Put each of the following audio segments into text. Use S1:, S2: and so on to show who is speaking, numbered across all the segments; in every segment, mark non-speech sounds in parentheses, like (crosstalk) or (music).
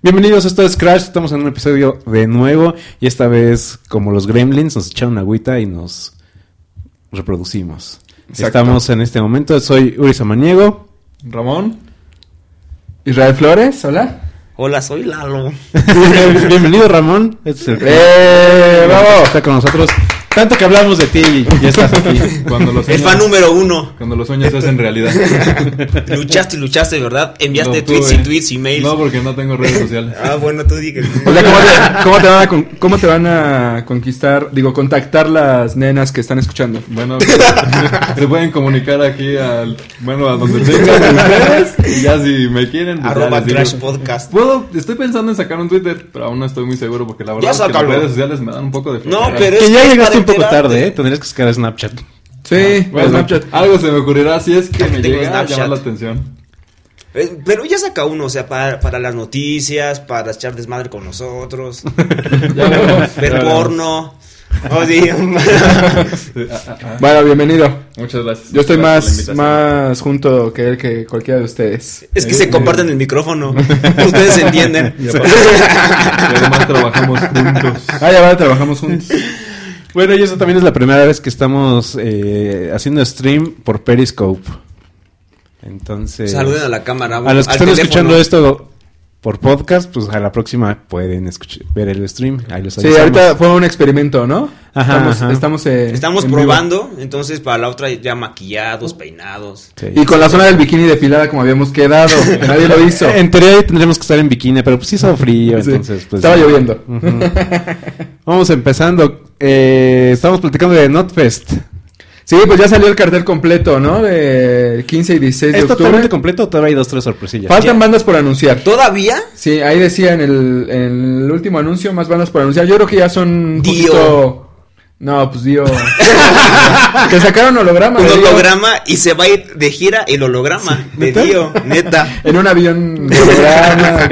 S1: Bienvenidos, esto es Crash. Estamos en un episodio de nuevo. Y esta vez, como los gremlins, nos echaron agüita y nos reproducimos.
S2: Exacto.
S1: Estamos en este momento. Soy Uri Samaniego.
S2: Ramón. Israel Flores, hola.
S1: (laughs)
S3: Hola, soy Lalo.
S1: Bienvenido, Ramón. Este es el
S2: ¡Eh, bravo!
S1: Está con nosotros. Tanto que hablamos de ti y ya estás
S2: (laughs)
S1: aquí.
S2: Cuando
S3: (laughs)
S2: los
S3: El fan
S1: (laughs)
S3: número uno.
S2: Cuando los sueños se hacen
S3: (laughs)
S2: realidad.
S3: Luchaste y luchaste, ¿verdad? Enviaste
S2: No
S3: tweets
S2: tuve.
S3: y tweets y mails.
S2: No, porque no tengo redes sociales.
S3: Ah, bueno,
S1: (laughs)
S3: tú digas.
S4: O sea, ¿cómo te, cómo te van a con- cómo te van a conquistar, digo, contactar las nenas que están escuchando?
S3: (laughs)
S2: Bueno, se pueden comunicar aquí al. Bueno, a donde tengan ustedes. Y ya si me quieren. pues ya
S3: Arroba
S2: les digo.
S3: Crash Podcast.
S2: Puedo, estoy pensando en sacar un Twitter, pero aún no estoy muy seguro porque la verdad
S3: Ya
S2: es que las
S3: sácalo.
S2: redes sociales me dan un poco de
S3: No,
S2: flojera.
S3: pero es
S1: que ya
S3: es
S1: llegaste
S3: para
S1: un poco
S3: enterarte.
S1: tarde, ¿eh? Tendrías que sacar Snapchat.
S4: Sí,
S2: Bueno,
S4: Snapchat.
S2: algo se me ocurrirá si es que me
S3: Tengo
S2: llega a
S3: Snapchat.
S2: llamar la atención.
S3: Eh, Pero ya saca uno, o sea, para, para las noticias, para echar desmadre
S1: (laughs)
S3: con nosotros,
S2: Ya veremos. Ya
S3: ver
S2: veremos.
S3: porno. Oh, sí. (laughs)
S2: Sí, ah, ah, ah.
S4: Bueno, bienvenido.
S2: Muchas gracias.
S4: Yo estoy
S2: Gracias
S4: más,
S2: por la invitación.
S4: más junto que él que cualquiera de ustedes.
S3: Es que se comparten
S1: (laughs)
S3: el micrófono. Ustedes se entienden.
S2: Y aparte- y además trabajamos juntos.
S4: Ah, ya vale, trabajamos juntos.
S1: Bueno, y eso también es la primera vez que estamos eh, haciendo stream por Periscope. Entonces.
S3: (laughs) Saluden a la cámara.
S1: A los que
S3: al
S1: están
S3: teléfono.
S1: escuchando esto por podcast, pues a la próxima pueden escuch- ver el stream. Ahí los
S4: Sí,
S1: avisamos.
S4: ahorita fue un experimento, ¿no?
S1: Ajá,
S4: estamos,
S1: ajá.
S4: Estamos, eh,
S3: Estamos
S4: en vivo.
S3: probando, entonces para la otra ya maquillados, peinados.
S1: Sí. (laughs)
S4: Y con la zona del bikini depilada como habíamos quedado. que Nadie lo hizo.
S1: En teoría hoy tendríamos que estar en bikini, pero pues hizo frío,
S4: Sí.
S1: entonces pues...
S4: Estaba lloviendo.
S1: (laughs) Vamos empezando. Eh, estamos platicando de NotFest.
S4: Sí, pues ya salió el cartel completo, ¿no? De 15 y 16 de
S1: ¿Es
S4: octubre.
S1: totalmente completo o todavía hay dos, tres sorpresillas?
S4: Faltan bandas por anunciar.
S3: ¿Todavía?
S4: Sí, ahí decía en el, en el último anuncio más bandas por anunciar. Yo creo que ya son un
S3: Dio.
S4: poquito- No, pues
S3: (laughs)
S4: Dio. que sacaron holograma. ¿eh?
S3: Un
S4: de Dio
S3: holograma y se va a ir de gira el holograma de Dio,
S4: (laughs)
S3: neta.
S4: En un avión de holograma.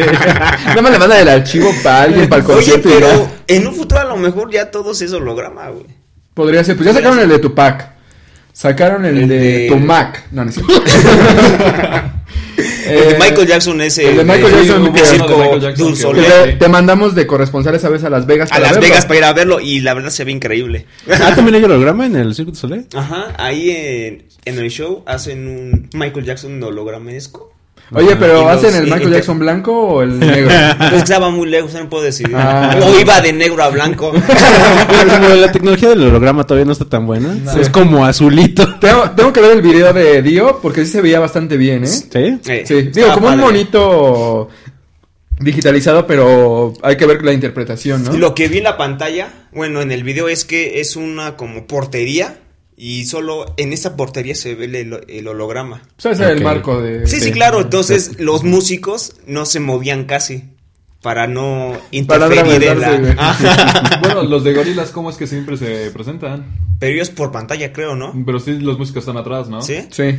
S4: Nada más le manda el archivo para alguien, para el
S3: Oye,
S4: concierto. y
S3: pero
S4: ya.
S3: en un futuro a lo mejor ya todos es holograma, güey.
S4: Podría ser. Pues ya sacaron el de Tupac. Sacaron el,
S3: El
S4: de,
S3: de-
S4: Tumac. No, no es cierto.
S3: (laughs) El de
S4: Eh,
S3: Michael Jackson ese.
S4: el de Michael Jackson,
S3: un
S4: que-
S2: el de
S3: circo
S2: Michael Jackson,
S4: que
S3: dulzolé.
S4: Eh, Te, te mandamos de corresponsal esa vez a Las Vegas.
S3: A Las Vegas para ir a verlo y la verdad se ve increíble.
S1: Ah, también hay holograma en el Circuito Soleil.
S3: Ajá, ahí en, en el show hacen un Michael Jackson hologramesco.
S4: Oye,
S3: Y
S4: pero
S3: los-
S4: ¿hacen el
S3: y- y
S4: Michael
S3: te-
S4: Jackson blanco o el negro?
S3: (laughs) Pero es que estaba muy lejos, no puedo decidir.
S4: Ah.
S3: O iba de negro a
S4: (laughs)
S3: blanco.
S1: Pero como la tecnología del holograma todavía no está tan buena. Es como azulito.
S4: Tengo, tengo que ver el video de Dio porque sí se veía bastante bien, ¿eh? Sí.
S1: ¿Sí?
S3: Eh,
S4: Digo,
S3: estaba
S4: como un
S3: padre.
S4: monito digitalizado, pero hay que ver la interpretación, ¿no?
S3: Lo que vi en la pantalla, bueno, en el video es que es una como portería y solo en esa portería se ve el, el holograma.
S4: Pues ese era
S1: Ok.
S4: el marco de...
S3: Sí, sí, claro. Entonces los músicos no se movían casi para no
S4: Para no
S3: interferir en la... Ah,
S4: lamentarse,
S3: Ajá.
S2: (laughs) Bueno, los de gorilas, ¿cómo es que siempre se presentan?
S3: Pero ellos por pantalla, creo, ¿no?
S2: Pero sí, los músicos están atrás, ¿no?
S3: ¿Sí?
S4: (laughs) Sí.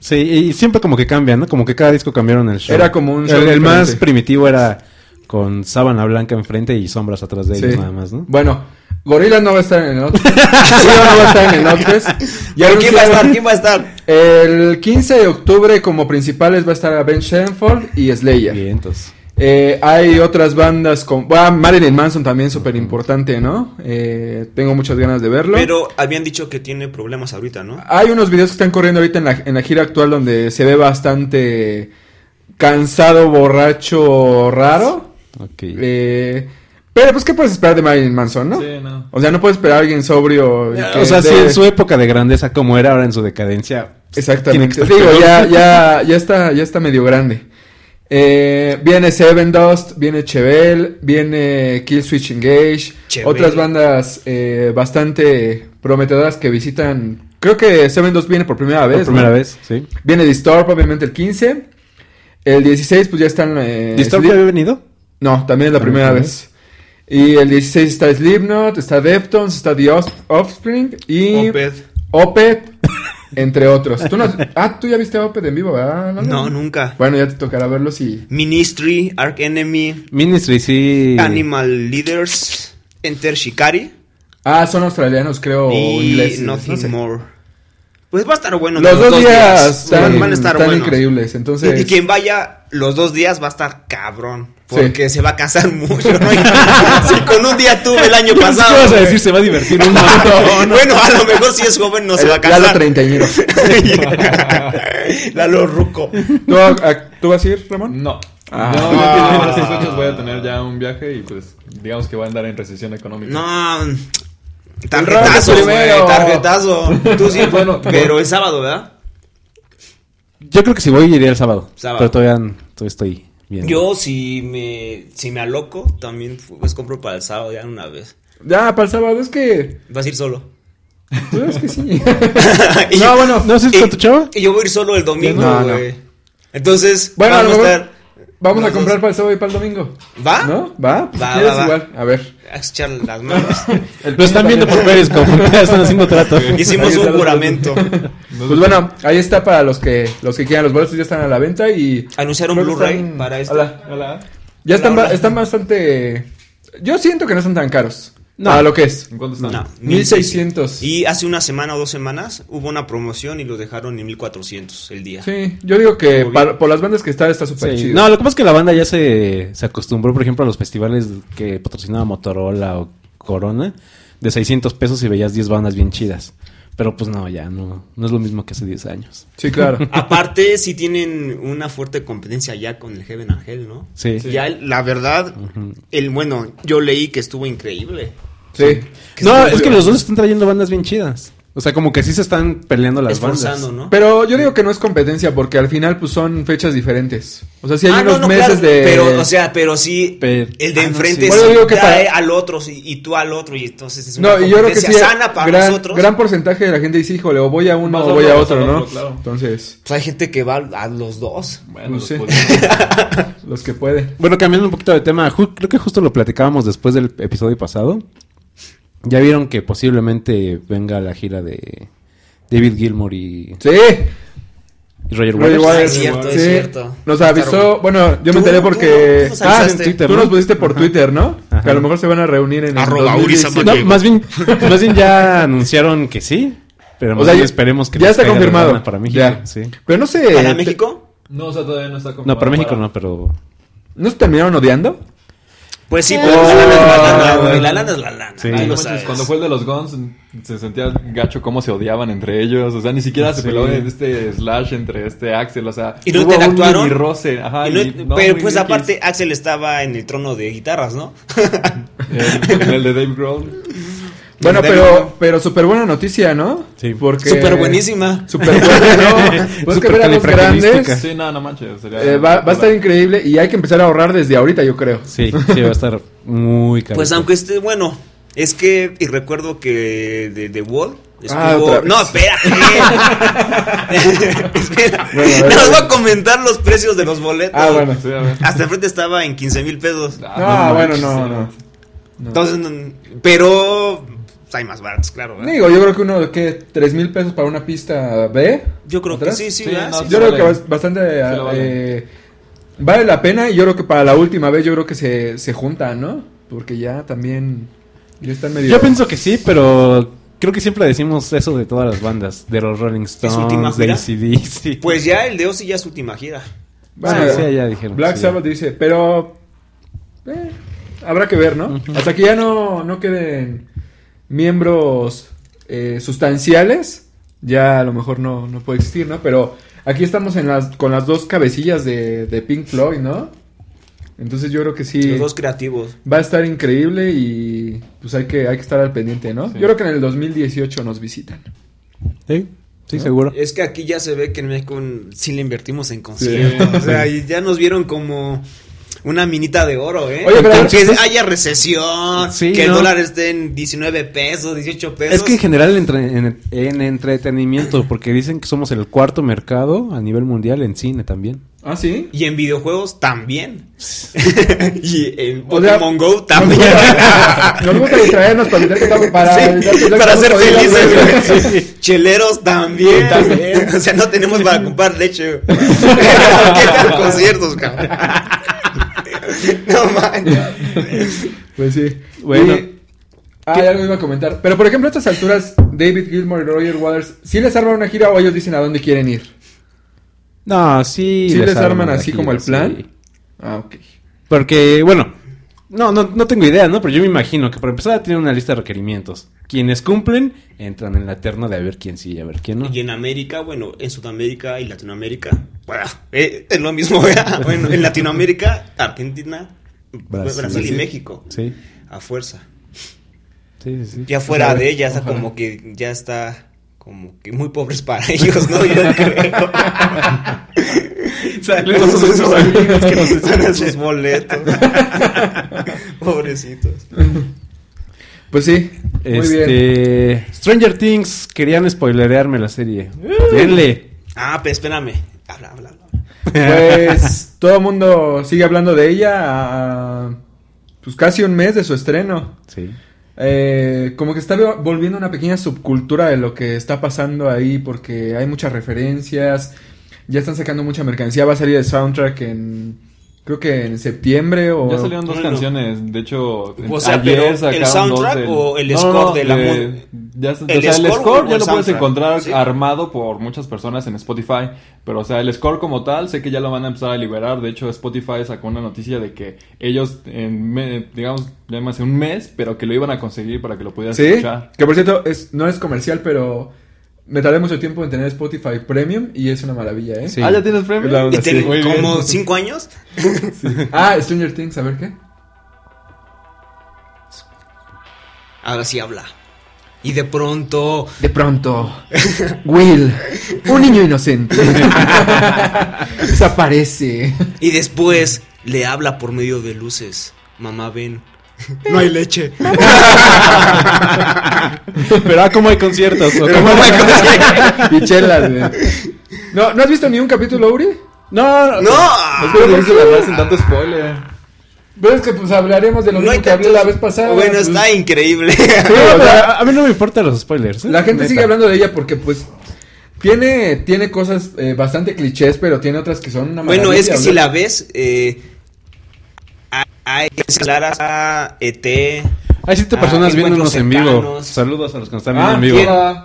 S1: Sí, y siempre como que cambian, ¿no? Como que cada disco cambiaron el show.
S4: Era como un
S1: El-
S4: show
S1: El,
S4: diferente.
S1: más primitivo era con sábana blanca enfrente y sombras atrás de ellos
S4: sí.
S1: Pues nada más, ¿no?
S4: Bueno, Gorila no va a estar en el otro. Gorila no va a estar en
S3: (laughs)
S4: el Outfest. Ya
S3: ¿Pero quién va a estar?
S4: anunciaron-
S3: ¿Quién va a estar?
S4: El 15 de octubre como principales va a estar Ben Shenford y Slayer.
S1: Bien, entonces.
S4: Eh, hay otras bandas como... Ah, Marilyn Manson también súper importante, ¿no? Eh, tengo muchas ganas de verlo.
S3: Pero habían dicho que tiene problemas ahorita, ¿no?
S4: Hay unos videos que están corriendo ahorita en la, en la gira actual donde se ve bastante cansado, borracho, raro.
S1: Ok.
S4: Eh, pero pues, ¿qué puedes esperar de Marilyn Manson, no?
S2: Sí, no.
S4: O sea, no puedes esperar a alguien sobrio. y que
S1: o sea,
S4: dé-
S1: si en su época de grandeza como era, ahora en su decadencia. tiene que
S4: Exactamente.
S1: estar
S4: Digo,
S1: peor.
S4: ya,
S1: (laughs)
S4: ya, ya está, ya está medio grande. Eh, viene Seven Dust, viene Chevel, viene Kill Switch Engage,
S3: Chevel.
S4: otras bandas eh, bastante prometedoras que visitan. Creo que Seven Dust viene por primera
S1: Por
S4: vez.
S1: primera
S4: ¿no?
S1: vez, sí.
S4: Viene Disturb, obviamente el 15. El 16, pues ya están. eh,
S1: ¿Disturb
S4: Sleep-
S1: ya había venido?
S4: No, también es la
S1: También primera
S4: primera vez. Y el 16 está Slipknot, está Deftones, está The Os- Offspring y.
S3: Opeth.
S4: Opeth, entre otros. Tú no- ah, tú ya viste a Opeth en vivo, ¿verdad? Lalo?
S3: No, nunca.
S4: Bueno, ya te tocará verlos y.
S3: Ministry, Ark Enemy,
S1: Ministry, sí.
S3: Animal Leaders, Enter Shikari
S4: Ah, son australianos, creo, o
S3: y
S4: ingleses. no
S3: Nothing
S4: sé.
S3: More. Pues va a estar bueno.
S4: Los dos días
S3: Van-
S4: están,
S3: van a estar
S4: están
S3: buenos.
S4: increíbles. Entonces,
S3: Y quien vaya los dos días va a estar cabrón. Porque se va a cansar mucho, ¿no? (laughs) Y si con un día tuve el año pasado.
S1: ¿Qué vas a
S3: güey. (laughs)
S1: decir? Se va a divertir un montón.
S3: Bueno, a lo mejor si es joven no se va a
S4: Ya lo
S3: cansar. (laughs)
S4: treintañero.
S3: Lalo Ruco.
S4: ¿Tú, a- ¿Tú vas a ir,
S3: Mm.
S4: Ramón?
S2: No.
S4: Ah.
S2: No, yo que ya en estos ocho voy a tener ya un viaje y pues digamos que voy a andar en recesión económica.
S3: No. Tarjetazo,
S4: Roque
S3: güey.
S4: primero. (laughs)
S3: Tarjetazo. Tú sí,
S2: Bueno,
S3: pero es sábado, ¿verdad?
S1: Yo creo que si voy iría el sábado.
S3: Sábado.
S1: Pero todavía, n- todavía estoy bien.
S3: Yo, si me, si me aloco, también pues compro para el sábado ya una vez.
S4: Ya, para el sábado, es que.
S3: Vas a ir solo. (laughs)
S4: pues, es que sí.
S3: Y
S4: no,
S3: yo-
S4: bueno.
S1: ¿No haces
S3: y-
S1: con tu chava?
S3: Y yo voy a ir solo el domingo,
S4: No, no.
S3: güey. Entonces,
S4: Bueno, a lo
S3: vamos a
S4: mejor
S3: estar.
S4: Vamos a
S3: los dos.
S4: comprar para el sábado y para el domingo.
S3: ¿Va?
S4: ¿No? ¿Va? Pues,
S3: Va,
S4: si quieres,
S3: va, va.
S4: igual. A ver.
S3: A echar las manos.
S4: (laughs)
S1: Lo están viendo por Pérez, como que ya están haciendo trato.
S3: Hicimos un juramento.
S4: (laughs) Pues bueno, ahí está para los que los que quieran. Los boletos ya están a la venta y.
S3: Anunciaron
S4: Creo que
S3: Blu-ray
S4: están-
S3: para esto.
S4: Hola.
S2: Hola.
S4: Ya están,
S3: Hola,
S4: ba-
S3: hola.
S4: están bastante. Yo siento que no son tan caros.
S1: No.
S4: Para lo que es.
S2: ¿En cuánto están?
S3: No,
S4: 1600.
S3: Y hace una semana o dos semanas hubo una promoción y lo dejaron en 1400 el día.
S4: Sí, yo digo que
S3: Muy bien.
S4: para- por las bandas que está, está
S1: Sí.
S4: súper chido.
S1: No, lo que pasa es que la banda ya se, se acostumbró, por ejemplo, a los festivales que patrocinaba Motorola o Corona, de 600 pesos y veías 10 bandas bien chidas. Pero pues no, ya no, no es lo mismo que hace 10 años.
S3: (laughs)
S4: Sí, claro.
S3: Aparte, sí tienen una fuerte competencia ya con el Heaven Angel, ¿no?
S1: Sí.
S3: Ya, el- la verdad, el bueno, yo leí que estuvo increíble.
S4: Sí.
S1: No, es que los dos están trayendo bandas bien chidas. O sea, como que sí se están peleando las
S3: esforzando,
S1: bandas.
S3: ¿no?
S4: Pero yo digo que no es competencia porque al final pues son fechas diferentes. O sea, si hay
S3: Ah, no,
S4: unos
S3: no,
S4: meses
S3: claro,
S4: de...
S3: Pero, o sea, pero sí,
S1: Pero-
S3: el de
S1: Ah, no,
S3: enfrente
S1: sí.
S3: sí
S4: Bueno, digo que
S3: trae
S4: para-
S3: al otro sí, y tú al otro, y entonces es una
S4: no, y yo creo que sí.
S3: competencia sana para
S4: gran,
S3: nosotros.
S4: gran porcentaje de la gente dice, híjole, o voy a uno
S2: Vas
S4: o
S2: a
S4: voy
S2: uno,
S4: a
S2: vas
S4: otro,
S2: a
S4: ¿no?
S2: otro, claro.
S4: Entonces,
S3: Pues hay gente que va a los dos.
S2: Bueno, pues,
S4: No
S2: los
S4: sé.
S2: podemos-
S4: los que pueden.
S1: Bueno, cambiando un poquito de tema, ju- creo que justo lo platicábamos después del episodio pasado. Ya vieron que posiblemente venga la gira de David Gilmour y,
S4: Sí.
S1: y Roger Waters.
S4: Roger Waters.
S3: es cierto, es
S4: Sí.
S3: cierto.
S4: Nos avisó, bueno, yo me
S3: Tú-
S4: enteré
S3: tú-
S4: porque...
S3: tú nos
S4: ah,
S3: avisaste.
S4: tú nos pusiste por
S1: Ajá.
S4: Twitter, ¿no?
S1: Ajá.
S4: Que a lo mejor se van a reunir en... el
S3: Arroba
S4: 2017.
S3: Uri
S1: No, más bien, más bien ya anunciaron que sí. Pero más
S4: O sea,
S1: bien
S4: ya-
S1: esperemos que
S4: ya
S1: nos
S4: está
S1: caiga de
S4: confirmado.
S1: verdad Para México,
S4: Ya.
S1: sí.
S4: Pero no sé...
S3: ¿Para
S4: te-
S3: México?
S2: No, o sea, todavía no está comprado.
S1: No, para México no, pero...
S4: ¿No se terminaron odiando?
S3: Pues sí,
S1: Oh.
S3: pero la lana es la lana, güey. La lana es la lana.
S1: Sí.
S3: ahí
S2: Ay,
S3: lo
S2: no manches,
S3: sabes.
S2: cuando fue el de los Guns, se sentía gacho cómo se odiaban entre ellos. O sea, ni siquiera se
S1: Sí.
S2: peló en este slash entre este Axel. O sea,
S3: ¿Y no
S2: hubo un
S3: interactuaron?
S2: mini roce. Ajá,
S3: Y no-
S2: y- no,
S3: pero
S2: muy
S3: pues
S2: X.
S3: aparte, Axel estaba en el trono de guitarras, ¿no?
S2: En en el de Dave Grohl.
S4: Bueno,
S3: Del-
S4: pero, pero súper buena noticia, ¿no?
S1: Sí.
S4: Porque...
S3: Súper buenísima.
S4: Súper buena, ¿no? Pues que ver a los
S1: Supercalifragilística.
S4: grandes.
S2: Sí, no, no manches. sería-
S4: eh, va, va a estar increíble y hay que empezar a ahorrar desde ahorita, yo creo.
S1: Sí, sí, va a estar muy caro.
S3: (laughs) Pues aunque esté bueno, es que y recuerdo que de The Wall
S4: Ah,
S3: estuvo-
S4: otra vez.
S3: no,
S4: (laughs)
S3: (laughs) espérate. Espera.
S4: Bueno, a ver,
S3: Nada más
S4: a ver.
S3: voy a comentar los precios de los boletos.
S4: Ah, bueno.
S2: Sí, a ver.
S3: Hasta el frente estaba en 15 mil pesos.
S4: Ah, bueno,
S2: manches,
S4: no,
S2: sí,
S4: no.
S3: Entonces, no- pero pues, hay más baratos, claro. ¿verdad?
S4: Digo, yo creo que uno, ¿qué? ¿Tres mil pesos para una pista B?
S3: Yo creo que
S4: ¿Atrás?
S3: sí, sí,
S2: Sí,
S3: ¿verdad?
S2: no,
S3: Sí,
S2: sí.
S4: Yo creo que
S2: Ah, vale.
S4: bas- bastante... eh,
S2: lo
S4: vale.
S2: vale.
S4: la pena y yo creo que para la última vez yo creo que se, se juntan, ¿no? Porque ya también... Ya están medio...
S1: Yo pienso que sí, pero creo que siempre decimos eso de todas las bandas. De los Rolling
S3: última
S1: Stones, de
S3: gira?
S1: ACDC.
S3: Pues ya el de Ozzy ya es su última gira.
S4: Bueno,
S1: Sí, sí, ya dijeron,
S4: Black
S1: sí, ya.
S4: Sabbath dice, pero eh, habrá que ver, ¿no? Hasta que ya no, no queden miembros eh, sustanciales, ya a lo mejor no, no puede existir, ¿no? Pero aquí estamos en las, con las dos cabecillas de, de Pink Floyd, ¿no? Entonces yo creo que sí
S3: Los dos creativos.
S4: va a estar increíble y pues hay que, hay que estar al pendiente, ¿no?
S2: Sí.
S4: Yo creo que en el 2018 nos visitan.
S1: Sí, sí, seguro.
S3: Es que aquí ya se ve que en México sí le invertimos en
S2: Sí.
S3: conciertos. O sea, y ya nos vieron como una minita de oro, ¿eh?
S4: Oye, pero a ver,
S3: que
S4: ¿ustedes-
S3: haya recesión,
S1: Sí,
S3: que el
S1: ¿no?
S3: dólar esté en 19 pesos, 18 pesos.
S1: Es que en general entre- en, en entretenimiento, porque dicen que somos el cuarto mercado a nivel mundial en cine también.
S4: Ah, sí.
S3: Y en videojuegos
S4: (laughs)
S3: también. y en
S4: O sea,
S3: Pokémon Go también. (laughs)
S4: Nos gusta distraernos para, evitar- para,
S3: Sí,
S4: evitar que
S3: para
S4: estamos
S3: ser
S4: jodidos, güey.
S3: felices, güey. Cheleros también.
S4: También.
S3: O sea, no tenemos para comprar leche.
S4: (laughs)
S3: güey. ¿Qué tal conciertos, cabrón? (laughs) no manches.
S4: Pues sí.
S1: Bueno.
S4: Y- ah, ya algo iba a comentar. Pero por ejemplo, a estas alturas, David Gilmore y Roger Waters, ¿sí les arman una gira o ellos dicen a dónde quieren ir?
S1: No, sí.
S4: ¿Sí les arman
S1: la
S4: así como el
S1: sí.
S4: plan? Ah, ok.
S1: Porque, bueno, no, no, no tengo idea, ¿no? Pero yo me imagino que para empezar tienen una lista de requerimientos. Quienes cumplen entran en la terna de a ver quién sí y a ver quién no.
S3: Y en América, bueno, en Sudamérica y Latinoamérica, bah, eh, es lo mismo, ¿verdad? (laughs) Bueno, en Latinoamérica, Argentina, Brasil,
S1: Brasil.
S3: y México,
S1: Sí,
S3: a fuerza.
S1: sí, sí. sí.
S3: Ya fuera de ella, está como que ya está como que muy pobres para (laughs) ellos, ¿no? Yo creo. Saludos a sus amigos que nos están a sus boletos. Pobrecitos.
S4: Pues sí, muy bien.
S1: Este, Stranger Things, querían spoilerearme la serie. Denle.
S3: Ah, pero espérame. Habla, habla, habla.
S4: Pues todo el mundo sigue hablando de ella a, pues casi un mes de su estreno.
S1: (laughs) Sí.
S4: Eh, como que está vo- volviendo una pequeña subcultura de lo que está pasando ahí porque hay muchas referencias, ya están sacando mucha mercancía, va a salir el soundtrack en creo que en septiembre o
S2: Ya salieron dos
S3: Bueno.
S2: canciones, de hecho,
S3: O sea, pero, ¿el soundtrack o el score de la mu-
S2: ya, se-
S3: ¿El
S2: o sea, el
S3: score o
S2: score ya
S3: el
S2: lo puedes
S3: soundtrack?
S2: encontrar
S3: Sí.
S2: armado por muchas personas en Spotify, pero o sea, el score como tal, sé que ya lo van a empezar a liberar, de hecho Spotify sacó una noticia de que ellos, en, me- digamos, ya más de un mes, pero que lo iban a conseguir para que lo pudieras
S4: Sí,
S2: escuchar.
S4: que por cierto es, no es comercial, pero me tardé mucho tiempo en tener Spotify Premium y es una maravilla, ¿eh?
S1: Sí.
S2: Ah, ya tienes premio.
S4: Es (laughs) la
S3: Y
S4: onda,
S3: tiene
S4: sí, muy bien.
S3: como cinco años.
S4: Ah, Stranger Things, a ver qué.
S3: Ahora sí habla. Y de pronto.
S4: De pronto, Will, un niño (laughs) inocente, desaparece.
S3: Y después le habla por medio de luces. Mamá, ven. No hay leche.
S1: (laughs) Pero ah, cómo hay conciertos. ¿O cómo-
S4: y chelas, güey. No, ¿no has visto ni un capítulo, Uri?
S1: No, no.
S2: Es
S3: ¡No!
S2: que lo hice la verdad sin tanto spoiler.
S4: Pero es que pues hablaremos de lo
S3: No hay
S4: mismo que hablé la
S3: tantos-
S4: vez pasada.
S3: Bueno,
S4: pues.
S3: está increíble.
S1: o sea, a- a mí no me importan los spoilers. ¿eh?
S4: La gente
S1: Neta.
S4: sigue hablando de ella porque pues tiene, tiene cosas eh, bastante clichés, pero tiene otras que son una
S3: Bueno, es
S4: maravilla,
S3: que si
S4: ¿verdad?
S3: la ves, eh, hay- hay claras a E ET.
S1: Hay siete
S3: Ah,
S1: personas viéndonos
S3: encuentros
S1: en vivo.
S3: cercanos.
S1: Saludos a los que nos están viendo
S4: Ah,
S1: en vivo.
S4: mira.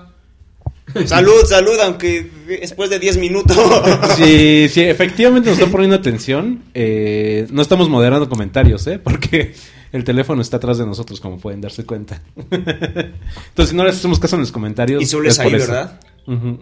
S3: Salud, salud, aunque después de 10 minutos.
S1: Si, si efectivamente nos están poniendo atención, eh, no estamos moderando comentarios, ¿eh? Porque el teléfono está atrás de nosotros, como pueden darse cuenta. (laughs) Entonces, si no les hacemos caso en los comentarios.
S3: Y solo es
S1: por
S3: ahí,
S1: eso.
S3: ¿verdad?
S1: Ujú.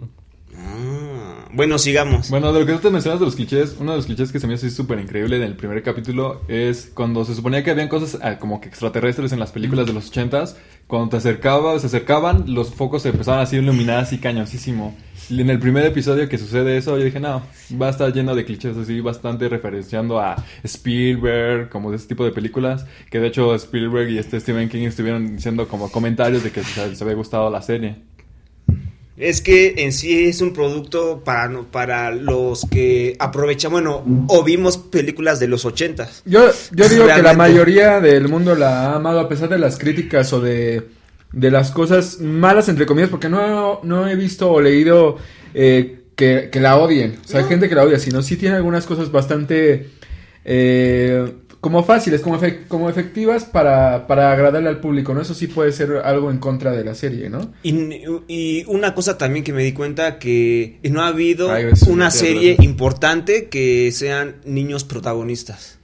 S3: Ah, bueno, sigamos.
S2: Bueno, de lo que tú te mencionas de los clichés, uno de los clichés que se me hizo súper increíble en el primer capítulo es cuando se suponía que habían cosas ah, como que extraterrestres en las películas de los ochentas, cuando te acercabas, se acercaban, los focos se empezaban así a iluminar así cañoncísimo. Y en el primer episodio que sucede eso, yo dije, no, va a estar lleno de clichés así, bastante referenciando a Spielberg, como de ese tipo de películas, que de hecho Spielberg y este Stephen King estuvieron diciendo como comentarios de que se les había gustado la serie.
S3: Es que en sí es un producto para, no- para los que aprovechan, bueno, o vimos películas de los ochentas.
S4: Yo, yo digo que la
S3: Realmente.
S4: mayoría del mundo la ha amado a pesar de las críticas o de, de las cosas malas, entre comillas, porque no, no he visto o leído eh, que, que la odien. O sea, hay gente que la odia, sino sí tiene algunas cosas bastante eh, como fáciles, como, efec- como efectivas para, para agradarle al público, ¿no? Eso sí puede ser algo en contra de la serie, ¿no?
S3: Y, y una cosa también que me di cuenta que no ha habido
S4: Ay, gracias,
S3: una
S4: gracias,
S3: serie
S4: gracias.
S3: importante que sean niños protagonistas.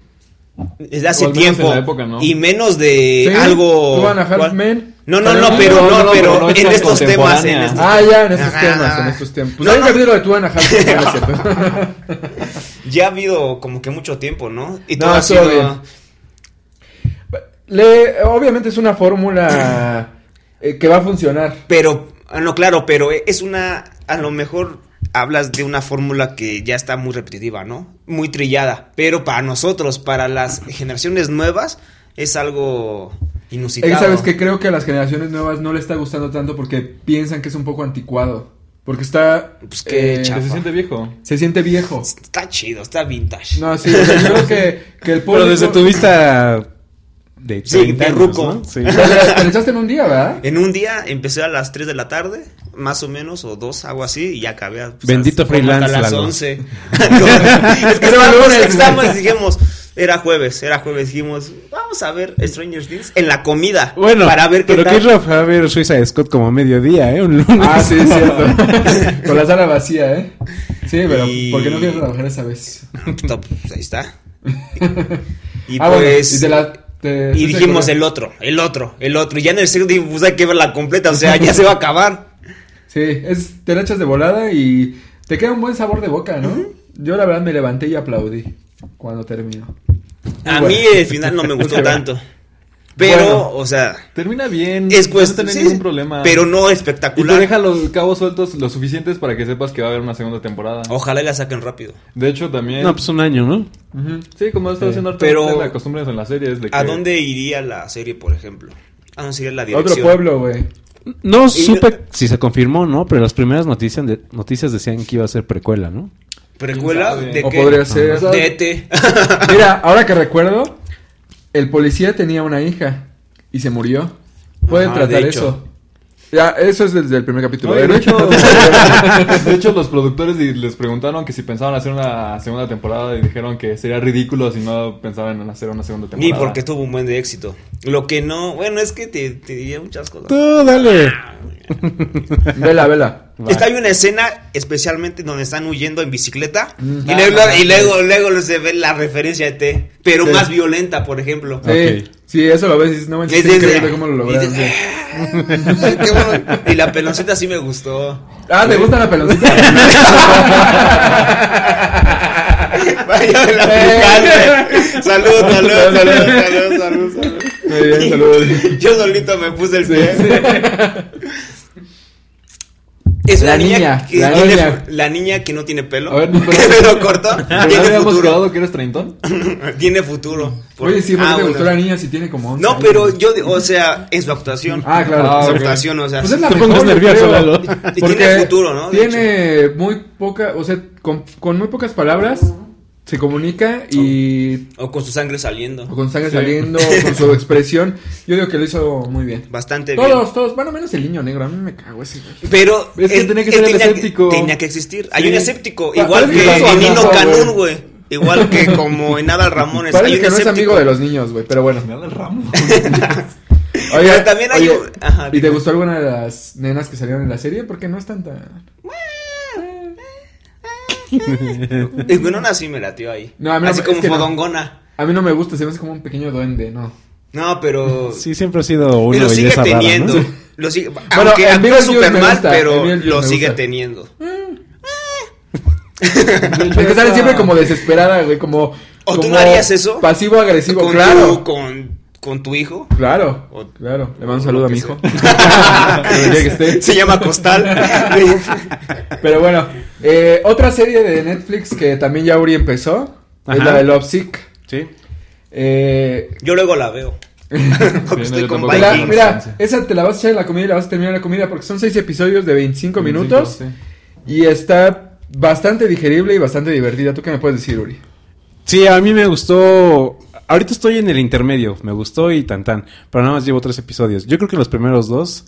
S3: Desde hace
S2: al menos en
S3: tiempo.
S2: la época, ¿no?
S3: Y menos de
S4: Sí,
S3: Eh, algo.
S4: Two and a Half
S3: ¿cuál?
S4: Men.
S3: No, no, no,
S4: También-
S2: No,
S3: pero no,
S2: no, no,
S3: pero
S2: pero no es
S3: en
S2: tan
S3: estos temas, en
S2: contemporánea.
S3: estos
S4: Ah, ya, en estos
S3: Ajá.
S4: temas, en estos temas. Pues
S3: No,
S4: hay un
S3: no.
S4: capítulo de Two and a Half Men, ¿no
S3: (laughs)
S4: es cierto?
S3: Ya ha habido como que mucho tiempo, ¿no? Y
S4: No,
S3: todo ha
S4: estuvo
S3: sido-
S4: bien. Le- obviamente es una fórmula eh, que va a funcionar.
S3: Pero, ah, no, claro, pero es una, a lo mejor hablas de una fórmula que ya está muy repetitiva, ¿no? Muy trillada, pero para nosotros, para las generaciones nuevas, es algo inusitado.
S4: Es que sabes que creo que a las generaciones nuevas no le está gustando tanto porque piensan que es un poco anticuado. Porque está.
S3: Pues qué
S4: eh,
S2: Que
S3: chafa.
S2: se siente viejo.
S4: se siente viejo.
S3: Está chido, está vintage.
S4: No, sí, o sea, yo creo que, que el
S1: Pero
S4: público.
S1: desde tu vista de
S3: Sí,
S1: 30
S3: de
S1: años,
S3: ruco.
S1: ¿no? Sí.
S4: (laughs) Te la- te la echaste en un día,
S3: (laughs)
S4: ¿verdad?
S3: En un día empecé a las 3 de la tarde, más o menos, o 2, algo así, y ya acabé. a- pues,
S1: Bendito
S3: a- como
S1: freelance,
S3: Hasta las
S1: Lalo. (laughs)
S3: 11. (laughs) No, es que
S4: Pero
S3: estábamos,
S4: lunes,
S3: estábamos y dijimos, era jueves, era jueves, dijimos, vamos a ver Stranger Things en la comida.
S1: Bueno,
S3: para ver qué
S1: pero
S3: tal.
S1: que Rafa va a ver Suiza Scott como a mediodía, ¿eh? Un lunes.
S4: Ah, sí, es cierto.
S3: (laughs)
S4: (laughs) Con la sala vacía, ¿eh? Sí, pero
S3: Y- (laughs)
S4: ¿por qué no quieres trabajar esa vez? (laughs)
S3: Top, pues ahí está. Y
S4: Ah, bueno,
S3: pues.
S4: y te la- te-
S3: y
S4: sí se
S3: dijimos
S4: acuerda.
S3: el otro, el otro, el otro. Y ya en el segundo dijimos, hay que verla completa, o sea,
S4: (laughs)
S3: ya se va a acabar.
S4: Sí, es, te la echas de volada y te queda un buen sabor de boca, ¿no? Yo la verdad me levanté y aplaudí cuando terminó.
S3: A
S4: Bueno.
S3: mí el final no me
S4: (laughs)
S3: gustó tanto. Pero,
S4: Bueno.
S3: o sea,
S2: Termina bien.
S3: es
S2: no
S3: cuestión.
S2: tenés
S3: sí,
S2: ningún problema.
S3: Pero no
S2: Y te
S3: espectacular.
S2: deja los cabos sueltos lo suficientes para que sepas que va a haber una segunda temporada.
S3: Ojalá y la saquen rápido.
S2: De hecho,
S1: (laughs)
S2: también.
S1: No, pues un año, ¿no?
S4: Ujú.
S2: Sí, como está haciendo Arturo,
S3: eh, Pero-
S2: ustedes la costumbre en las series de que
S3: ¿A dónde iría la serie, por ejemplo? ¿A dónde sería la dirección?
S4: Otro pueblo, güey.
S1: No supe si se confirmó, ¿no? Pero las primeras noticias, de- noticias decían que iba a ser precuela, ¿no?
S3: ¿Precuela?
S2: ¿Quién sabe?
S3: ¿De E
S4: O
S3: qué? Ah.
S4: podría ser.
S2: Ajá.
S3: De (laughs)
S4: (laughs)
S3: ET.
S4: Mira, ahora que recuerdo, el policía tenía una hija y se murió. Pueden
S3: Ajá, de
S4: tratar
S3: hecho.
S4: eso. Ya, eso es desde el primer capítulo.
S2: Oye,
S4: ¿eh?
S2: de,
S3: (laughs)
S2: hecho, (laughs) de hecho, los productores di- les preguntaron que si pensaban hacer una segunda temporada y dijeron que sería ridículo si no pensaban en hacer una segunda
S3: Ni
S2: temporada.
S3: porque
S2: (laughs)
S3: tuvo un buen de éxito. Lo que no, bueno, es que te, te diría muchas cosas.
S1: Tú, dale.
S4: (laughs) vela, vela.
S3: (laughs) Está hay una escena especialmente donde están huyendo en bicicleta y,
S2: Ah,
S3: luego,
S2: no,
S3: y
S2: sí.
S3: luego, luego se ve la referencia de T, pero
S4: Sí.
S3: más violenta, por (laughs) ejemplo.
S4: Sí,
S1: Ok.
S4: sí, eso lo ves y dices, no manches,
S3: Es
S4: qué
S3: de-
S4: increíble cómo lo lograron.
S3: y
S4: sí.
S3: de- Ay, qué bueno. Y la peloncita sí me gustó.
S4: Ah,
S3: "Eh".
S4: ¿te gusta
S3: (laughs)
S4: la peloncita? (laughs)
S3: Vaya, me la aplicaste. Salud, salud, salud, salud, salud, salud.
S4: Muy bien, saludos.
S3: (laughs) Yo solito me puse el
S4: (laughs)
S3: pie. Es una
S4: La
S3: niña,
S4: niña,
S3: que
S4: la
S3: tiene-
S4: niña.
S3: la niña que no tiene (laughs) pelo.
S2: A ver, no, pero-
S3: que me lo cortó.
S2: ¿Pero no
S3: tiene
S2: habíamos
S3: futuro.
S2: quedado que eres
S3: (laughs)
S2: treintón?
S3: tiene futuro. Por-
S4: Oye, sí, ¿por qué
S3: Ah,
S4: te
S3: bueno.
S4: gustó la niña si tiene como 11
S3: No,
S4: años?
S3: pero yo, di- o sea, es su actuación.
S4: Ah, claro.
S2: Ah,
S3: Su
S2: ok.
S3: actuación, o sea.
S4: Pues es la
S1: Te
S4: mejor,
S1: pongas
S4: yo
S1: nervioso,
S4: creo.
S1: Lalo.
S3: Y tiene futuro, ¿no? De
S4: Tiene muy poca, o sea, con, con muy pocas palabras se comunica y
S3: O con su sangre
S4: o
S3: saliendo.
S4: con sangre
S2: Sí.
S3: (laughs)
S4: saliendo, o con su expresión. Yo digo que lo hizo muy bien.
S3: Bastante
S4: Todos,
S3: bien.
S4: todos, bueno, menos el niño negro, a mí me cago ese güey.
S3: Pero
S2: Es que
S3: él-
S2: tenía que
S3: él
S2: ser el
S3: tenía
S2: escéptico.
S3: tenía que existir. Hay
S4: Sí.
S3: un escéptico.
S4: Pa-
S3: Igual
S4: parece
S3: que
S4: que es su
S3: en Nino
S4: amigo,
S3: Canún,
S4: güey.
S3: güey. Igual que como en Adal Ramones. Pues Hay
S4: Parece
S3: un
S4: que no es
S3: escéptico.
S4: amigo de los niños, güey, pero bueno.
S2: Me da el ramo.
S4: Oye,
S3: Pero también hay
S4: oye,
S3: un- ajá,
S4: ¿Y te
S3: dime.
S4: gustó alguna de las nenas que salieron en la serie? Porque no están tan...
S3: Y bueno, una sí me latió ahí.
S4: No, a mí no
S3: Así
S4: me-
S3: como
S4: es que no.
S3: fodongona.
S4: A mí no me gusta, se me hace como un pequeño duende, ¿no.
S3: No, pero.
S1: (laughs) Sí, siempre ha sido una
S3: pero sigue
S1: belleza rara, ¿no?
S3: teniendo. Lo sigue,
S4: Bueno,
S3: aunque
S4: en
S3: actúa
S4: Beetlejuice
S3: súper
S4: me
S3: mal,
S4: gusta, en
S3: pero
S4: Beetlejuice
S3: lo
S4: me
S3: sigue
S4: gusta.
S3: teniendo.
S4: Es que sale siempre como desesperada, güey, como...
S3: ¿O tú
S4: como
S3: no harías eso?
S4: Pasivo-agresivo,
S3: con,
S4: claro.
S3: tu, con, con tu hijo.
S4: Claro,
S3: O-
S4: claro. Le mando un
S3: o
S4: saludo
S3: lo
S4: a
S3: que
S4: mi hijo.
S3: sea.
S4: (laughs) Donde quiera que esté.
S3: Se llama
S4: (laughs)
S3: Costal.
S4: Pero bueno, eh, otra serie de Netflix que también ya Uri empezó es
S1: Ajá.
S4: la de Lovesick.
S1: Sí.
S4: Eh,
S3: Yo luego la veo. Porque
S2: Sí, no,
S3: estoy
S2: yo
S3: con
S2: tampoco.
S4: mira,
S2: Vikings.
S3: Vikings.
S4: mira, esa te la vas a echar en la comida y la vas a terminar en la comida porque son seis episodios de 25 minutos
S2: Sí.
S4: y está bastante digerible y bastante divertida. ¿Tú qué me puedes decir, Uri?
S1: Sí, a mí me gustó. Ahorita estoy en el intermedio. Me gustó y tan tan. Pero nada más llevo tres episodios. Yo creo que los primeros dos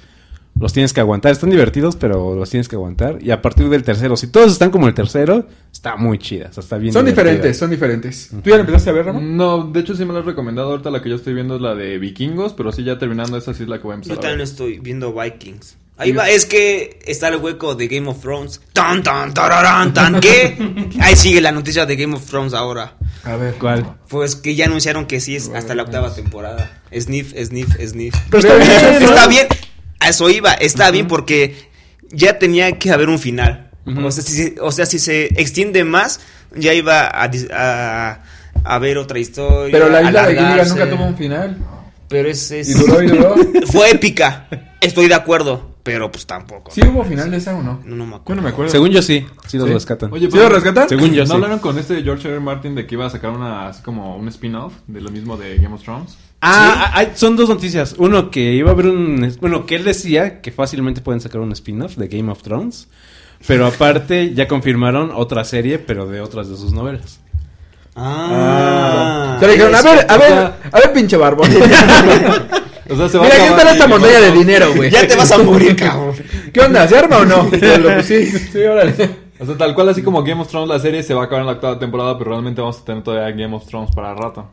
S1: los tienes que aguantar. Están divertidos, pero los tienes que aguantar. Y a partir del tercero, si todos están como el tercero, está muy chida. o sea, está bien
S4: Son
S1: divertida.
S4: diferentes, son diferentes. ¿Tú ya la empezaste a ver, Ramón?
S2: No, de hecho sí me lo has recomendado. Ahorita la que yo estoy viendo es la de vikingos, pero sí ya terminando esa sí es la que voy a
S3: Yo
S2: empezar. a ver.
S3: también estoy viendo Vikings. Ahí va, es que está el hueco de Game of Thrones. Tan, tan, tararán, tan,
S4: (laughs)
S3: ¿qué? Ahí sigue la noticia de Game of Thrones ahora.
S4: A ver.
S1: ¿Cuál?
S3: Pues que ya anunciaron que sí es hasta la octava temporada. Sniff, sniff, sniff.
S1: Pero está bien, ¿no?
S3: Está bien. A eso iba. Está bien porque ya tenía que haber un final. o, sea, si, se- o sea, si se extiende más, ya iba a, dis- a, a ver otra historia.
S4: Pero la isla de Gilligan
S3: alargarse.
S4: nunca tuvo un final.
S3: Pero es... es-
S4: Y duró y duró.
S3: Fue épica. Estoy de acuerdo. Pero pues tampoco.
S4: (laughs) ¿Sí hubo final de esa o no?
S3: No, no me
S4: Yo
S3: acuerdo.
S4: no me acuerdo.
S1: Según yo sí. Sí los
S4: Sí.
S1: rescatan.
S2: Oye,
S4: ¿Sí lo rescatan?
S1: Según yo
S2: ¿No
S1: sí.
S2: hablaron con este George R. R. Martin de que iba a sacar una, así como un spin-off de lo mismo de Game of Thrones?
S1: Ah, ah, ah, son dos noticias. Uno que iba a haber un... Bueno, que él decía que fácilmente pueden sacar un spin-off de Game of Thrones. Pero aparte ya confirmaron otra serie, pero de otras de sus novelas.
S4: Ah.
S3: Ah.
S4: Se le dijeron, a ver,
S3: (laughs)
S4: a ver, a ver, pinche barbón. (laughs) Mira,
S2: O sea, se va a
S4: aquí
S2: acabar
S4: está
S2: Game
S4: esta
S2: of
S4: montaña de
S2: Thrones.
S4: dinero, güey.
S3: Ya te vas a morir, cabrón.
S4: (laughs) ¿Qué onda? ¿Se arma
S3: (laughs)
S4: o no? Y yo, pues, Sí, sí, órale.
S2: O sea, tal cual así como Game of Thrones la serie se va a acabar en la octava temporada, pero realmente vamos a tener todavía Game of Thrones para rato.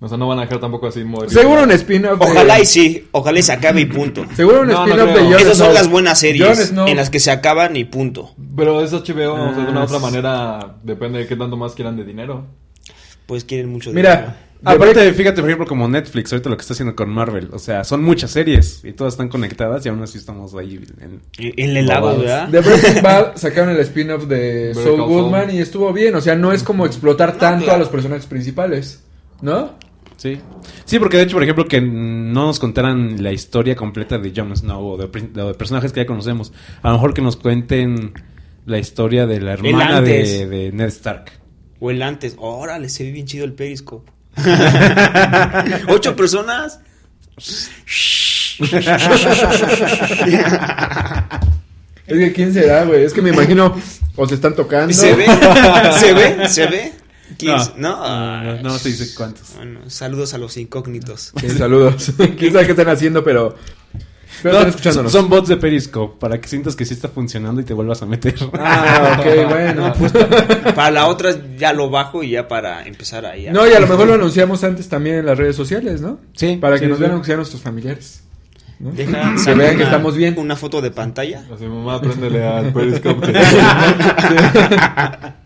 S2: O sea, no van a dejar tampoco así morir.
S4: Seguro un spin-off. de-
S3: Ojalá y sí, ojalá y se acabe y punto.
S4: Seguro un
S2: No, no
S4: spin-off de
S2: creo.
S4: Jon
S3: Esas son
S4: Snow.
S3: las buenas
S4: Jon
S3: series
S4: Snow.
S3: en las que se acaban y punto.
S2: Pero es HBO, o sea, de una
S4: Ah,
S2: otra
S4: sí.
S2: manera depende de qué tanto más quieran de dinero.
S3: Pues quieren mucho
S4: Mira,
S3: dinero.
S1: Aparte, fíjate, por ejemplo, como Netflix, ahorita lo que está haciendo con Marvel. O sea, son muchas series y todas están conectadas y aún así estamos ahí. En...
S3: En E-, el helado,
S1: Bobados.
S3: ¿verdad?
S4: De Breaking Bad sacaron el spin-off de
S2: Better
S4: Saul
S2: Call
S4: Goodman
S2: Saul.
S4: y estuvo bien. O sea, no es como explotar tanto
S3: claro.
S4: a los personajes principales, ¿no?
S1: Sí. Sí, porque de hecho, por ejemplo, que no nos contaran la historia completa de Jon Snow o de, prin- o de personajes que ya conocemos. A lo mejor que nos cuenten la historia de la hermana de,
S3: antes.
S1: de Ned Stark. (laughs)
S3: O el antes. Órale, se ve bien chido el Periscope. ¿Ocho personas?
S4: Es que quién será, güey. Es que me imagino o se están tocando.
S3: ¿Se ve? ¿Se ve? ¿Se ve? ¿Quién es? No.
S1: Ah, no, no se dice cuántos.
S3: Bueno, saludos a los incógnitos.
S4: Sí, saludos. (laughs) quién sabe qué están haciendo, pero. Pero
S1: No,
S4: están escuchándonos.
S1: Son bots de Periscope para que sientas que sí está funcionando y te vuelvas a meter.
S4: Ah, ok, bueno.
S3: No, pues, Para la otra ya lo bajo y ya para empezar ahí. a-
S4: No, y a lo mejor lo anunciamos antes también en las redes sociales, ¿no?
S1: Sí,
S4: Para
S1: sí,
S4: que nos
S1: sí.
S4: vean aunque sean nuestros familiares. (laughs) ¿no?
S3: Deja
S4: Que vean que estamos bien.
S3: Una foto de pantalla.
S2: Así, mamá, préndele al Periscope.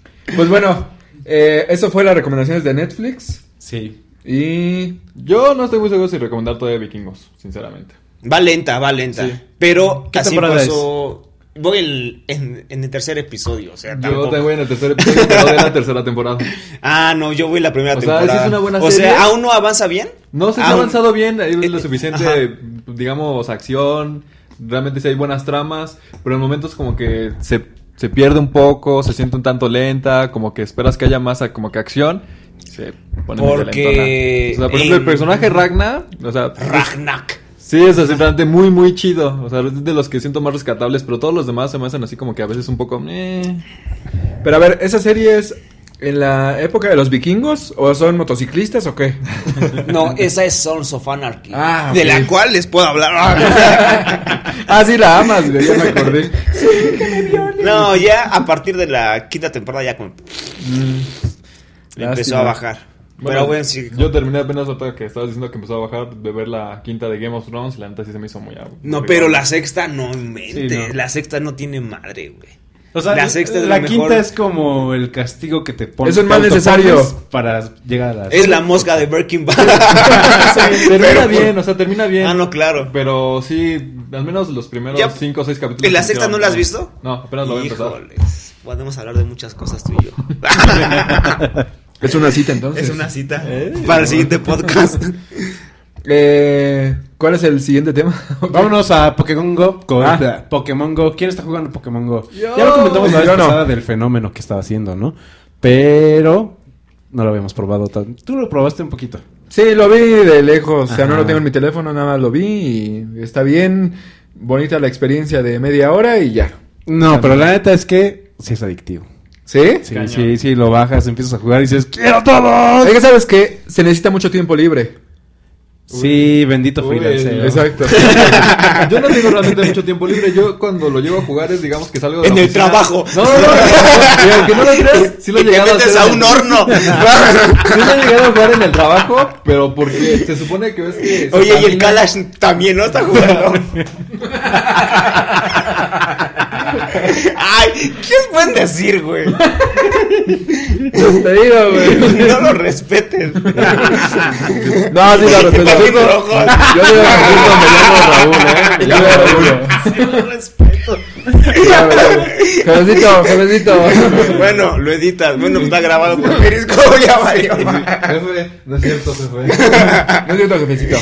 S4: (laughs) Pues bueno, eh, eso fue las recomendaciones de Netflix.
S1: (laughs) Sí.
S4: Y.
S2: Yo no estoy muy seguro si recomendar todavía vikingos, sinceramente.
S3: Va lenta, va lenta.
S2: Sí.
S3: Pero
S1: ¿Qué
S3: así
S1: temporada
S3: pasó. Voy el- en, en el tercer episodio, o sea,
S2: Yo
S3: tampoco-
S2: te voy en el tercer episodio, pero de la tercera temporada.
S3: Ah, no, yo voy la primera
S2: O sea,
S3: temporada.
S2: sí es una buena
S3: o
S2: serie.
S3: sea, ¿aún no avanza bien?
S2: No sé si ha
S3: Aún-
S2: avanzado bien, hay lo
S3: Ah, eh,
S2: suficiente, digamos, acción, realmente sí hay buenas tramas, pero en momentos como que se, se pierde un poco, se siente un tanto lenta, como que esperas que haya más ah, como que acción, se pone medio
S3: Porque
S2: lentona. O sea, por ejemplo,
S3: en-
S2: el personaje Ragna, o sea,
S3: Ragnak.
S2: sí, es así, realmente muy, muy chido, o sea, es de los que siento más rescatables, pero todos los demás se me hacen así como que a veces un poco... eh.
S4: Pero a ver, ¿esa serie es en la época de los vikingos? ¿O son motociclistas o qué? (laughs)
S3: No, esa es Sons of Anarchy.
S4: Ah,
S3: de la
S4: ok.
S3: cual les puedo hablar.
S2: (laughs)
S4: ah, sí, la amas, güey, ya me acordé.
S3: no, ya a partir de la quinta temporada ya como- empezó
S4: lástima.
S3: a bajar.
S2: Mm. Bueno,
S3: Pero bueno, sí.
S2: Yo terminé apenas ahorita que estabas diciendo que empezó a bajar de ver la quinta de Game of Thrones y la neta sí se me hizo muy aburrida.
S3: No, pero la sexta no mente.
S1: Sí, no.
S3: La sexta no tiene madre, güey.
S1: O sea,
S3: la sexta es
S1: la
S3: lo
S1: quinta
S3: mejor.
S1: es como el castigo que te pones.
S4: Es un mal necesario.
S1: Para llegar a la.
S3: Es la mosca de Breaking
S2: (laughs)
S3: Bad.
S2: Ah,
S3: (laughs)
S2: termina bien, o sea, termina bien.
S3: ah, no, claro.
S2: Pero sí, al menos los primeros
S3: Ya.
S2: cinco o seis capítulos.
S3: ¿Y la
S2: me
S3: sexta
S2: hicieron-
S3: no la has visto?
S2: No, apenas lo voy a empezar.
S3: Híjoles, podemos hablar de muchas cosas tú
S2: (laughs)
S3: y yo.
S4: Es una cita
S3: (laughs)
S4: entonces.
S3: es una cita
S2: Eh.
S3: para el siguiente podcast.
S4: Eh, ¿Cuál es el siguiente tema? (laughs)
S1: Vámonos a Pokémon Go. con-
S4: Ah.
S1: Pokémon Go. ¿Quién está jugando Pokémon Go?
S4: Yo.
S1: Ya lo comentamos la vez
S4: Yo no.
S1: pasada del fenómeno que estaba haciendo, ¿no? Pero no lo habíamos probado tan. Tú lo probaste un poquito.
S4: Sí, lo vi de lejos. O sea, no
S1: Ajá.
S4: lo tengo en mi teléfono, nada más lo vi y está bien. Bonita la experiencia de media hora y ya.
S1: No, pero la neta es que sí es adictivo.
S4: ¿Sí?
S1: Sí,
S2: Cañón.
S1: sí, sí, lo bajas, empiezas a jugar y dices, ¡Quiero todo!
S4: Es que sabes que se necesita mucho tiempo libre.
S1: Sí, bendito
S2: Uy,
S1: freelancer.
S3: (laughs)
S4: Exacto.
S2: (laughs) Yo no tengo realmente mucho tiempo libre. Yo cuando lo llevo a jugar es, digamos, que salgo de
S3: En
S2: la
S3: el
S2: oficina-
S3: trabajo.
S2: No, no, no. no, no, que no lo creas, sí lo he
S3: y te
S2: llegado
S3: metes
S2: hacer
S3: a
S2: en
S3: un
S2: el- (laughs)
S3: horno.
S2: Sí lo he llegado a jugar en el trabajo, pero porque se supone que ves que... se
S3: (laughs) Oye, y el
S2: camina-
S3: Kalash también no está
S2: (laughs)
S3: jugando. Ay, ¿qué os pueden decir, güey?
S4: Te digo, güey.
S3: (laughs) No lo
S4: (laughs)
S3: respeten.
S4: No, sí, claro, te lo
S3: Papi
S4: digo.
S3: rojo.
S4: Yo digo
S3: (laughs)
S4: Raúl, me llamo Raúl, ¿eh? Yo digo Raúl.
S3: Sí, lo
S4: (laughs)
S3: respeto.
S4: Claro, claro. Jovecito, jovecito.
S3: Bueno, lo editas. Bueno, pues, está grabado por Perisco. Ya valió.
S2: Jefe, no es cierto, jefe.
S4: No es cierto, jefecito.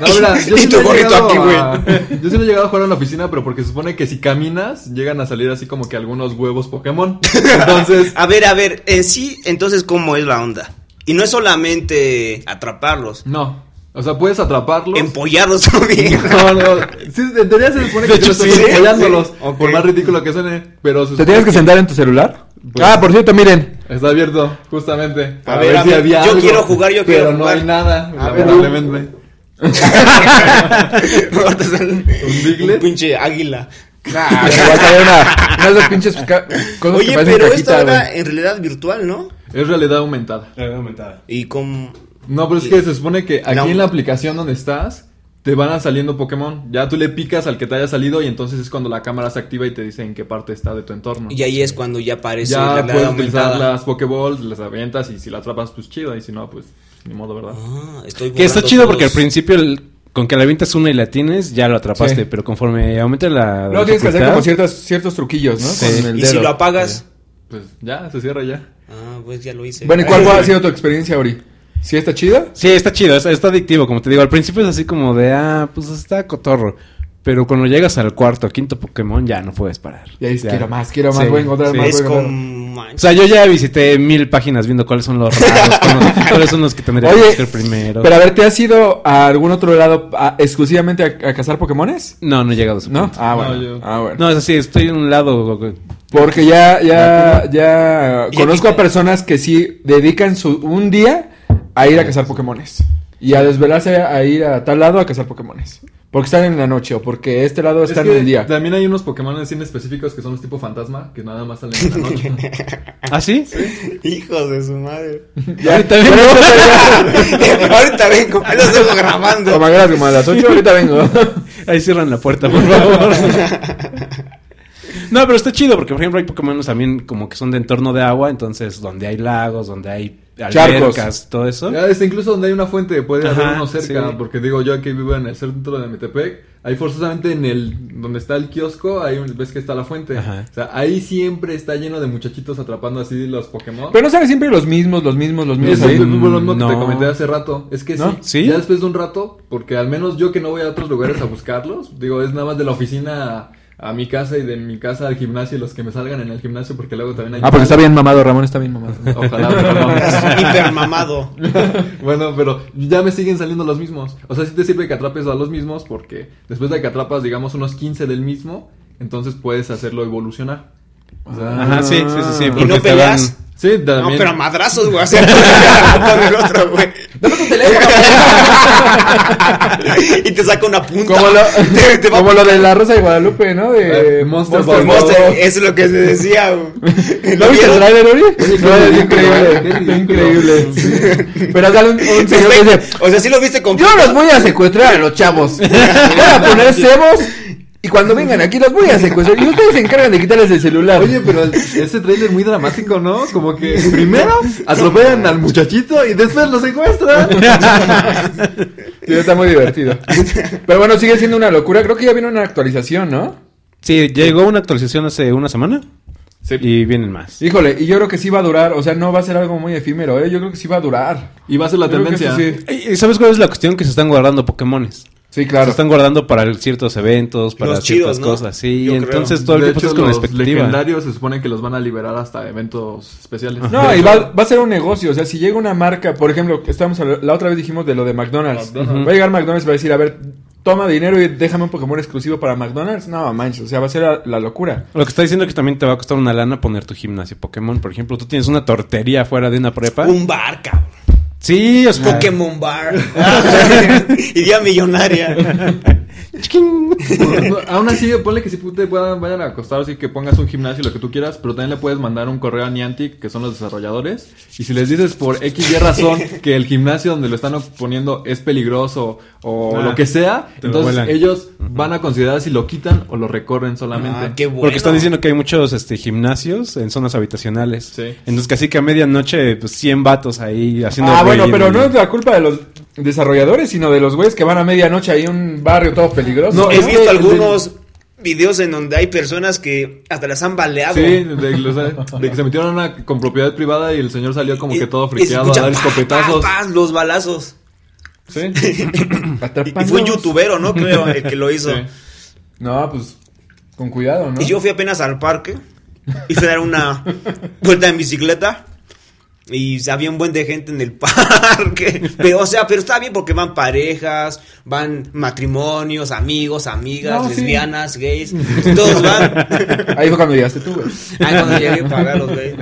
S2: No, mira, yo
S3: (laughs) Y
S2: sí
S3: tu
S2: lo he
S3: gorrito
S2: llegado
S3: aquí, güey.
S2: a- Yo sí lo he llegado a jugar en la oficina, pero porque se supone que si caminas, llegan a salir así como que algunos huevos Pokémon.
S3: (laughs)
S2: Entonces,
S3: A ver, a ver, en sí, entonces, ¿cómo es la onda? Y no es solamente atraparlos,
S2: no. O sea, puedes atraparlos.
S3: empollarlos (laughs) también.
S2: (laughs)
S4: (laughs)
S2: No, no. Sí, en teoría se supone que
S3: hecho,
S2: yo estoy
S3: sí, ¿eh?
S2: apoyándolos.
S3: sí, ok.
S2: Por más ridículo que suene, pero se
S4: ¿Te tienes que
S2: supone
S4: sentar en tu celular?
S2: Pues-
S4: ah, por cierto, miren.
S2: que Está abierto, justamente.
S3: A ver, a ver, yo quiero jugar, yo
S2: pero
S3: quiero
S2: no
S3: jugar.
S2: hay nada,
S3: A ver,
S2: lamentablemente.
S3: Ahorita sale
S2: ¿Un Diglett?
S3: un pinche águila. Ah,
S4: Nah, te va a caer una, una de esas pinches ca- cosas que
S3: Oye,
S4: parecen
S3: pero
S4: cajita,
S3: esta
S4: güey.
S3: era en realidad virtual, ¿no?
S2: Es realidad aumentada.
S1: Realidad aumentada.
S3: Y con...
S2: No, pero es que se supone que aquí
S3: No.
S2: en la aplicación donde estás te van a saliendo Pokémon. Ya tú le picas al que te haya salido y entonces es cuando la cámara se activa y te dice en qué parte está de tu entorno.
S3: Y ahí es cuando ya aparece
S2: ya
S3: la
S2: puedes
S3: realidad
S2: utilizar
S3: aumentada.
S2: las Pokéballs, las avientas y si la atrapas pues chido y si no pues ni modo, ¿verdad?
S3: Ah, estoy
S1: Que está
S3: borrando
S1: chido porque al
S3: todos.
S1: principio el- con que la avientas una y la tienes, ya lo atrapaste,
S4: Sí.
S1: pero conforme aumenta la
S4: Luego tienes que hacer
S1: dificultad,
S4: como ciertos, ciertos truquillos, ¿no?
S1: Sí.
S4: Con el
S3: ¿Y si
S4: dedo.
S3: lo apagas?
S2: Pues ya, se cierra ya.
S3: Ah, pues ya lo hice.
S4: Bueno, ¿y cuál ha sido tu experiencia, Ori? ¿Sí está chida?
S1: Sí, está chido, está, está adictivo, como te digo. Al principio es así como de, ah, pues está cotorro. Pero cuando llegas al cuarto, quinto Pokémon, ya no puedes parar.
S4: Y ahí es,
S1: Ya.
S4: quiero más, quiero más,
S1: Sí,
S4: voy a encontrar
S1: sí.
S4: más.
S3: Es
S4: voy a encontrar
S3: pues con...
S1: O sea, yo ya visité mil páginas viendo cuáles son los raros,
S4: (laughs)
S1: cómo- cuáles son los que tendría que
S4: Oye,
S1: buscar primero.
S4: Pero a ver, ¿te has ido a algún otro lado a- exclusivamente a, a cazar Pokémones?
S1: No, no he llegado a eso.
S4: ¿No? Ah,
S2: No,
S4: bueno.
S2: yo-
S4: Ah, bueno.
S1: No, es así, estoy en un lado.
S4: Porque ya, ya, ya
S3: Y
S4: conozco
S3: aquí-
S4: a personas que sí dedican su, un día a ir a cazar Pokémones. Y a desvelarse a ir a tal lado a cazar Pokémones. Porque están en la noche o porque este lado está
S2: Es
S4: en
S2: que
S4: el día.
S2: También hay unos Pokémon así en específicos que son los tipo fantasma, que nada más salen en
S3: (laughs)
S2: la noche.
S1: ¿Ah, sí?
S3: Hijos de su madre.
S4: Ya,
S1: Ahorita vengo.
S4: Bueno,
S3: Ahorita vengo, ahí los dejo grabando.
S4: Como a las- como a las 8 ahorita vengo.
S1: Ahí cierran la puerta, por favor. No, pero está chido porque, por ejemplo, hay Pokémon también como que son de entorno de agua, entonces donde hay lagos, donde hay
S4: Charcos.
S1: albercas, todo eso.
S2: Ya, este, incluso donde hay una fuente puede haber
S1: Ajá,
S2: uno cerca,
S1: sí.
S2: porque digo, yo aquí vivo en el centro de Metepec, ahí forzosamente en el donde está el kiosco, ahí un- ves que está la fuente.
S1: Ajá.
S2: O sea, ahí siempre está lleno de muchachitos atrapando así los Pokémon.
S4: (laughs) Pero pues, no salen siempre los mismos, los mismos, los mismos.
S2: Eso
S4: ahí.
S2: es lo mismo que te
S1: no.
S2: comenté hace rato. Es que
S4: ¿No?
S2: sí,
S1: ¿Sí?
S2: Ya después de un rato, porque al menos yo que no voy a otros lugares a buscarlos, digo, es nada más de la oficina a, a mi casa y de mi casa al gimnasio y los que me salgan en el gimnasio, porque luego también hay.
S4: Ah, porque está bien mamado, Ramón está bien mamado.
S1: (laughs)
S2: Ojalá, ojalá.
S3: Hipermamado.
S2: bueno, pero ya me siguen saliendo los mismos. O sea, sí te sirve que atrapes a los mismos porque después de que atrapas, digamos, unos 15 del mismo, entonces puedes hacerlo evolucionar. O sea,
S1: Ah. Ajá, sí, sí, sí, sí.
S3: ¿Y no
S1: porque te dan-
S3: peleas?
S2: Sí,
S3: No,
S2: también.
S3: pero a madrazos, güey. Así con el otro, güey. Dame tu teléfono. (laughs) y te saca una punta.
S4: Como lo, (laughs)
S3: (laughs) Te, te va
S4: como lo de la Rosa de Guadalupe, ¿no? De
S2: Eh, Monster
S3: Pues,
S2: Ball.
S3: Monster, eso es lo que se decía, güey.
S4: Eh, ¿Lo viste el
S3: vieron?
S4: trailer, Ori?
S2: Oye,
S4: No,
S2: qué
S4: es
S2: increíble,
S4: increíble,
S2: qué
S4: increíble. Pero sale un, un
S3: Se
S4: señor que
S3: fue-
S4: dice,
S3: O sea, sí lo viste con.
S4: yo los voy a secuestrar a los (laughs) chavos, voy a poner cebos y cuando vengan aquí los voy a secuestrar y ustedes se encargan de quitarles el celular.
S2: Oye, pero el- ese trailer muy dramático, ¿no? Como que primero atropellan al muchachito y después lo secuestran.
S4: Sí, está muy divertido. Pero bueno, sigue siendo una locura, creo que ya viene una actualización, ¿no?
S1: (laughs) Sí, llegó una actualización hace una semana y vienen más.
S4: Híjole, y yo creo que sí va a durar, o sea, no va a ser algo muy efímero, ¿eh? Yo creo que sí va a durar.
S2: Y va a ser la
S4: Yo creo que
S2: tendencia.
S4: esto sí.
S1: ¿Y ¿Sabes cuál es la cuestión? Que se están guardando Pokémones.
S4: Sí,
S1: Se
S4: claro.
S1: están guardando para ciertos eventos, para
S3: Los
S1: ciertas
S3: chidos, ¿no?
S1: cosas. Sí,
S3: Yo creo.
S1: entonces todo el
S2: de
S1: tiempo
S2: hecho,
S1: estás con la
S2: los
S1: expectativa.
S2: legendarios se supone que los van a liberar hasta eventos especiales.
S4: No, y va, va a ser un negocio. O sea, si llega una marca, por ejemplo, estamos la otra vez dijimos de lo de McDonald's.
S2: McDonald's.
S4: Va a llegar McDonald's y va a decir, a ver, toma dinero y déjame un Pokémon exclusivo para McDonald's. No, manches, o sea, va a ser la, la locura.
S1: Lo que está diciendo es que también te va a costar una lana poner tu gimnasio Pokémon. Por ejemplo, tú tienes una tortería fuera de una prepa.
S3: Un bar, cabrón.
S1: Sí, o sea.
S2: (laughs)
S3: Pokémon Bar. Idea millonaria.
S1: Chiquín.
S4: (laughs)
S2: No, (laughs) aún así, ponle que si te puedan, vayan a acostar, así que pongas un gimnasio, lo que tú quieras, pero también le puedes mandar un correo a Niantic, que son los desarrolladores, y si les dices por X y
S4: (laughs)
S2: razón que el gimnasio donde lo están poniendo es peligroso o
S1: Ah,
S2: lo que sea,
S1: te lo
S2: entonces
S1: vuelan.
S2: ellos van a
S4: Ah,
S2: considerar si lo quitan o lo recorren solamente.
S3: Ah, qué bueno.
S1: Porque están diciendo que hay muchos este, gimnasios en zonas habitacionales.
S2: Sí.
S1: Entonces, casi que a medianoche, pues 100 vatos ahí haciendo.
S4: ah, bueno,
S1: ruido
S4: pero
S1: y-
S4: no es la culpa de los desarrolladores, sino de los güeyes que van a medianoche ahí a un barrio todo peligroso.
S2: No,
S4: No,
S3: He
S2: es
S3: visto
S2: que-
S3: algunos videos en donde hay personas que hasta las han baleado.
S2: Sí, de, los- de que se metieron a una- con propiedad privada y el señor salió como
S3: Y-
S2: que todo
S3: y se
S2: friqueado a
S3: escucha
S2: dar
S3: pa,
S2: escopetazos.
S3: pa, pa, los balazos.
S2: Sí.
S3: (laughs) Y, y fue un youtubero, ¿no? Creo, el
S2: (laughs)
S3: que lo hizo.
S2: Sí.
S4: No, pues, con cuidado, ¿no?
S3: Y yo fui apenas al parque y fui a dar una vuelta en bicicleta. Y había un buen de gente en el (laughs) parque. Pero, o sea, pero está bien porque van parejas, van matrimonios, amigos, amigas,
S4: No, sí.
S3: lesbianas, gays. Todos van.
S4: (laughs) Ahí fue cuando llegaste tú, güey.
S3: Ay, cuando llegué pagaron,
S4: (laughs)
S3: güey.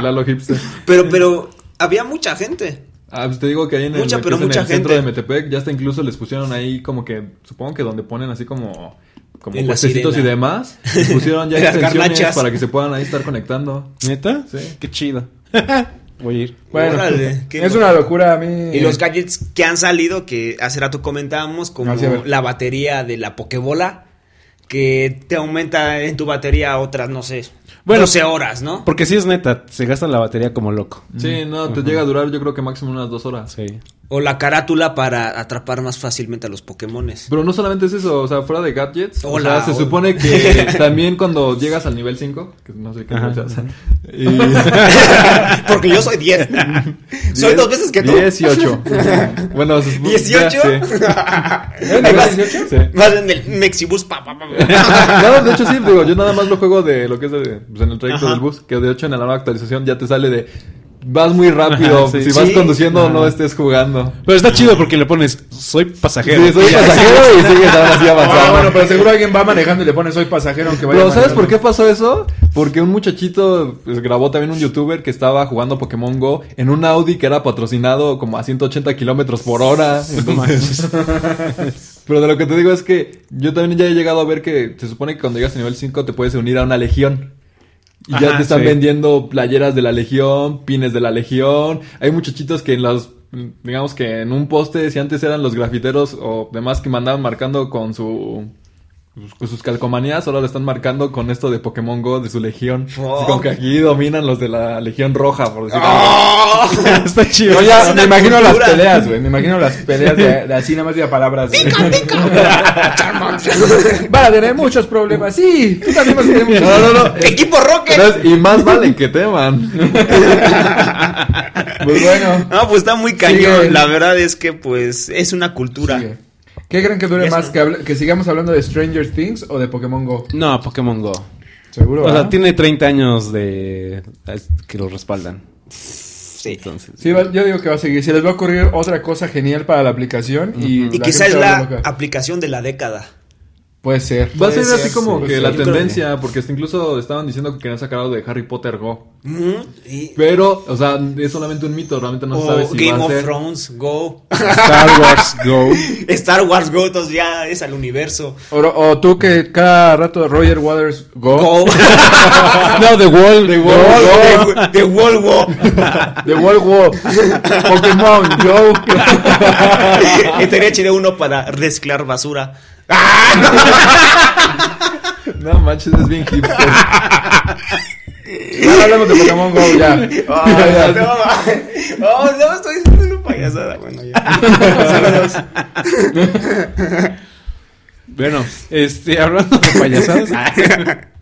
S2: (laughs) Lalo hipster.
S3: Pero, pero, había mucha gente.
S2: Ah, pues te digo que ahí en el,
S3: Mucha, pero
S2: incluso en
S3: mucha
S2: el centro de
S3: gente.
S2: Metepec ya hasta incluso les pusieron ahí como que, supongo que donde ponen así como, como
S3: En la
S2: puestecitos y
S3: sirena. (laughs)
S2: demás, les pusieron ya
S3: En las
S2: extensiones
S3: garnachas.
S2: para que se puedan ahí estar conectando.
S1: ¿Neta?
S2: Sí.
S1: Qué chido. (laughs) Voy a ir.
S4: Bueno,
S3: Órale, qué
S4: es
S3: loco.
S4: una locura a mí.
S3: Y los gadgets que han salido, que hace rato comentábamos, como
S4: Ah, sí, a ver.
S3: la batería de la Pokébola, que te aumenta en tu batería otras, no sé,
S1: Bueno,
S3: 12 horas, ¿no?
S1: Porque si es neta, se gasta la batería como loco.
S2: Sí,
S4: Mm.
S2: no, te llega a durar yo creo que máximo unas dos horas.
S1: Sí.
S3: O la carátula para atrapar más fácilmente a
S2: (laughs)
S3: los Pokémones.
S2: Pero no solamente es eso, o sea, fuera de gadgets, o
S3: Hola,
S2: sea, se
S3: hola.
S2: supone
S3: (laughs)
S2: que también cuando llegas al nivel 5, que no sé qué
S1: Ajá.
S2: nivel seas, y
S3: (laughs) Porque yo
S2: (laughs)
S3: soy 10. soy dos veces que tú. (laughs)
S2: 18. bueno, se supone-
S3: ¿18? (laughs)
S2: ¿Era
S3: Ahí vas,
S2: 18? Sí. (laughs)
S3: vas en el Mexibus. pa, pa, pa, pa.
S2: No, de hecho sí, digo, yo nada más lo juego de lo que es de- pues, en el trayecto
S3: Ajá.
S2: del bus, que de hecho en la nueva actualización ya te sale de vas muy rápido,
S1: Ajá, sí.
S2: si vas
S3: Sí.
S2: conduciendo no estés jugando.
S1: Pero está chido porque le pones, soy pasajero.
S2: Sí, soy
S1: Y (laughs) ya.
S2: pasajero y
S3: (laughs)
S2: sigues ahora así
S4: Ah,
S2: avanzando.
S4: bueno, pero seguro alguien (laughs) va manejando y le pone soy pasajero aunque vaya
S2: Pero ¿sabes
S4: manejando.
S2: por qué pasó eso? Porque un muchachito pues, grabó también un youtuber que estaba jugando Pokémon Go en un Audi que era patrocinado como a 180 kilómetros por hora. Entonces- Pero de lo que te digo es que yo también ya he llegado a ver que se supone que cuando llegas a nivel 5 te puedes unir a una legión. Y ya
S1: Ajá,
S2: te están
S1: sí.
S2: vendiendo playeras de la legión, pines de la legión. Hay muchachitos que en los, digamos que en un poste, si antes eran los grafiteros o demás que mandaban marcando con su con sus calcomanías ahora lo están marcando con esto de Pokémon Go de su legión. Así
S3: Fuck.
S2: como que aquí dominan los de la legión roja, por decir algo.
S3: ¡Oh!
S1: (laughs)
S3: (laughs)
S1: está chido.
S4: Yo
S3: Es
S4: ya
S3: una
S4: me imagino las
S3: cultura.
S4: peleas, güey. Me imagino las peleas de, de así nada más de a palabras. güey. (laughs) Va a tener muchos problemas. Sí, tú también vas a tener muchos
S2: No, no, no. eh,
S3: Equipo Rocket.
S2: ¿sabes? Y más vale que teman.
S4: Pues bueno.
S3: No, pues está muy cañón.
S4: Sigue.
S3: La verdad es que, pues, es una cultura.
S4: sigue. ¿Qué creen que dure
S3: Ya
S4: más?
S3: está.
S4: Que, habl- ¿Que sigamos hablando de Stranger Things o de Pokémon Go?
S1: No, Pokémon Go.
S4: Seguro.
S1: O sea,
S4: ¿verdad?
S1: tiene 30 años de es- que lo respaldan.
S3: Sí.
S1: Entonces, (laughs)
S4: Sí, va- yo digo que va a seguir. Se les va a ocurrir otra cosa genial para la aplicación. Y,
S3: Y
S4: la
S3: quizá es
S4: gente va
S3: la
S4: a volver loca.
S3: aplicación de la década.
S4: Puede ser.
S2: Va a
S1: Pues,
S2: ser
S3: Puede
S2: así
S3: ser,
S2: como
S4: sí,
S2: que
S4: sí.
S2: la
S3: Yo creo
S2: tendencia, porque hasta incluso estaban diciendo que querían sacar algo de Harry Potter Go.
S3: Mm, y-
S2: Pero, o sea, es solamente un mito, realmente no se
S3: o
S2: sabe si
S3: Game
S2: va a
S3: of
S2: ser.
S3: Thrones, Go.
S1: Star Wars Go.
S3: (laughs) Star Wars Go, entonces ya es al universo.
S4: O, o tú que cada rato Roger Waters Go.
S3: Go.
S1: No, The Wall. The
S3: De, de World War. (laughs)
S4: The World War. Pokémon Go.
S3: Estaría chido uno para reciclar (laughs) basura.
S2: No manches, es bien hipster.
S4: (laughs) Ya hablamos de Pokémon Go (laughs) ya.
S3: Ah, no, no, no, estoy diciendo una payasada. Bueno, ya. (laughs) Saludos.
S1: Bueno, este, hablando de payasadas.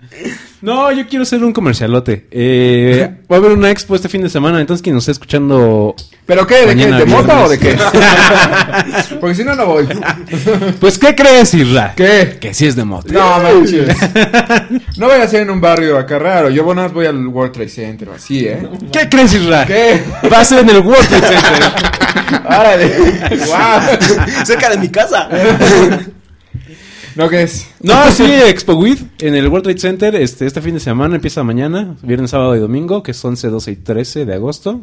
S1: (laughs) no, yo quiero hacer un comercialote. Eh, va a haber una expo este fin de semana, entonces quien nos esté escuchando.
S4: ¿Pero qué? ¿De qué?
S1: Mañana
S4: ¿De
S1: viernes.
S4: mota o de qué? (laughs) Porque si no, no voy.
S1: Pues, ¿qué crees, Isra?
S4: ¿Qué?
S1: Que sí es de moto.
S4: No, manches. No voy a ser en un barrio acá raro. Yo bueno, voy al World Trade Center o así, ¿eh?
S1: ¿Qué crees, Isra?
S4: ¿Qué?
S1: Va a ser en el World Trade
S4: (laughs)
S1: Center.
S4: Árale. (laughs) Guau.
S3: (laughs) Cerca de mi
S4: (laughs)
S3: casa.
S4: ¿No qué es?
S3: (laughs)
S1: No, sí, Expo With en el World Trade Center este, este fin de semana, empieza mañana, viernes, sábado y domingo, que es 11, 12 y 13 de agosto.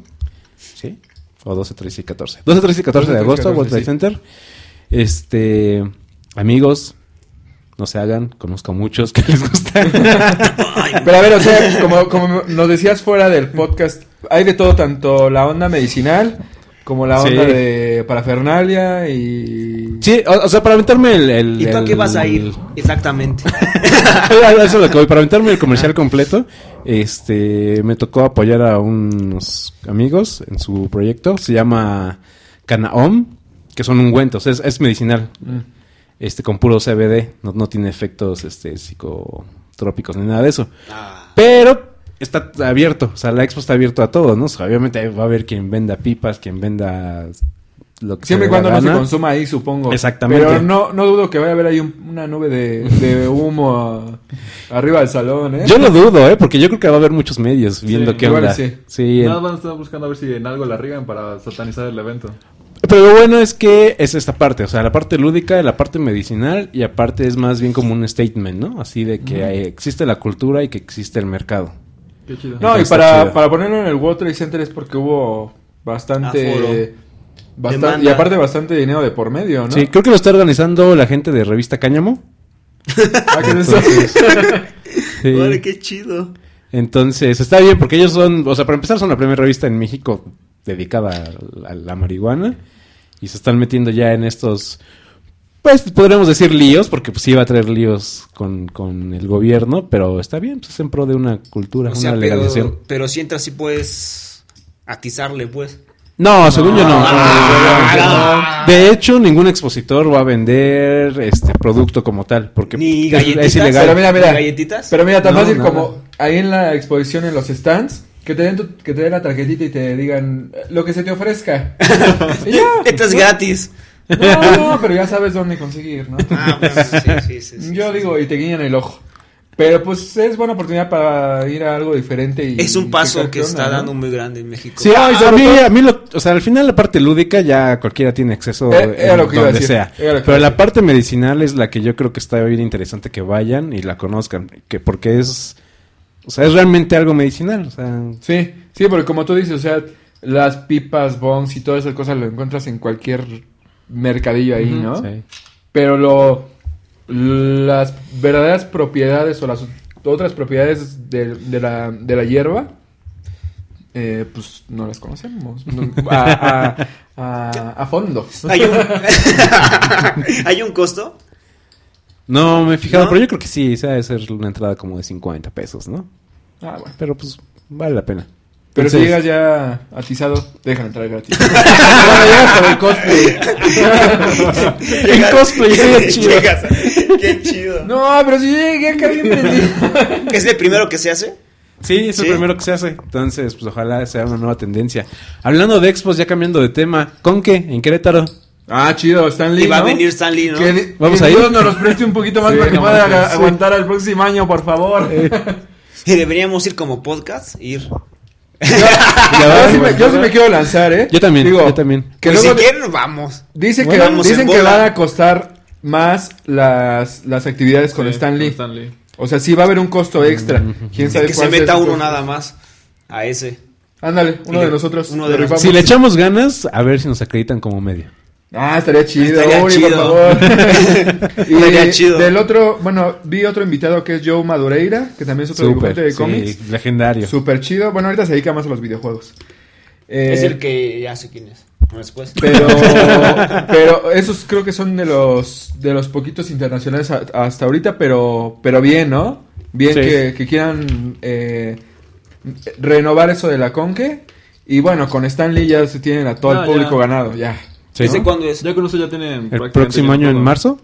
S1: ¿Sí? O 12, 13 y 14. 12, 13 y 14 de
S4: 12,
S1: agosto,
S4: 14,
S1: World Trade
S4: sí.
S1: Center. Este, amigos, no se hagan, conozco a muchos que les gusta.
S3: (laughs)
S4: Pero a ver, o sea, como, como nos decías fuera del podcast, hay de todo, tanto la onda medicinal como la
S1: Sí.
S4: onda de parafernalia y...
S1: sí, o, o sea, para aventarme el... el-
S3: ¿Y tú a qué
S1: el-
S3: vas a ir?
S4: (laughs)
S3: Exactamente.
S1: (laughs) Eso es lo que voy. Para aventarme el comercial completo, este, me tocó apoyar a unos amigos en su proyecto. Se llama Canaom, que son ungüentos. Es, es medicinal. Este, con puro CBD. No, no tiene efectos este, psicotrópicos ni nada de eso.
S3: Ah,
S1: Pero está abierto. O sea, la expo está abierta a todos, ¿no? O sea, obviamente va a haber quien venda pipas, quien venda lo que
S4: Siempre y
S1: se dé
S4: cuando
S1: la
S4: no se
S1: gana.
S4: consuma ahí, supongo.
S1: Exactamente.
S4: Pero no, no dudo que vaya a haber ahí un- una nube de, de humo a- arriba del salón, ¿eh?
S1: Yo lo dudo, ¿eh? Porque yo creo que va a haber muchos medios viendo
S2: Sí,
S1: qué
S4: igual
S1: onda.
S4: sí.
S1: Sí,
S2: Nada
S1: en-
S2: más están buscando a ver si en algo la riegan para satanizar el evento.
S1: Pero lo bueno es que es esta parte, o sea, la parte lúdica, la parte medicinal y aparte es más bien como un statement, ¿no? Así de que eh, existe la cultura y que existe el mercado.
S2: Qué chido.
S4: No, y
S1: Está
S4: para,
S1: chido.
S4: para ponerlo en el World Trade Center es porque hubo bastante...
S3: Aforo.
S4: bastan-
S3: Demanda.
S4: y aparte bastante dinero de por medio, ¿no?
S1: Sí, creo que lo está organizando la gente de Revista Cáñamo.
S4: Ah, ¿qué es eso?
S1: Entonces, sí.
S3: órale, qué chido.
S1: Entonces, está bien porque ellos son, o sea, para empezar son la primera revista en México dedicada a la, a la marihuana y se están metiendo ya en estos pues podríamos decir líos, porque pues sí va a traer líos con, con el gobierno, pero está bien, pues es en pro de una cultura,
S3: O
S1: una
S3: sea,
S1: legalización.
S3: pero, pero si entras, sí puedes atizarle, pues.
S1: No, según yo no.
S3: Ah,
S1: De hecho, ningún expositor va a vender este producto como tal, porque
S3: Ni
S1: es,
S3: galletitas.
S1: es ilegal.
S4: Pero mira, mira.
S3: ¿Ni galletitas? (laughs)
S4: Pero mira, tan
S1: No,
S4: fácil
S1: nada.
S4: como ahí en la exposición, en los stands, que te den, tu- que te den la tarjetita y te digan eh, lo que se
S1: (laughs)
S4: te ofrezca. Y ya.
S3: Esto es
S4: No,
S3: gratis.
S4: No, no, pero ya sabes dónde conseguir, ¿no?
S3: Ah, bueno, sí, sí, sí, sí,
S4: Yo
S3: sí,
S4: digo, y te guiñan el ojo. Pero pues es buena oportunidad para ir a algo diferente y...
S3: Es
S4: y
S3: un paso
S4: checar
S3: que
S4: qué onda,
S3: está
S4: ¿no?
S3: dando muy grande en México.
S1: Sí,
S4: Ah, y
S1: a,
S4: sobre
S1: mí,
S4: todo-
S1: a mí lo- o sea, al final la parte lúdica ya cualquiera tiene acceso
S4: Eh, era
S1: en
S4: lo que iba a
S1: donde
S4: decir,
S1: sea.
S4: era lo que
S1: Pero
S4: iba a
S1: la parte medicinal es la que yo creo que está bien interesante que vayan y la conozcan, que porque es, o sea, es realmente algo medicinal. O sea,
S4: Sí, sí, porque como tú dices, o sea, las pipas, bongs y todas esas cosas lo encuentras en cualquier mercadillo ahí, ¿no?
S1: sí.
S4: Pero lo las verdaderas propiedades o las otras propiedades de, de la, de la hierba, eh, pues no las conocemos no- a, a- a- a fondo.
S3: Hay
S4: (laughs)
S3: un, (laughs) hay un costo.
S1: No me he fijado,
S3: ¿No?
S1: pero yo creo que sí, o sea, debe ser una entrada como de 50 pesos, ¿no?
S4: Ah, bueno.
S1: Pero pues vale la pena.
S4: Pero si
S1: Entonces-
S4: llegas ya atizado, te dejan
S3: (laughs)
S4: entrar gratis. Cuando llegas con el cosplay. (laughs)
S3: Llegas-
S1: cosplay, sería chido.
S3: Llegas- Qué chido.
S4: no, pero si yo llegué acá bien prendido.
S3: ¿Es el primero que se hace?
S1: Sí, es
S3: Sí.
S1: el primero que se hace. Entonces, pues ojalá sea una nueva tendencia. Hablando de expos, ya cambiando de tema, ¿con qué? En
S4: (laughs)
S1: Querétaro.
S4: Ah, chido, Stan Lee.
S3: Y va a
S4: ¿no?
S3: venir Stan Lee, ¿no?
S4: Que di-
S1: Vamos
S4: que
S1: a ir.
S4: Dios nos los preste un poquito más
S1: Sí,
S4: para que
S1: no
S4: pueda
S1: manches,
S4: aga-
S1: sí.
S4: aguantar al próximo año, por favor.
S3: Y deberíamos ir como podcast, ir.
S1: Ya va,
S4: yo, sí me,
S1: güey.
S4: yo sí me quiero lanzar, ¿eh?
S1: Yo también,
S4: Digo,
S1: yo también.
S4: Que
S3: Pues si
S4: luego di-
S3: quieren, vamos.
S4: dice
S3: Bueno,
S4: que,
S3: vamos en
S4: dicen que
S3: bola.
S4: van a costar más las, las actividades con
S2: Sí,
S4: Stan Lee.
S2: Stan Lee.
S4: O sea, sí va a haber un costo extra.
S1: Mm,
S4: ¿Quién
S3: Es
S4: sabe
S3: que se
S4: cuál sea
S3: meta
S4: ese
S3: uno
S4: costo?
S3: nada más a ese.
S4: Ándale, uno
S3: Y
S4: de
S3: le-
S4: nosotros.
S3: uno de
S4: Lo
S3: nosotros.
S1: Si le
S4: rifamos.
S1: echamos ganas, a ver si nos acreditan como medio.
S4: Ah, estaría chido,
S3: Estaría
S4: Uri, por
S3: chido. (laughs)
S4: favor. y
S3: Estaría chido.
S4: del otro, bueno, vi otro invitado que es Joe Madureira, que también es otro dibujante de
S1: sí,
S4: cómics.
S1: legendario.
S4: Súper chido. Bueno, ahorita se dedica más a los videojuegos. Eh,
S3: Es el que ya sé quién es. Después. (laughs)
S4: Pero, pero esos creo que son de los de los poquitos internacionales a- hasta ahorita, pero, pero bien, ¿no? Bien
S1: Sí.
S4: que, que quieran eh, renovar eso de la Conque. Y bueno, con Stanley ya se tienen a todo
S2: No,
S4: el público
S2: ya.
S4: ganado, ya.
S1: Sí.
S3: ¿Ese cuándo es?
S2: Ya con eso ya tienen.
S1: El
S2: prácticamente
S1: próximo
S2: ya
S1: año en
S2: todo.
S1: marzo,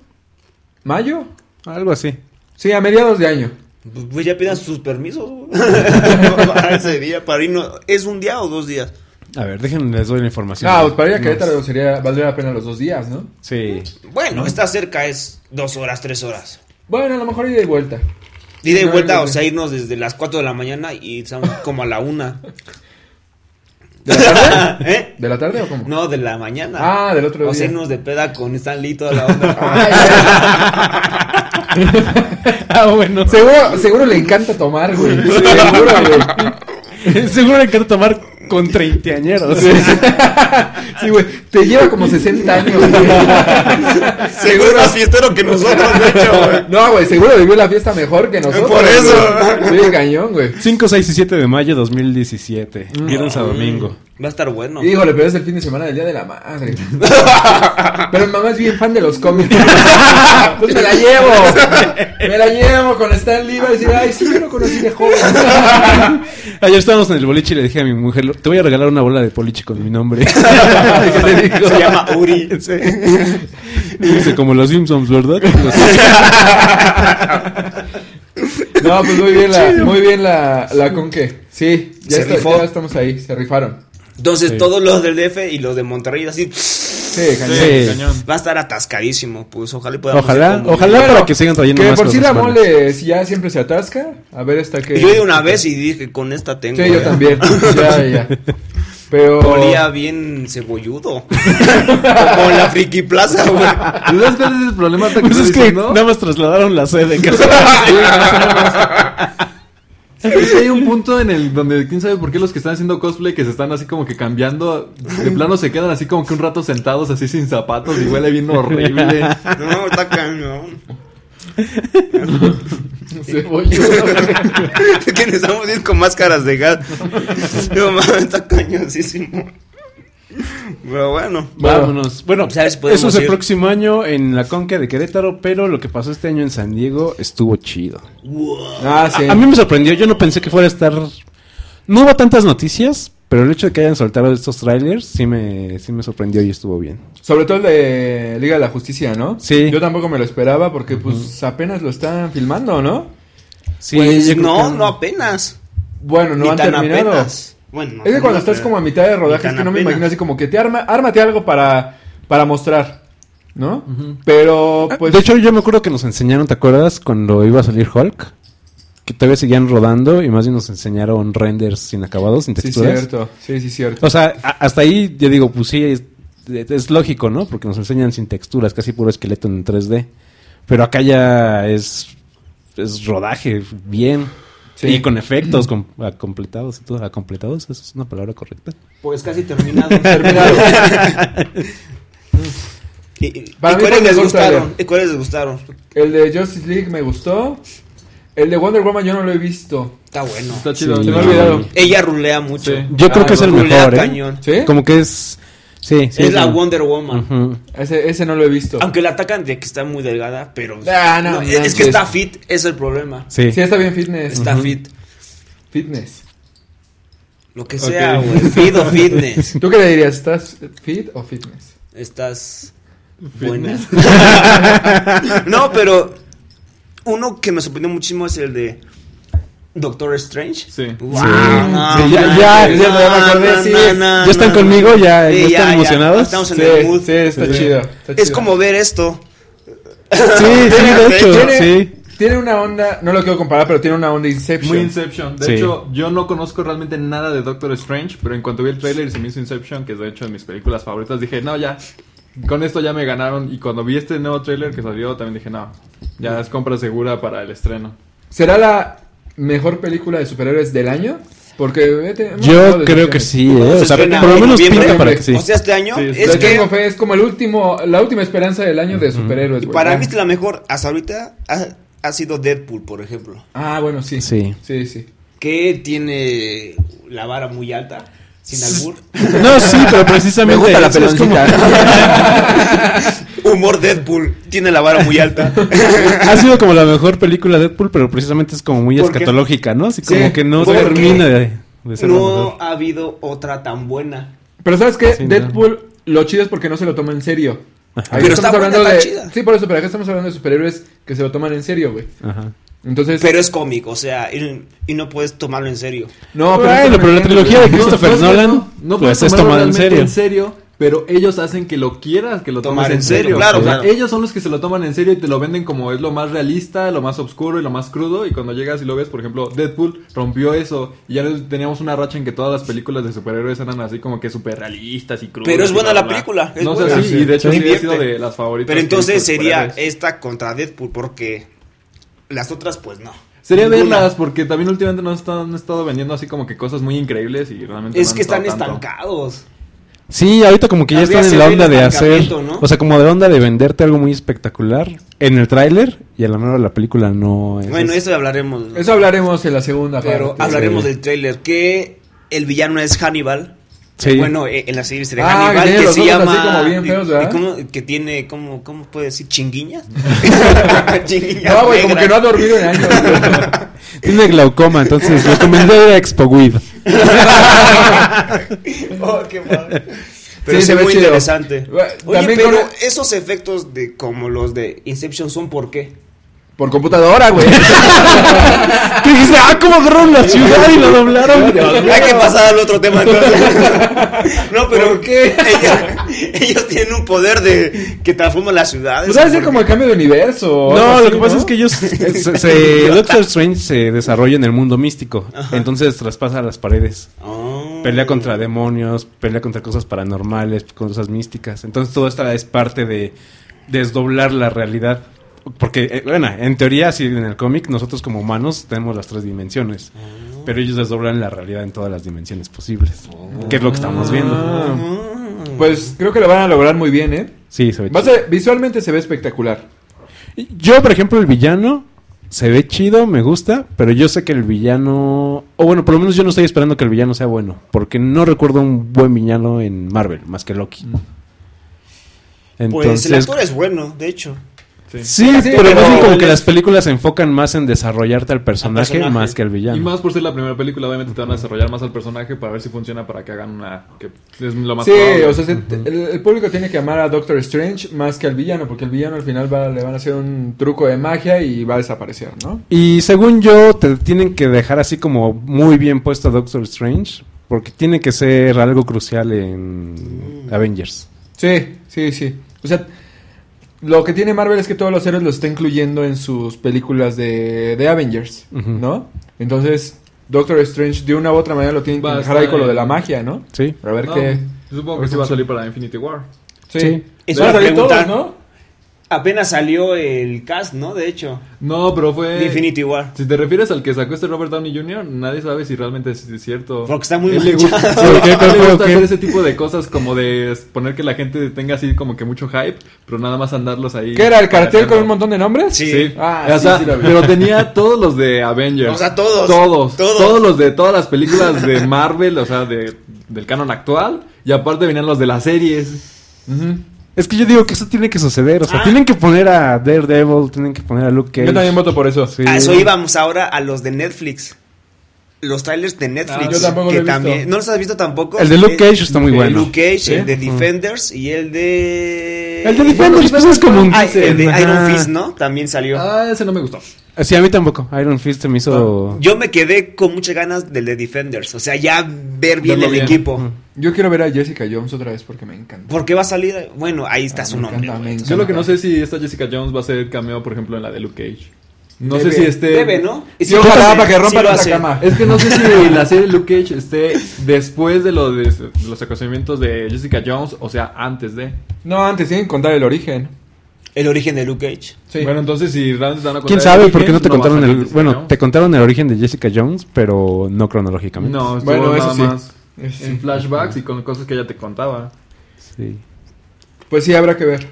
S4: ¿Mayo?
S1: algo así.
S4: Sí, a mediados de año.
S3: Pues pues ya pidan sus permisos. güey. (laughs) para ese día, para irnos. ¿Es un día o dos días?
S1: A ver, déjenme les doy la información.
S4: Ah, pues para ir a
S1: No,
S4: Querétaro sería, valdría la pena los dos días, ¿no?
S1: Sí. (laughs)
S3: Bueno, está cerca, es dos horas, tres horas.
S4: Bueno, a lo mejor ida y vuelta.
S3: Y de
S4: No,
S3: vuelta,
S4: no,
S3: o
S4: no.
S3: sea, irnos desde las 4 de la mañana y estamos como a la 1.
S4: ¿De la tarde?
S3: (laughs) ¿Eh?
S4: ¿De la tarde o cómo?
S3: No, de la mañana.
S4: Ah, del otro
S3: O sea,
S4: día.
S3: irnos de peda con Stan Lee toda la onda.
S4: (laughs) Ay, ay, ay.
S1: Ah, bueno.
S4: (laughs) Seguro, seguro le encanta tomar, güey. Seguro, güey.
S1: (laughs) Seguro que quiero tomar con treintañeros.
S4: (laughs)
S1: (laughs)
S4: Sí, güey. Te lleva como 60 años, güey.
S3: (laughs) (laughs) Seguro más fiestero que nosotros, de hecho,
S4: (laughs)
S3: güey.
S4: No, güey, seguro vivió la fiesta mejor que nosotros.
S3: Por eso.
S4: güey. Sí, cañón, güey.
S1: 5, 6 y 7 de mayo 2017.
S4: Mm.
S1: Viernes a domingo.
S3: Mm, Va a estar bueno.
S4: Híjole, pero es el fin de semana del Día de
S3: (laughs)
S4: la Madre. Pero mi mamá es bien fan de los cómics. (laughs) Entonces me la llevo. Me la llevo con Stan Lee. Va a decir, ay, sí, yo lo conocí de joven.
S1: Ayer estábamos en el boliche y le dije a mi mujer, "Lo- te voy a regalar una bola de boliche con mi nombre. (laughs)
S4: ¿Qué te dijo?
S3: (laughs) Se llama Uri.
S4: (laughs)
S1: Sí. Y Dice, como los Simpsons, ¿verdad? Los-
S4: (laughs) No, pues muy bien la, muy bien la, la conque. Sí, ya,
S3: Se
S4: está-
S3: rifó.
S4: ya estamos ahí, se rifaron.
S3: Entonces,
S1: Sí.
S3: todos los del DF y los de Monterrey, así
S4: Sí,
S2: Sí,
S4: cañón.
S1: Sí.
S2: cañón.
S3: va a estar atascadísimo. Pues ojalá y podamos. ir
S1: Ojalá,
S3: como-
S1: ojalá
S4: Bueno,
S1: para que sigan trayendo
S4: Que
S1: más
S4: por si la
S1: cosas buenas.
S4: mole, si ya siempre se atasca, a ver hasta que...
S3: Yo di una vez y dije, con esta tengo.
S4: Sí, yo
S3: ya. (laughs)
S4: también, ya, ya. Pero...
S3: Olía bien
S4: (laughs)
S3: cebolludo. Como la friki plaza, güey.
S5: ¿Sabes cuál es el problema? Hasta que
S1: (laughs) Pues
S5: tú
S1: es que
S5: dices, ¿no?
S1: nada más trasladaron la sede. casi. (laughs)
S4: Sí, más o menos.
S2: Es que hay un punto en el donde quién sabe por qué los que están haciendo cosplay que se están así como que cambiando, de plano se quedan así como que un rato sentados así sin zapatos y huele
S1: (laughs)
S2: bien horrible.
S3: No, está cañón.
S4: Cebolludo.
S3: (laughs) que necesitamos
S4: (laughs)
S3: ir con máscaras de gas. No mames, está cañoncísimo. Pero bueno.
S1: Vámonos. Bueno,
S3: Pues, ¿Sabes?
S1: eso
S3: Podemos
S1: es el
S3: ir.
S1: próximo año en la Conca de Querétaro, pero lo que pasó este año en San Diego estuvo chido.
S4: Ah, sí.
S1: A, a mí me sorprendió, yo no pensé que fuera a estar... No hubo tantas noticias, pero el hecho de que hayan soltado estos trailers sí me, sí me sorprendió y estuvo bien.
S3: Pues,
S4: Sobre todo el de Liga de la Justicia, ¿no?
S1: Sí.
S4: Yo tampoco me lo esperaba porque pues apenas lo están filmando, ¿no?
S1: Sí, yo
S3: pues
S1: creo
S3: no,
S1: que-
S3: no apenas.
S4: Bueno, no
S3: Ni
S4: han
S3: tan
S4: terminado.
S3: apenas. Bueno,
S4: Es que cuando
S3: no,
S4: estás
S3: pero-
S4: como a mitad de rodaje,
S3: ni tan
S4: es que no me
S3: apenas.
S4: imagino así como que te arma, ármate algo para, para mostrar, ¿no? Pero
S1: Ah,
S4: pues...
S1: De hecho, yo me acuerdo que nos enseñaron, ¿te acuerdas? Cuando iba a salir Hulk. Que todavía seguían rodando y más bien nos enseñaron renders sin acabados, sin
S4: sí,
S1: texturas.
S4: cierto. Sí, sí, cierto.
S1: O sea, a- hasta ahí yo digo, pues sí, es, es lógico, ¿no? Porque nos enseñan sin texturas, casi puro esqueleto en 3D. Pero acá ya es, es rodaje bien.
S4: Sí.
S1: Y con efectos com- completados y todo. ¿Acompletados? ¿Esa es una palabra
S4: (laughs)
S1: correcta?
S3: (laughs) Pues casi terminado.
S4: Terminado.
S3: (laughs) ¿Y, y-
S4: (laughs) Para
S3: ¿y
S4: mí fue
S3: cuáles
S4: el
S3: les
S4: mejor
S3: gustaron?
S4: trailer.
S3: ¿Y cuáles les gustaron?
S4: El de Justice League me gustó. El de Wonder Woman yo no lo he visto.
S3: Está bueno.
S2: Está chido.
S1: Sí.
S4: Se me ha
S1: No.
S4: olvidado.
S3: Ella rulea mucho.
S2: Sí.
S1: Yo creo
S4: Ah,
S1: que es el
S3: rulea
S1: mejor, ¿eh?
S3: cañón.
S4: ¿Sí?
S1: Como que es... Sí, sí.
S3: es la
S1: el-
S3: Wonder Woman.
S1: Ujú.
S4: Ese, ese no lo he visto.
S3: Aunque la atacan de que está muy delgada, pero.
S4: Ah, no,
S3: No, es- es
S4: manches.
S3: que está fit, es el problema.
S1: Sí.
S4: Sí, está bien fitness.
S3: Está fit.
S4: Fitness.
S3: Lo que
S2: Ok.
S3: sea, güey. Fit o fitness.
S4: ¿Tú qué le dirías? ¿Estás fit o fitness?
S3: Estás. Buena. (laughs) no, pero. Uno que me sorprendió muchísimo es el de. Doctor Strange.
S2: Sí.
S3: Wow,
S1: Sí.
S3: no,
S1: Sí, ya-
S3: manches,
S1: ya-
S4: ya me acordé, sí.
S1: ¿Ya están conmigo? ¿Ya- ya están emocionados?
S3: Estamos en
S4: Sí,
S3: el mood.
S4: sí, está
S3: Sí.
S4: chido. está
S3: Es
S4: chido.
S3: como ver esto.
S1: (laughs) Sí, sí, de hecho,
S4: Tiene,
S1: sí.
S4: tiene una onda, no lo quiero comparar, pero tiene una onda Inception.
S2: Muy Inception. De
S1: Sí.
S2: hecho, yo no conozco realmente nada de Doctor Strange, pero en cuanto vi el tráiler y se me hizo Inception, que es de hecho de mis películas favoritas, dije, no, ya, con esto ya me ganaron. Y cuando vi este nuevo tráiler que salió, también dije, no, ya es compra segura para el estreno.
S4: ¿Será la mejor película de superhéroes del año? Porque eh, te- hemos hablado
S1: Yo
S4: de
S1: creo que
S4: excepciones.
S1: sí, ¿eh? O
S3: Se
S1: sea, por
S3: estrena
S1: lo
S3: en
S1: menos
S3: noviembre.
S1: pinta para que sí.
S3: O sea, este año
S2: Sí, sí.
S4: Es
S3: es
S2: Yo
S4: que
S3: que
S4: tengo fe, es como el último, la última esperanza del año de superhéroes. güey.
S3: para
S4: Ya.
S3: mí es la mejor hasta ahorita ha, ha sido Deadpool, por ejemplo,
S4: Ah, bueno, sí.
S1: Sí.
S4: Sí, sí.
S3: que tiene la vara muy alta, sin albur.
S1: No, sí, pero
S4: (laughs)
S1: precisamente... es- es como-
S3: (laughs) Humor Deadpool, tiene la vara
S2: (laughs)
S3: muy alta.
S1: (laughs) Ha sido como la mejor película de Deadpool, pero precisamente es como muy
S3: ¿Por qué?
S1: escatológica, ¿no? Así
S4: Sí,
S1: como que no
S3: porque
S1: termina de, de ser la
S3: No
S1: mejor.
S3: ha habido otra tan buena.
S4: (laughs) Pero ¿sabes qué?
S1: Sí, no.
S4: Deadpool, lo chido es porque no se lo toma en serio. Ahí
S3: Pero
S4: estamos
S3: está buena,
S4: hablando
S3: está
S4: de...
S3: chida.
S4: Sí, por eso, pero acá estamos hablando de superhéroes que se lo toman en serio, güey.
S1: Ajá.
S4: Entonces...
S3: Pero es cómico, o sea, y, y no puedes tomarlo en serio.
S4: No,
S1: Bueno,
S4: eso no
S1: pero la
S4: entiendo,
S1: trilogía
S4: güey.
S1: de Christopher
S2: es que
S1: Nolan, pues,
S2: puedes
S1: es
S2: tomarlo
S1: tomado en
S2: realmente
S1: serio.
S2: en serio, pero ellos hacen que lo quieras, que lo
S3: Tomar
S2: tomes en
S3: en serio,
S2: serio.
S3: claro,
S2: O sea,
S3: claro.
S2: Ellos son los que se lo toman en serio y te lo venden como es lo más realista, lo más oscuro y lo más crudo. Y cuando llegas y lo ves, por ejemplo, Deadpool rompió eso. Y ya teníamos una racha en que todas las películas de superhéroes eran así como que super realistas y crudas.
S3: Pero es
S2: y
S3: buena
S2: bla,
S3: la
S2: bla.
S3: película, es
S2: No sé,
S3: buena.
S2: sí, y de hecho sí, ha
S3: Divierte.
S2: sido de las favoritas.
S3: Pero
S2: que he visto de
S3: entonces sería
S2: superhéroes.
S3: esta contra Deadpool, porque las otras pues no.
S2: Sería
S3: Ninguna.
S2: verlas, porque también últimamente nos están, han estado vendiendo así como que cosas muy increíbles y realmente no
S3: Es
S2: han
S3: que están
S2: estado tanto.
S3: estancados.
S1: Sí, ahorita como que ya
S3: Habría
S1: están en
S3: sido
S1: la
S3: el
S1: onda de hacer...
S3: estancamiento, ¿no?
S1: O sea, como de la onda de venderte algo muy espectacular en el tráiler y a la mejor la película no es...
S3: Bueno,
S1: así.
S3: eso hablaremos.
S4: Eso hablaremos en la segunda
S3: Pero
S4: parte.
S3: hablaremos
S1: Sí.
S3: del tráiler que el villano es Hannibal.
S1: Sí.
S3: Bueno, eh, en la serie de
S4: Ah, que
S3: Hannibal
S4: tiene
S3: que
S4: los
S3: se
S4: ojos así
S3: llama
S4: como bien feos,
S3: y- y
S4: ¿verdad?
S3: cómo- que tiene como cómo puede decir
S4: (laughs)
S3: chinguiñas. chinguiñas.
S4: No, güey, como
S3: negras.
S4: que
S3: (laughs)
S4: no ha dormido en años. güey.
S1: Tiene glaucoma, entonces recomendé a Expo Weed.
S3: Oh, qué padre. Pero
S4: Sí,
S3: se ve muy
S4: chido.
S3: interesante.
S4: Bueno,
S3: Oye,
S4: también
S3: pero
S4: con-
S3: esos efectos de como los de Inception son por qué?
S4: Por
S3: (laughs)
S4: computadora, güey.
S1: ¿Qué dice? Ah, cómo agarraron la ciudad y la doblaron.
S3: Hay que pasar al otro tema
S4: (laughs)
S3: entonces. No, pero
S4: ¿Por qué?
S3: Ellos, ellos tienen un poder de que transforma las ciudades.
S4: Pues debe ser como el cambio de universo. o algo
S1: No,
S4: así,
S1: lo que pasa es que ellos. eh, se- se- Doctor Strange se desarrolla en el mundo místico. Entonces traspasa las paredes.
S3: Oh.
S1: Pelea contra demonios, pelea contra cosas paranormales, cosas místicas. Entonces todo esta es parte de desdoblar la realidad. Porque, eh, bueno, en teoría, si en el cómic, nosotros como humanos tenemos las tres dimensiones.
S3: Ah.
S1: Pero ellos desdoblan la realidad en todas las dimensiones posibles. Que es lo que estamos viendo.
S3: Ah.
S4: Pues creo que lo van a lograr muy bien, ¿eh?
S1: Sí, se ve
S4: Va a ser- visualmente se ve espectacular.
S1: Yo, por ejemplo, el villano se ve chido, me gusta, pero yo sé que el villano. O bueno, por lo menos yo no estoy esperando que el villano sea bueno. Porque no recuerdo un buen villano en Marvel, más que Loki.
S3: Pues el actor es bueno, de hecho.
S2: Sí.
S1: Sí,
S4: Sí,
S1: pero,
S4: pero
S1: más bien como
S4: él
S1: que
S4: es-
S1: las películas se enfocan más en desarrollarte al personaje,
S3: personaje.
S1: más que al villano.
S2: Y más por ser la primera película, obviamente te van a desarrollar más al personaje para ver si funciona para que hagan una. que es lo más
S4: Sí,
S2: probable.
S4: o sea, se- el, el público tiene que amar a Doctor Strange más que al villano, porque el villano al final va- le van a hacer un truco de magia y va a desaparecer, ¿no?
S1: Y según yo, te tienen que dejar así como muy bien puesto a Doctor Strange. Porque tiene que ser algo crucial en Avengers.
S4: Sí, sí, sí. O sea, lo que tiene Marvel es que todos los héroes los está incluyendo en sus películas de, de Avengers,
S1: Ujú.
S4: ¿no? Entonces, Doctor Strange de una u otra manera lo tienen que
S2: Va a
S4: dejar ahí
S2: estar
S4: con lo de
S2: en-
S4: la magia, ¿no?
S1: ¿Sí?
S4: A ver
S2: No,
S4: qué.
S2: yo Supongo que sí va a salir para Infinity War.
S1: Sí.
S3: Es
S4: Van a
S3: una
S4: salir
S3: pregunta.
S4: todos, ¿no?
S3: Apenas salió el cast, ¿no? De hecho,
S2: No, pero fue.
S4: Eh.
S3: de Infinity War.
S2: Si te refieres al que sacó este Robert Downey Jr., nadie sabe si realmente es es cierto.
S3: Porque está muy
S2: Él le gusta,
S3: manchado.
S2: sí,
S1: Ok,
S3: (laughs)
S2: a él
S1: pero-
S2: le
S1: pero
S2: gusta
S1: ¿qué?
S2: hacer ese tipo de cosas como de poner que la gente tenga así como que mucho hype, pero nada más andarlos ahí.
S4: ¿Qué era? ¿El cartel con
S2: montaña?
S4: un montón de nombres?
S3: Sí.
S2: Sí.
S4: Ah,
S2: O
S4: sí,
S2: sea,
S4: sí lo vi.
S2: pero tenía todos los de Avengers.
S3: O sea, todos.
S2: Todos.
S3: Todos.
S2: Todos, los de todas las películas de Marvel, o sea, de, del canon actual. Y aparte venían los de las series.
S4: Ujú.
S1: Es que yo digo que eso tiene que suceder. O sea,
S3: Ah.
S1: tienen que poner a Daredevil, tienen que poner a Luke Cage.
S4: Yo también voto por eso.
S1: Sí.
S3: A Ah, eso íbamos ahora a los de Netflix. Los trailers de Netflix.
S4: Ah, yo tampoco lo
S3: que
S4: he visto.
S3: también- ¿No los has visto tampoco?
S1: El de Luke
S3: Eh,
S1: Cage está muy
S2: Ok,
S1: bueno.
S3: Luke Cage,
S4: ¿Sí?
S3: el de Defenders y el de...
S1: El de Defenders pues, es como un...
S3: Ay, el de
S1: Ajá.
S3: Iron Fist, ¿no? También salió.
S2: Ah, ese no me gustó.
S1: Sí, a mí tampoco. Iron Fist se me hizo...
S3: Yo me quedé con muchas ganas del de Defenders. O sea, ya ver bien
S2: Verlo
S3: el
S2: bien.
S3: equipo.
S1: Ujú.
S4: Yo quiero ver a Jessica Jones otra vez porque me encanta.
S3: Porque va a salir... Bueno, ahí está
S4: Ah,
S3: su
S4: me
S3: nombre.
S4: encanta,
S3: güey.
S4: me
S2: Yo lo que no sé es si esta Jessica Jones va a ser cameo, por ejemplo, en la de Luke Cage. No
S4: Debe.
S2: sé si esté.
S3: Debe, ¿no? Y
S4: Y
S3: lo
S4: ojalá
S3: hace,
S4: Este, para que
S3: sí
S4: rompa
S3: lo
S4: la
S3: hace.
S4: cama.
S2: Es que no sé si la serie Luke Cage esté después de, lo de, de los acontecimientos de Jessica Jones, o sea, antes de.
S4: No, antes tienen que contar el origen.
S3: El origen de Luke Cage.
S4: Sí.
S2: Bueno, entonces si realmente te van a contar
S1: ¿Quién
S2: el
S1: sabe por qué
S2: origen,
S1: no te
S2: va a
S1: contaron
S2: salir
S1: el...
S2: Jessica
S1: Bueno,
S2: Jones.
S1: te contaron el origen de Jessica Jones, pero no cronológicamente.
S2: No,
S4: Bueno,
S2: bueno,
S4: eso
S2: eso
S4: sí.
S2: más
S4: Eso sí.
S2: en flashbacks y con cosas que ya te contaba.
S1: Sí.
S4: Pues sí, habrá que ver.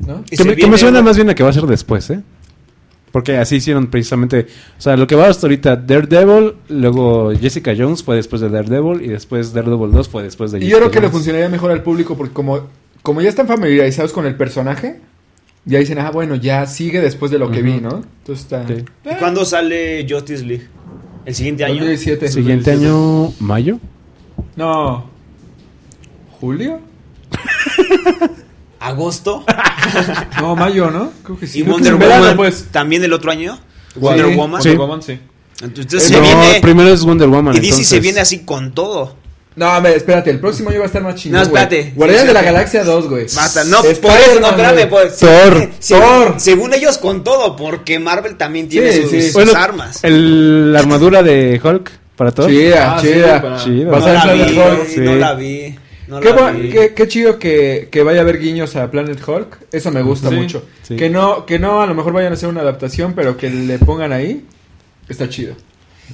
S4: ¿No?
S3: Y
S1: Que
S3: se
S1: me, que
S3: viene
S1: me suena
S3: una-
S1: más bien a que va a ser después, ¿eh? Porque así hicieron precisamente... O sea, lo que va hasta ahorita Daredevil, luego Jessica Jones fue después de Daredevil, y después Daredevil 2 fue después de
S4: Y yo creo que le
S1: Jones.
S4: funcionaría mejor al público porque como, como ya están familiarizados con el personaje, ya dicen, ah, bueno, ya sigue después de lo que vi,
S1: Ujú.
S4: ¿no? Entonces está...
S1: Sí.
S3: ¿Y ¿Cuándo sale Justice League? ¿El siguiente año?
S4: 2017.
S1: Siguiente año, mayo.
S4: No. ¿Julio? (laughs)
S3: ¿Agosto?
S4: No, mayo, ¿no? Creo que sí.
S3: ¿Y
S4: Creo que
S3: Wonder
S4: en verano,
S3: Woman
S4: pues.
S3: también el otro año? ¿Wonder
S4: Sí.
S3: Woman?
S1: Sí.
S2: Wonder Woman, sí.
S3: Entonces
S4: Eh,
S3: se
S1: no,
S3: viene...
S1: primero es Wonder Woman.
S3: Y DC se
S1: entonces.
S3: viene así con todo.
S4: No, a ver, espérate, el próximo año va a estar más chingón.
S3: No,
S4: güey.
S3: espérate.
S4: Guardianes
S3: Sí,
S4: de la
S3: espérate.
S4: Galaxia 2, güey.
S3: Basta, no, por
S4: Spider-Man,
S3: eso, no, espérame,
S4: güey.
S3: pues,
S1: Thor,
S3: se-
S4: Thor.
S3: Según ellos, con todo, porque Marvel también tiene
S4: Sí,
S3: sus,
S4: sí.
S3: sus
S1: Bueno,
S3: armas.
S1: el- la armadura de Hulk para todos.
S4: Chida,
S2: Ah, sí,
S4: chida.
S2: para-
S1: Chida.
S4: Va a
S3: No
S4: ser
S3: la,
S4: Planet
S3: vi,
S4: Hulk.
S1: sí.
S3: no la vi, no
S4: Qué,
S3: la
S4: bu-
S3: vi.
S4: qué- qué chido que, que vaya a haber guiños a Planet Hulk. Eso me gusta
S2: Sí,
S4: mucho.
S1: sí.
S4: Que no, que no, a lo mejor vayan a hacer una adaptación, pero que le pongan ahí. Está chido.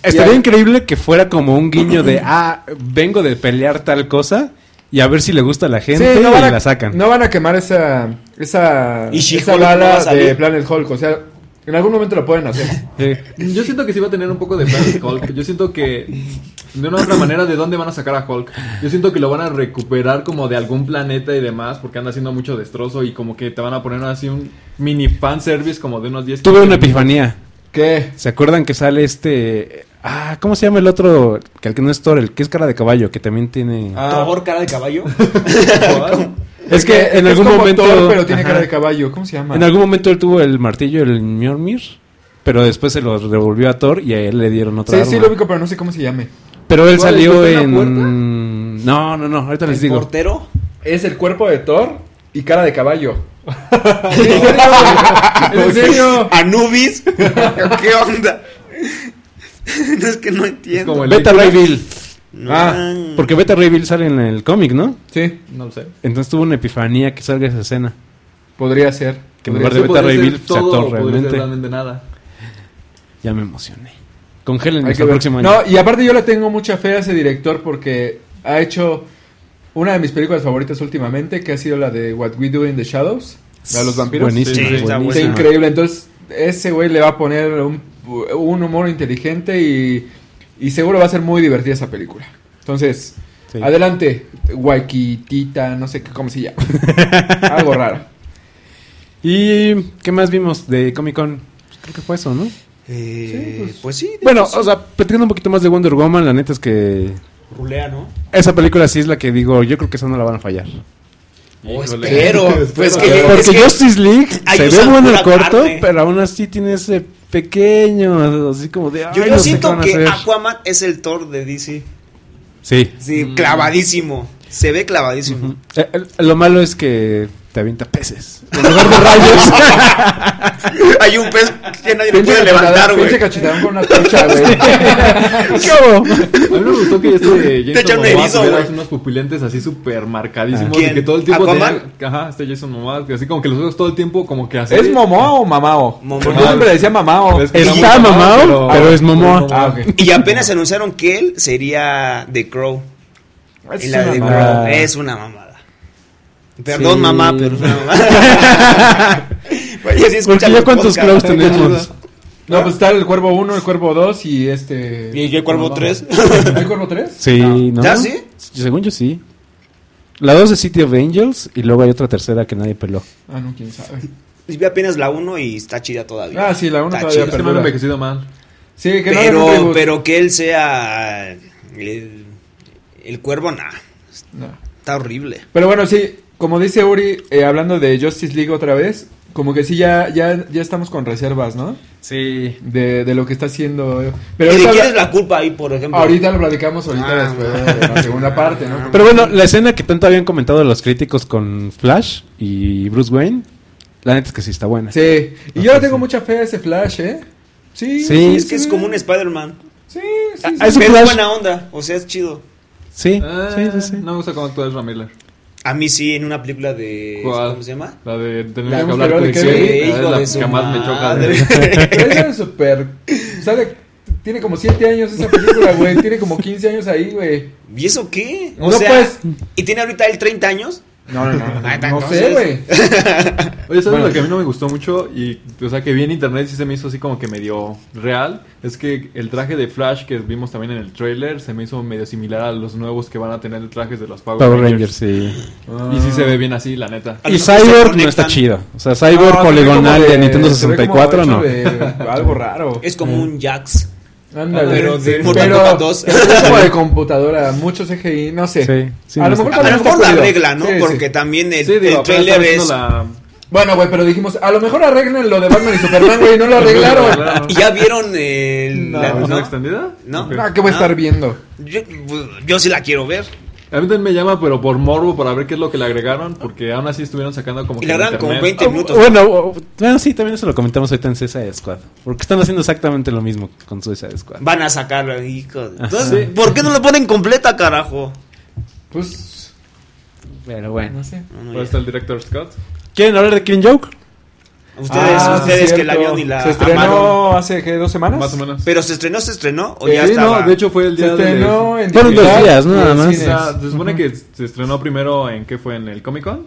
S1: Estaría
S4: Y ahí-
S1: increíble que fuera como un guiño de, ah, vengo de pelear tal cosa y a ver si le gusta a la gente
S4: Sí, no
S1: y
S4: van a-
S1: la sacan.
S4: No van a quemar esa, esa,
S3: ¿Y
S4: esa
S3: She-Hulk no va a
S4: bala
S3: salir?
S4: de Planet Hulk. O sea, en algún momento lo pueden hacer.
S3: (laughs)
S1: Sí.
S2: Yo siento que sí va a tener un poco de Planet Hulk. Yo siento que de una u otra manera de dónde van a sacar a Hulk. Yo siento que lo van a recuperar como de algún planeta y demás porque anda haciendo mucho destrozo y como que te van a poner así un mini fan service como de unos 10
S1: Tuve
S2: 15
S1: una
S2: minutos.
S1: epifanía.
S4: ¿Qué?
S1: ¿Se acuerdan que sale este... Ah, ¿cómo se llama el otro? Que el que no es Thor, el que es cara de caballo, que también tiene...
S4: Ah,
S3: Thor, cara de caballo.
S4: (laughs)
S1: es que en
S4: es
S1: algún
S4: como
S1: momento...
S4: Thor, pero tiene
S1: Ajá.
S4: cara de caballo. ¿Cómo se llama?
S1: En algún momento él tuvo el martillo, el Mjolnir, pero después se lo devolvió a Thor y a él le dieron
S4: Sí,
S1: otra
S4: sí
S1: arma.
S4: lo ubico, pero no sé cómo se llame.
S1: Pero él
S2: ¿Cuál?
S1: salió
S2: ¿Está
S1: en...
S2: en la
S1: No, no, no, ahorita les
S3: El
S1: digo.
S3: portero.
S4: Es el cuerpo de Thor y cara
S3: (laughs)
S4: de caballo. ¿En serio?
S3: Anubis. (laughs) ¿Qué onda? (laughs) no es que no
S2: Es
S3: entiendo.
S2: como el
S1: Beta Ray Bill.
S3: No.
S4: Ah,
S1: Porque Beta Ray Bill sale en el cómic, ¿no?
S4: Sí,
S2: No lo sé.
S1: Entonces tuvo una epifanía que salga esa escena.
S4: podría ser.
S1: Que
S4: Podría
S1: en lugar de
S4: ser.
S1: Beta
S2: podría
S1: Ray
S2: ser
S1: Bill, sea
S2: todo
S1: Thor
S2: o podría ser
S1: realmente.
S2: realmente nada.
S1: Ya me emocioné. Congelen
S4: Hay que
S1: hasta el
S4: ver.
S1: próximo año.
S4: No, y aparte yo le tengo mucha fe a ese director porque ha hecho una de mis películas favoritas últimamente, que ha sido la de What We Do in the Shadows, la de los vampiros.
S1: Buenísimo.
S3: Sí, está
S4: Está
S3: buenísimo.
S4: increíble, entonces ese güey le va a poner un, un humor inteligente y, y seguro va a ser muy divertida esa película. Entonces,
S1: Sí.
S4: adelante, Waikitita, no sé qué, cómo se llama.
S1: (laughs)
S4: Algo raro.
S1: ¿Y qué más vimos de Comic Con? Pues creo que fue eso, ¿no?
S3: Eh,
S4: Sí,
S3: pues, sí. de
S1: Bueno,
S3: hecho, sí.
S1: o sea, platicando un poquito más de Wonder Woman, la neta es que
S3: Rulea, ¿no?
S1: esa película sí es la que digo, yo creo que esa no la van a fallar.
S3: Oh,
S2: Híjole.
S3: espero. pues
S2: Espero.
S3: que,
S1: Porque
S3: es que-
S1: Justice League
S3: ahí
S1: se ve
S3: usan
S1: bueno el
S3: pura
S1: corto,
S3: carne.
S1: pero aún así tiene ese pequeño, así como de...
S3: yo,
S1: "Ay, no
S3: yo
S1: sé qué
S3: siento
S1: van a
S3: que
S1: hacer".
S3: Aquaman es el Thor de DC.
S1: Sí.
S3: Sí, clavadísimo. Se ve clavadísimo.
S1: Eh, eh, lo malo es que te avienta peces. En lugar de
S3: (laughs)
S1: rayos. (laughs)
S3: Hay un pez que nadie lo
S4: Pinche
S3: puede
S4: cachetada-
S3: levantar, güey.
S4: pinche cachetadón con una trucha, güey.
S1: ¿Qué hubo?
S2: A mí me gustó que este
S3: Te echa
S2: Jason
S3: un
S2: Momoa
S3: erizo,
S2: tuviera
S3: güey.
S2: unos pupilentes así súper marcadísimos.
S3: ¿Quién?
S2: y que todo el tiempo
S3: ¿Aquaman?
S2: tenía- Ajá, este Jason Momoa. que Así como que los ojos todo el tiempo como que así.
S4: ¿Es Momoa o Mamao?
S3: Momoa.
S4: Porque yo siempre le decía Mamao.
S2: Es que
S3: Está
S2: está
S1: mamado, pero es Momoa.
S4: Ah, ok.
S3: Y apenas anunciaron que él sería The Crow.
S4: Es
S3: Y la
S4: una
S3: de
S4: mamada.
S1: mamada.
S3: Crow es una mamada. Perdón,
S1: Sí.
S3: mamá, pero es una
S4: (laughs)
S3: mamada. Oye, Ah, (laughs) sí, escucha
S1: Porque ya
S3: los
S1: cuántos
S3: podcasts. ¿eh?
S1: clavos tenemos.
S4: No, pues está el cuervo 1, el cuervo 2 y este.
S3: ¿Y el cuervo
S4: Mamao.
S3: tres?
S4: ¿Hay cuervo 3?
S1: Sí, ¿no?
S3: ¿Ya sí?
S1: Según yo sí. La dos de City of Angels y luego hay otra tercera que nadie peló.
S4: Ah, no, quién sabe.
S3: Vi apenas la 1 y está chida todavía.
S4: Ah, sí, la uno
S3: Está
S4: todavía,
S2: Es que me han envejecido mal.
S4: Sí, que no,
S3: Pero,
S4: no tengo-
S3: pero que él sea el, el cuervo, nah.
S4: No.
S3: Está horrible.
S4: Pero bueno, sí, como dice Uri, eh, hablando de Justice League otra vez, como que sí, ya, ya, ya estamos con reservas, ¿no?
S1: Sí.
S4: De, de lo que está haciendo. eh. Pero
S3: ¿Y de
S4: ahorita,
S3: quién es la culpa ahí, por ejemplo?
S4: ahorita lo platicamos ahorita
S3: Ah.
S4: después de la segunda parte,
S3: (laughs)
S4: ¿no?
S1: Pero bueno, la escena que tanto habían comentado los críticos con Flash y Bruce Wayne, la neta es que sí está buena.
S4: Sí, y yo
S1: Ajá,
S4: le tengo
S1: sí.
S4: mucha fe a ese Flash, ¿eh? Sí,
S1: Sí.
S4: sí,
S3: Es que es
S4: sí.
S3: como un Spider-Man.
S4: Sí, sí,
S1: Ah,
S4: sí.
S1: ah, Es un
S3: Pero
S1: Flash.
S3: buena onda, o sea, es chido.
S1: Sí,
S2: Ah,
S1: sí, sí, sí.
S2: No me gusta cómo actúa Ezra Miller.
S3: A mí sí, en una película de...
S2: ¿Cuál?
S3: ¿Cómo se llama?
S2: La de tener
S4: La
S2: que
S4: hemos
S2: hablar
S4: hablado
S2: con
S4: de
S1: eh,
S2: Xavier.
S4: Kevin.
S2: Es
S3: Hijo
S2: la
S3: de su
S2: que más me choca.
S3: madre.
S4: Pero esa es súper. Sale. Tiene como 7 años esa película, güey. Tiene como 15 años ahí, güey.
S3: ¿Y eso qué? O
S4: No,
S3: sea,
S4: pues.
S3: ¿y tiene ahorita él 30 años?
S4: No, no, no.
S3: Ah,
S4: No,
S3: entonces-
S4: sé, güey.
S2: (laughs) Oye, ¿sabes
S4: Bueno.
S2: lo que a mí no me gustó mucho? Y, o sea, que vi en internet y sí se me hizo así como que medio real. Es que el traje de Flash que vimos también en el trailer se me hizo medio similar a los nuevos que van a tener trajes de los Power,
S1: Power Rangers,
S2: Rangers.
S1: sí.
S2: Y
S3: Ah.
S2: sí se ve bien así, la neta.
S3: A
S1: Y
S3: los que se
S1: Cyborg no
S3: conectan.
S1: está chido. O sea,
S4: No, se
S1: Cyborg
S4: ve
S1: poligonal
S4: como
S1: de, Nintendo
S4: se ve como
S1: 64
S4: hecho
S1: no.
S4: de algo raro.
S3: Es
S2: Mm.
S3: como un Jax.
S4: Ándale.
S3: pero de
S4: Sí.
S3: Mortal
S4: Pero
S3: Kombat 2.
S4: es como de computadora, muchos CGI, no sé.
S1: Sí, sí,
S4: a
S1: no
S4: lo
S1: sé.
S4: mejor
S3: A lo mejor
S4: también
S3: la
S4: Ah, está pulido.
S3: regla, ¿no?
S4: Sí, sí.
S3: Porque también el,
S2: Sí, digo,
S3: el
S2: apenas
S3: trailer
S2: están haciendo
S3: es...
S2: la-
S4: Bueno, güey, pero dijimos, a lo mejor arreglen lo de Batman y Superman, güey, y no lo arreglaron.
S3: ¿Y ya vieron
S4: (laughs)
S3: el...
S2: ¿La
S3: la-
S2: versión
S3: ¿no?
S2: extendida?
S3: No.
S2: Ok.
S4: No, que Ah, voy a estar viendo.
S3: Yo, pues, yo sí la quiero ver.
S2: A mí también me llama, pero por morbo, para ver qué es lo que le agregaron, porque aún así estuvieron sacando como
S3: Y
S2: que
S3: le
S2: en
S3: agregan como
S2: internet.
S3: 20 minutos.
S1: Oh, Bueno, o- bueno, sí, también eso lo comentamos ahorita en Suicide Squad. Porque están haciendo exactamente lo mismo con Suicide Squad.
S3: Van a sacarla, hijo. Entonces,
S1: Ajá.
S3: ¿por qué no la ponen completa, carajo?
S4: Pues,
S1: Pero bueno.
S4: no sé.
S3: No, no,
S2: Ahí
S3: ya.
S2: está el director Scott.
S1: ¿Quieren hablar de Killing Joke?
S3: Ustedes,
S4: Ah, sí,
S3: ustedes que la
S4: cierto.
S3: vieron y la
S4: Se estrenó
S3: amaron.
S4: hace, ¿qué? ¿Dos semanas?
S2: Más o menos.
S3: Pero se estrenó, se estrenó o
S4: Eh,
S2: Sí,
S3: ya estaba.
S2: no, de hecho fue el
S4: Se
S2: día de...
S4: estrenó en
S1: Fueron dos
S4: digital
S1: días,
S4: y en
S1: nada más.
S2: O sea,
S4: cines.
S2: se supone que se estrenó primero en, ¿qué fue? ¿En el Comic Con?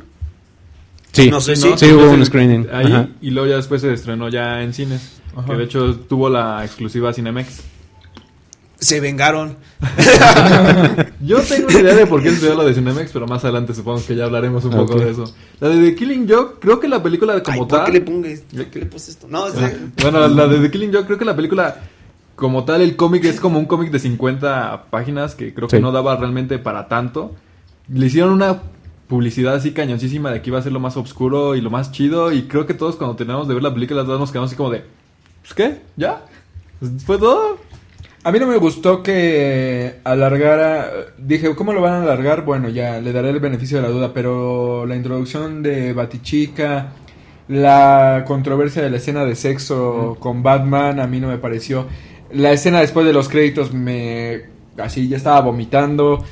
S1: Sí.
S3: No sé,
S2: ¿No?
S3: sí.
S1: Sí, hubo
S2: Entonces,
S1: un screening.
S2: Ahí,
S1: Ajá.
S2: y luego ya después se estrenó ya en cines.
S4: Ajá.
S2: Que de hecho tuvo la exclusiva Cinemex.
S3: Se vengaron.
S2: Yo tengo una idea de por qué sucedió lo de Cinemex, pero más adelante supongo que ya hablaremos un
S1: Ok.
S2: poco de eso. La de The Killing Joke, creo que la película
S3: Ay,
S2: como
S3: ¿por qué
S2: tal...
S3: le pongues? ¿Por
S2: Yo-
S3: qué le puse esto? No, es
S2: Ah, (laughs)
S3: de-
S2: Bueno, la de The Killing Joke, creo que la película como tal, el cómic es como un cómic de 50 páginas que creo que
S1: Sí.
S2: no daba realmente para tanto. Le hicieron una publicidad así cañoncísima de que iba a ser lo más oscuro y lo más chido y creo que todos cuando terminamos de ver la película todos nos quedamos así como de, ¿pues qué? ¿Ya? ¿Fue todo?
S4: A mí no me gustó que alargara. Dije, ¿cómo lo van a alargar? Bueno, ya le daré el beneficio de la duda, pero la introducción de Batichica, la controversia de la escena de sexo con Batman, a mí no me pareció. La escena después de los créditos me. Así, ya estaba vomitando.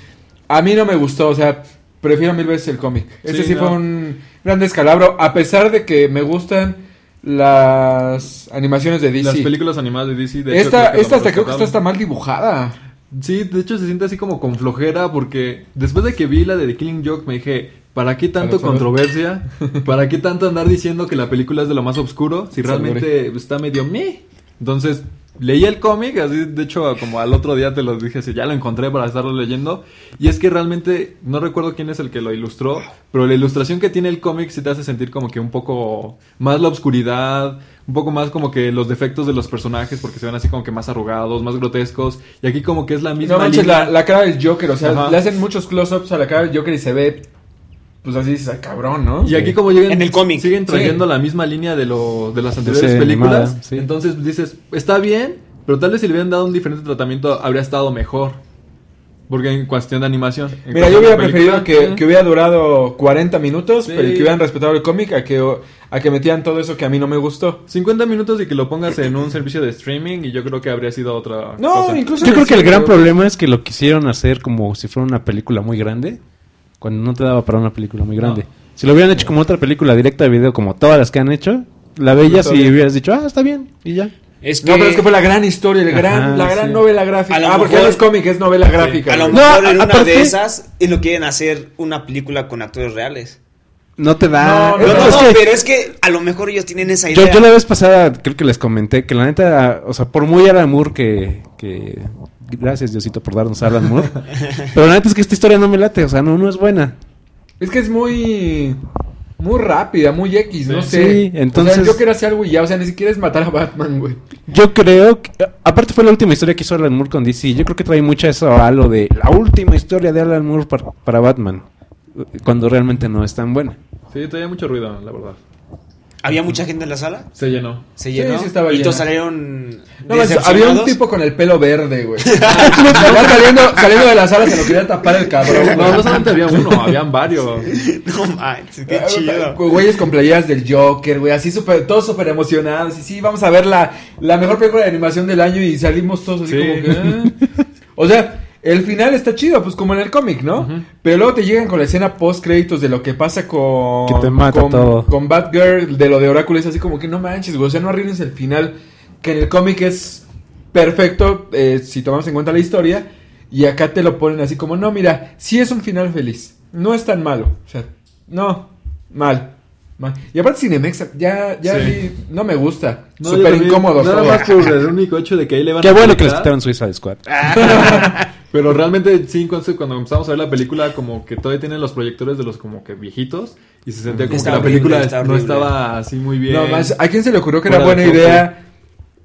S4: A mí no me gustó, o sea, prefiero mil veces el cómic. Este
S2: Sí,
S4: sí
S2: no.
S4: fue un gran descalabro, a pesar de que me gustan las animaciones de DC.
S2: Las películas animadas de DC. De hecho,
S4: Esta,
S2: creo que
S4: esta
S2: lo
S4: hasta creo que está
S2: rescataron.
S4: hasta mal dibujada.
S2: Sí, de hecho se siente así como con flojera porque después de que vi la de The Killing Joke me dije, ¿Para qué tanto
S4: Para saber.
S2: controversia? ¿Para qué tanto andar diciendo que la película es de lo más oscuro si realmente está medio meh? Entonces, leí el cómic, así de hecho como al otro día te lo dije, así, ya lo encontré para estarlo leyendo. Y es que realmente, no recuerdo quién es el que lo ilustró, pero la ilustración que tiene el cómic sí te hace sentir como que un poco más la oscuridad, un poco más como que los defectos de los personajes porque se ven así como que más arrugados, más grotescos. Y aquí como que es la misma...
S4: No manches,
S2: línea.
S4: la, la cara del Joker, o sea,
S2: Ajá.
S4: le hacen muchos close-ups a la cara del Joker y se ve, pues así, dices, "Ay, cabrón, ¿no?
S2: Y aquí como llegan
S3: En el cómic.
S2: siguen trayendo
S4: Sí.
S2: la misma línea de lo, de las anteriores
S1: serie
S2: películas,
S1: animada, sí.
S2: entonces dices, está bien, pero tal vez si le hubieran dado un diferente tratamiento habría estado mejor. Porque en cuestión de animación. en
S4: Mira,
S2: cuestión
S4: yo hubiera
S2: de película,
S4: preferido que,
S2: ¿eh?
S4: que hubiera durado 40 minutos,
S2: Sí.
S4: pero que hubieran respetado el cómic a que, a que metían todo eso que a mí no me gustó.
S2: 50 minutos y que lo pongas en un servicio de streaming y yo creo que habría sido otra
S4: No,
S2: cosa.
S4: incluso...
S1: Yo creo que el gran
S4: problema
S1: problema es que lo quisieron hacer como si fuera una película muy grande, cuando no te daba para una película muy grande.
S2: No.
S1: Si lo hubieran hecho como otra película directa de video, como todas las que han hecho, la veías
S4: Está
S1: y
S4: bien.
S1: hubieras dicho, ah, está bien, y ya.
S3: Es que,
S4: No, pero es que fue la gran historia, el gran,
S1: Ajá,
S4: la gran
S1: sí.
S4: novela gráfica.
S3: A lo
S4: Ah, porque
S3: mejor-
S4: no es cómic, es novela gráfica.
S3: a lo
S4: güey.
S1: No,
S3: mejor
S1: a-
S3: en una
S1: aparte-
S3: de esas y lo quieren hacer una película con actores reales.
S1: No te da.
S4: No, no,
S3: No,
S4: Pero
S3: no,
S1: Es que-
S3: pero es que a lo mejor ellos tienen esa
S1: Yo,
S3: idea.
S1: yo la vez pasada creo que les comenté que la neta, o sea, por muy Alan Moore que... que- gracias Diosito por darnos a Alan Moore. pero la neta es que esta historia no me late, o sea, no, no es buena.
S4: Es que es muy. Muy rápida, muy X, no
S1: Sí.
S4: sé.
S1: Sí,
S4: O sea,
S1: entonces-
S4: yo quiero hacer algo y ya, o sea, ni siquiera es matar a Batman, güey.
S1: Yo creo que... Aparte fue la última historia que hizo Alan Moore con DC. Yo creo que trae mucho eso a lo de la última historia de Alan Moore par- para Batman. Cuando realmente no es tan buena.
S2: Sí, traía mucho ruido, la verdad.
S3: ¿Había mucha gente en la sala?
S2: Se llenó.
S3: Se
S4: Sí,
S3: llenó.
S4: sí estaba
S3: y todos
S4: llena.
S3: salieron
S4: No, manches, había un
S3: decepcionados. (laughs)
S4: tipo con el pelo verde, güey. Ya saliendo, saliendo de la sala se lo quería tapar el cabrón.
S2: No,
S4: güey.
S2: no
S4: (laughs)
S2: solamente había uno, habían varios.
S3: No manches, qué chido.
S4: Güeyes con playeras del Joker, güey, así súper, todos súper emocionados. Y sí, vamos a ver la, la mejor película de animación del año y salimos todos así
S2: Sí.
S4: como que. "Ah". O sea, el final está chido, pues como en el cómic, ¿no? Pero luego te llegan con la escena post créditos de lo que pasa con.
S1: Que te mata
S4: con,
S1: todo.
S4: Con Batgirl, de lo de Oráculo, es así como que no manches, güey, o sea, no arruines el final. Que en el cómic es perfecto, eh, si tomamos en cuenta la historia. Y acá te lo ponen así como, no, mira, sí es un final feliz. No es tan malo. O sea, no, mal. mal. Y aparte Cinemex, ya, ya
S2: Sí.
S4: vi, no me gusta.
S2: No, yo
S4: Súper
S2: también,
S4: incómodo.
S2: Nada
S4: todo.
S2: más por el único hecho de que ahí le van
S1: Qué
S2: a
S1: bueno que les
S2: publicar.
S1: quitaron Suicide Squad.
S2: Pero realmente, sí, cuando, cuando empezamos a ver la película, como que todavía tienen los proyectores de los como que viejitos. Y se sentía como
S3: Mm. Está
S2: que la
S3: horrible,
S2: película
S3: está
S2: no
S3: horrible.
S2: estaba así muy bien.
S4: No, más, ¿a quién se le ocurrió que
S2: Fuera
S4: era buena
S2: de foco.
S4: idea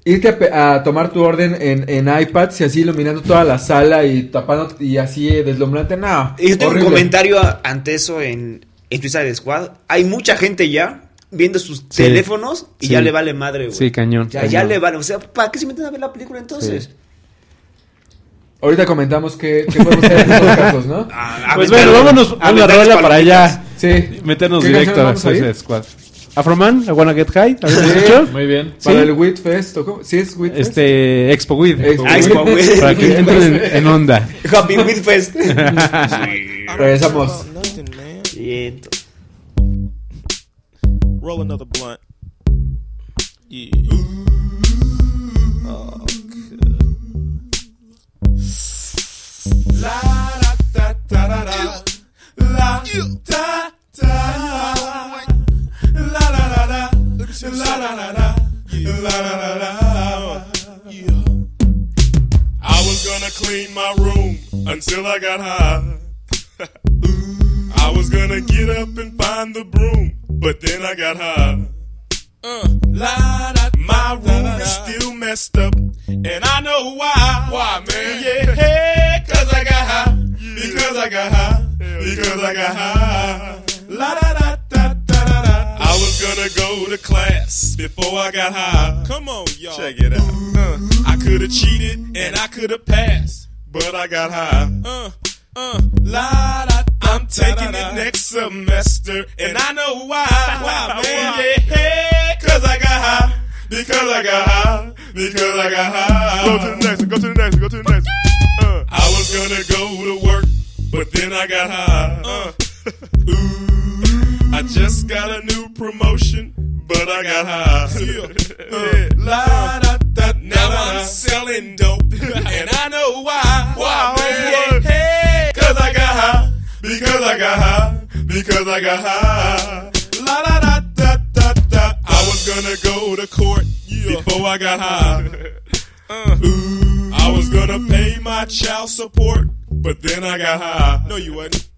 S4: irte a pe- a, tomar tu orden en, en iPads y así iluminando toda la sala y tapando y así eh, deslumbrante? No.
S3: Y Yo tengo
S4: horrible.
S3: un comentario a- ante eso en, en Suicide Squad. Hay mucha gente ya viendo sus teléfonos y
S1: Sí.
S3: ya le vale madre, güey.
S1: Sí, cañón.
S3: Ya,
S1: cañón.
S3: ya le vale. O sea, ¿para qué se meten a ver la película entonces?
S1: Sí.
S4: Ahorita comentamos qué, qué podemos hacer en estos
S3: (laughs)
S4: casos, ¿no?
S3: A- a
S1: Pues
S3: meter-
S1: bueno, vámonos a una
S3: meter
S1: rola
S3: las
S1: para allá.
S4: Sí.
S1: Meternos
S4: ¿Qué
S1: directo
S4: canción
S1: a
S4: vamos a
S1: Suicide
S4: ir?
S1: Squad. Afroman, I Wanna Get High, ¿habíamos
S4: Sí.
S1: dicho?
S2: Muy bien.
S1: Sí.
S4: Para el Wheat Fest, ¿o cómo? ¿Sí es Wheat Fest?
S1: Este, Expo Weed.
S4: Expo
S3: Ah, Expo Weed. Weed.
S1: Para que entren en, en onda.
S3: Happy With Fest.
S4: Regresamos.
S5: Nothing, man.
S3: Y ento-
S5: Roll another blunt. Yeah. Oh, God. La da da da da. La da da. La la la la. La la la la. La la la la. I was gonna clean my room until I got high. I was gonna get up and find the broom, but then I got high. Uh, la, da, my room is still messed up, and I know why. Why, man? Yeah, hey, cause I got high. Because I got high. Because I got high. La da da da da da da. I was gonna go to class before I got high. Come on, y'all. Check it out. Uh, I could have cheated and I could have passed, but I got high. Uh, uh, la da. I'm taking it next semester, and I know why. Why, man? Yeah, hey, cause I got high. Because I got high. Because I got high. Go to the next one. Go to the next one. Go to the next one. Uh. I was gonna go to work, but then I got high. Uh. Ooh, I just got a new promotion, but I got high. (laughs) Uh, la, da, da, now I'm selling dope, (laughs) and I know why. Why, man? Hey, cause I got high. Because I got high. Because because I got high. La da da da da da. I was gonna go to court before I got (laughs) high. Uh. Ooh, I was gonna pay my child support, but then I got high. No, you wasn't.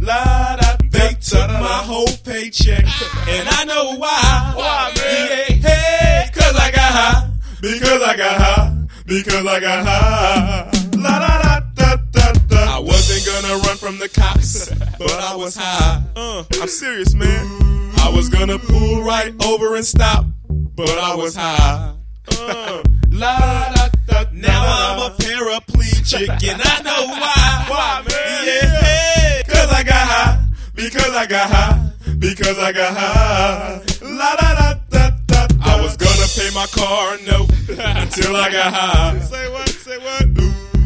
S5: La da. They took my whole (laughs) paycheck, and I know why. Why, man? Yeah, hey, cause I got high. Because I got high. Because I got high. La da da da da da. I wasn't gonna run from the cops, but I was high. Uh, I'm serious, man. I was gonna pull right over and stop, but I was high. Uh, la da da. da, Now I'm a paraplegic and I know why. Why, man? Yeah, cause I got high. Because I got high. Because I got high. La da da da da. da. I was gonna pay my car note (laughs) until I got high. Say what? Say what?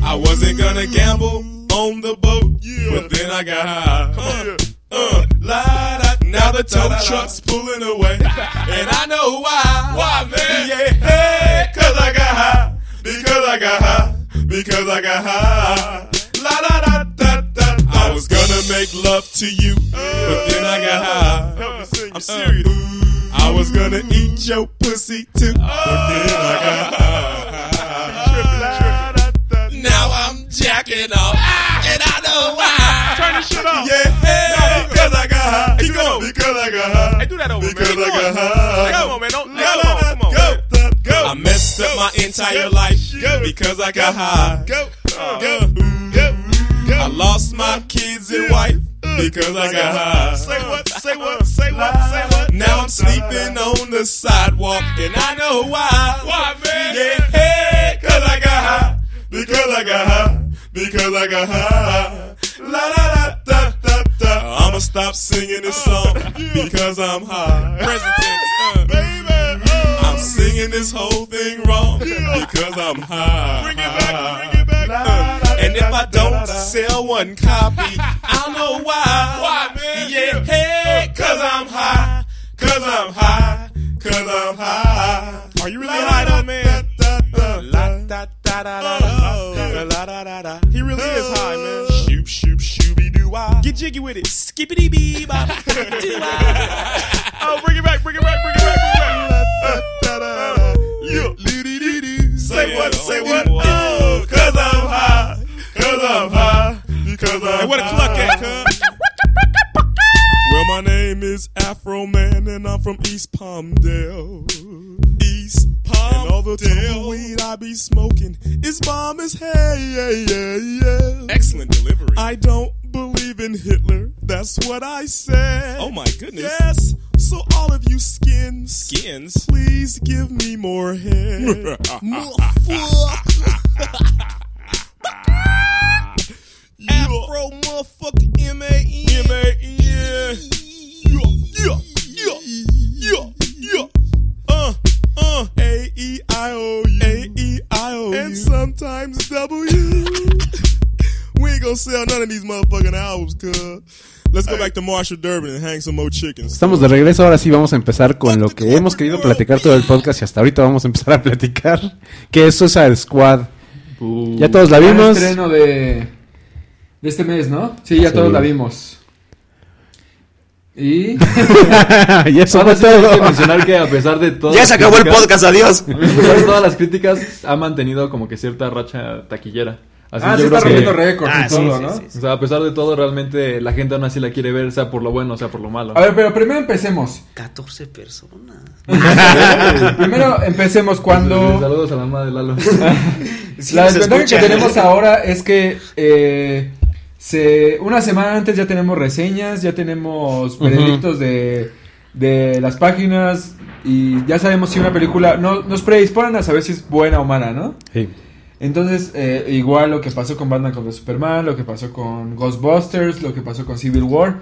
S5: I wasn't gonna gamble on the boat, but then I got high. Uh, uh, la da. Now the tow truck's pulling (laughs) away, and I know why. Why, man? Yeah, hey, cause I got high, because I got high, because I got high. La da da da da. da. I was gonna make love to you, but then I got high. I'm serious. I was gonna eat your pussy too, but then I got (laughs) high. Now I'm jacking off,
S6: Ah!
S5: and I know why. Turn the shit off. Yeah, hey, because I got high. Keep going. Because I got high.
S6: Hey, do that over,
S5: Because
S6: man.
S5: I got high.
S6: Come on, man. Don't, hey,
S5: Go,
S6: come on, come on.
S5: go,
S6: man.
S5: go.
S6: I messed up my entire life because I got high.
S5: Go, go, go, go.
S6: I lost my kids and wife because I got high.
S5: Say what? Say what?
S6: (laughs)
S5: Say what? Say what?
S6: Now I'm sleeping on the sidewalk and I know why.
S5: Why, man?
S6: Yeah, hey,
S5: Because I got high. Because I got high. Because I got high. La da da da da da.
S6: I'ma stop singing this
S5: Uh,
S6: song because I'm high. Present tense, uh.
S5: Baby, oh.
S6: I'm singing this whole thing wrong because I'm high.
S5: Bring it back. Bring it back.
S6: Uh, And if I don't sell one copy, I'll know why.
S5: Why, man?
S6: Yeah, hey,
S5: Cause I'm high. Cause I'm high. Cause I'm high.
S6: Are you really high though, man?
S5: Da, da,
S6: La
S5: da,
S6: da
S5: da.
S6: da da da da la da da da. He really is high, man. Shoop shoop shooby doo wah. Get jiggy with it. Skippity bee (laughs) bop. Doo wah. Oh, bring it back, bring it back, bring it back, bring it back.
S5: Say what, say what? Oh, cause I'm high. Cause I'm high. Because I'm
S6: Hey, what a cluck at, cuz.
S5: Well, my name is Afro Man, and I'm from East Palmdale. East Palmdale. And all the type of weed I be smoking is bomb as hell. Yeah, yeah, yeah.
S6: Excellent delivery.
S5: I don't believe in Hitler. That's what I said.
S6: Oh my goodness.
S5: Yes. So all of you skins,
S6: Skins.
S5: please give me
S6: (laughs)
S5: more head.
S6: Afro motherfucker M A E. M A E.
S5: yeah, yeah, yeah, yeah. Uh, uh, A E I O U, A E I O U, and sometimes W. we ain't gonna sell none of these motherfucking albums, cuz. Let's go back to Marshall Durbin and hang some more chickens.
S1: Estamos de regreso, ahora sí vamos a empezar con lo que hemos querido platicar todo el podcast y hasta ahorita vamos a empezar a platicar, que eso es al Squad. Ya todos la
S4: Gran
S1: vimos. (laughs)
S4: estreno de, de este mes, ¿no? Sí, ya
S1: Sí.
S4: todos la vimos.
S1: (laughs)
S4: Y
S1: y eso fue
S2: Ahora Ah, sí tengo que
S1: todo.
S2: mencionar que a pesar de todo.
S3: (laughs) Ya se acabó el podcast, adiós.
S2: A pesar de todas las críticas, ha mantenido como que cierta racha taquillera. Así
S4: ah,
S2: yo
S4: se está
S2: creo que-
S4: rompiendo récords
S3: Ah,
S4: y
S3: sí,
S4: todo,
S3: sí,
S4: ¿no?
S3: sí, sí.
S2: O sea, a pesar de todo, realmente la gente aún así la quiere ver, sea por lo bueno, sea por lo malo.
S4: A ver, (laughs) pero primero empecemos.
S3: 14 personas.
S4: (laughs) Primero empecemos
S2: (laughs)
S4: cuando
S2: Saludos a la mamá de
S4: (laughs)
S2: Lalo.
S3: Sí,
S4: La
S3: nos
S4: desventaja que
S3: escucha.
S4: tenemos ahora es que eh, se, una semana antes ya tenemos reseñas, ya tenemos veredictos de, de las páginas y ya sabemos si una película no, nos predisponen a saber si es buena o mala, ¿no?
S1: Sí.
S4: Entonces, eh, igual lo que pasó con Batman contra Superman, lo que pasó con Ghostbusters, lo que pasó con Civil War,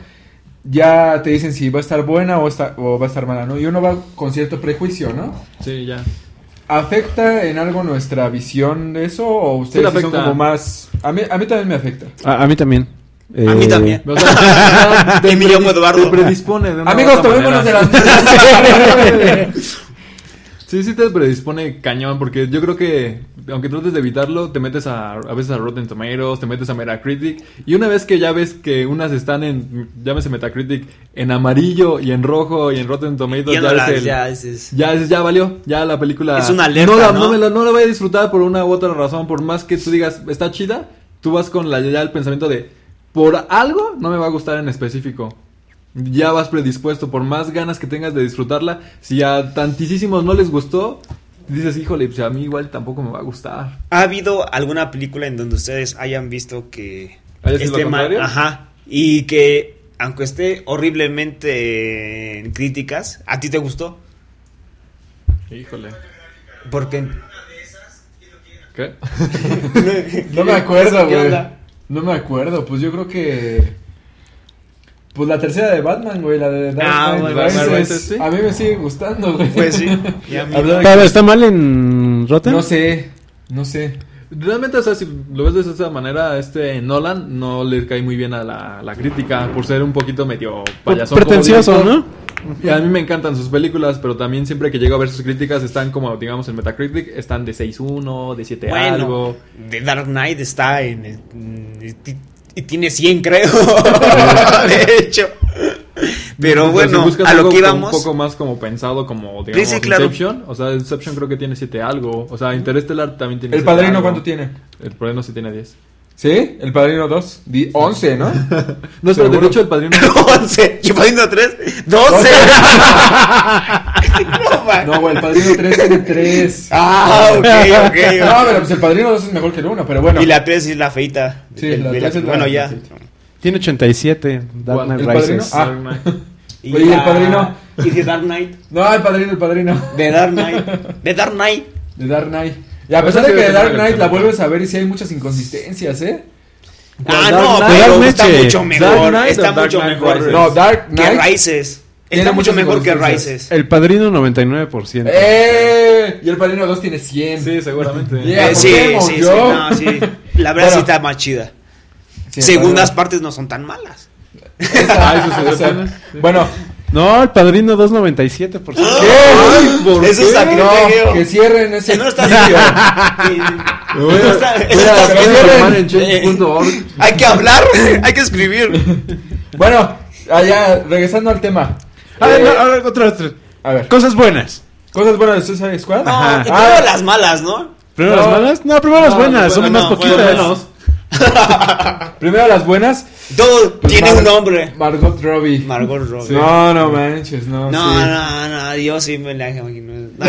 S4: ya te dicen si va a estar buena o, está- o va a estar mala, ¿no? Y uno va con cierto prejuicio, ¿no?
S2: Sí, ya.
S4: ¿Afecta en algo nuestra visión de eso? ¿O
S2: Sí, le
S4: ustedes sí son
S2: afecta.
S4: como más.? A mí, a mí también me afecta.
S1: (laughs) A, a mí también. Eh,
S3: A mí (laughs) también.
S2: O sea, te
S3: Emilio
S2: predis-
S3: Eduardo.
S2: Te predispone de una u
S4: Amigos,
S2: otra
S4: tomémonos de
S2: manera.
S4: las manos.
S1: Sí,
S2: (laughs) Sí, sí te predispone cañón, porque yo creo que, aunque trates de evitarlo, te metes a, a veces a Rotten Tomatoes, te metes a Metacritic, y una vez que ya ves que unas están en, llámese Metacritic, en amarillo y en rojo y en Rotten Tomatoes,
S3: Ya no
S2: ya,
S3: las-
S2: ves el-
S3: ya dices-
S2: ya, es- ya valió, ya la película...
S3: Es una alerta,
S2: la-
S3: ¿no?
S2: me la, no la voy a disfrutar por una u otra razón, por más que tú digas, está chida, tú vas con la, ya el pensamiento de, por algo no me va a gustar en específico. Ya vas predispuesto, por más ganas que tengas de disfrutarla, si a tantísimos no les gustó, dices, híjole, pues a mí igual tampoco me va a gustar.
S3: ¿Ha habido alguna película en donde ustedes hayan visto que
S2: ¿Haya sido lo
S3: mal?
S2: contrario?
S3: Ajá. Y que, aunque esté horriblemente en críticas, ¿a ti te gustó?
S2: Híjole.
S3: Porque.
S2: ¿Qué?
S4: No me
S3: ¿Qué?
S4: acuerdo,
S3: ¿Qué
S4: güey.
S3: onda?
S4: No me acuerdo, pues yo creo que. Pues la tercera de Batman, güey, la de Dark
S3: Ah,
S4: Knight
S3: bueno,
S4: Rises.
S2: Batman Rises, sí.
S4: A mí me sigue gustando, güey.
S3: Pues
S4: (laughs)
S3: sí.
S4: Hablando de-
S1: Pero está mal en Rotten.
S4: No sé, no sé.
S2: Realmente, o sea, si lo ves de esa manera, este Nolan no le cae muy bien a la, la crítica por ser un poquito medio payaso.
S1: Pretencioso, ¿no?
S2: Y a mí me encantan sus películas, pero también siempre que llego a ver sus críticas están como, digamos, en Metacritic, están de 6.1, de 7
S3: Bueno,
S2: algo.
S3: The Dark Knight está en. el- mm, y ti- y tiene
S2: (laughs)
S3: 100, creo. de hecho. Pero
S2: Entonces, si
S3: bueno,
S2: buscas
S3: a
S2: algo
S3: lo que
S2: como
S3: íbamos.
S2: Un
S3: (laughs)
S2: poco más como pensado, como, digamos,
S3: Sí, sí, claro.
S2: Inception. O sea, Inception creo que tiene 7 algo. O sea, Interstellar también tiene
S4: ¿El
S2: 7
S4: padrino
S2: algo.
S4: cuánto tiene?
S2: El padrino sí tiene 10.
S4: ¿Sí? ¿El padrino 2? 11,
S3: (laughs)
S4: ¿no?
S2: No, espérate,
S4: Seguro.
S2: de hecho el padrino...
S3: 11. ¿Y poniendo 3?
S2: (laughs)
S3: 12. (laughs) no, man.
S4: No, güey, el padrino 3
S3: (laughs)
S4: tiene 3.
S3: Ah, ok, ok.
S4: No, pero pues el padrino 2 es mejor que el 1, pero bueno.
S3: Y la 3 es la feita.
S4: Sí, la
S3: El-
S4: tres es la-
S3: Bueno, ya.
S4: sí.
S1: Tiene 87. Dark
S2: ¿Cuál?
S1: Knight
S2: (laughs)
S4: ¿El padrino?
S1: Rises.
S4: Ah.
S2: Dark Knight.
S4: Oye, ¿y el
S3: la-
S4: padrino?
S3: Y The Dark Knight.
S4: No, el padrino, el padrino.
S3: The Dark Knight. The Dark Knight.
S4: De Dark Knight. Y a
S2: Pero
S4: pesar
S2: esa
S4: de que
S2: sí
S4: de
S2: es una
S4: Dark Knight la
S2: versión.
S4: vuelves a ver y sí hay muchas inconsistencias, ¿eh?
S1: Dark
S3: Ah, no,
S1: Knight.
S3: pero
S1: Dark Knight,
S3: está
S1: sí.
S3: mucho
S1: Dark
S3: mejor.
S2: Knight
S3: Está
S2: o Dark
S3: mucho
S2: Knight
S3: mejor
S2: Rises.
S4: No, Dark
S3: que
S4: Knight.
S3: Rises.
S4: Tiene
S3: Está mucho
S4: muchas
S3: mejor que
S4: inconsistencias.
S3: Rises.
S1: El padrino 99%.
S4: ¡Eh! Y el padrino 2 tiene 100.
S2: Sí, (laughs) seguramente.
S4: Yeah.
S3: Eh,
S4: ¿por
S3: sí,
S4: qué,
S3: sí, sí,
S4: yo?
S3: no, sí. La verdad
S4: Bueno.
S3: sí está más chida.
S4: Sí, el
S3: Segundas
S4: padrino.
S3: partes no son tan malas. (laughs)
S4: Esa,
S2: Ah, eso sí,
S4: esa.
S2: apenas.
S4: Bueno,
S1: No, el padrino
S4: (gasps)
S1: 297%.
S4: ¿por
S3: Eso
S4: qué?
S3: es sacrilegio.
S4: No, que cierren ese.
S3: Si no estás
S4: (laughs) sitio.
S3: Sí, sí.
S2: Voy a-
S3: No está-
S2: voy a-
S3: eso (laughs) está-
S2: voy a
S4: bien.
S2: formar en change.org.
S3: Hay que hablar, (laughs) hay que escribir.
S4: Bueno, allá, regresando al tema.
S1: Ah,
S4: Eh,
S1: no, a ver, otra, otra.
S4: A ver,
S1: Cosas buenas.
S4: cosas buenas de Suicide Squad.
S3: No,
S1: Ajá.
S3: y
S4: Ah.
S3: primero las malas, ¿no?
S1: ¿Primero
S4: No.
S1: las malas? No, primero las
S4: No,
S1: buenas.
S4: no,
S1: Pues Son
S3: bueno,
S1: unas
S3: no,
S1: poquitas.
S3: bueno, pues, menos.
S4: Primero las buenas.
S3: Todo
S4: pues,
S3: tiene
S4: Mar-
S3: un nombre.
S4: Margot Robbie.
S3: Margot Robbie.
S4: No, no manches, no.
S3: No,
S4: sí.
S3: no, no, yo sí me la imagino. No.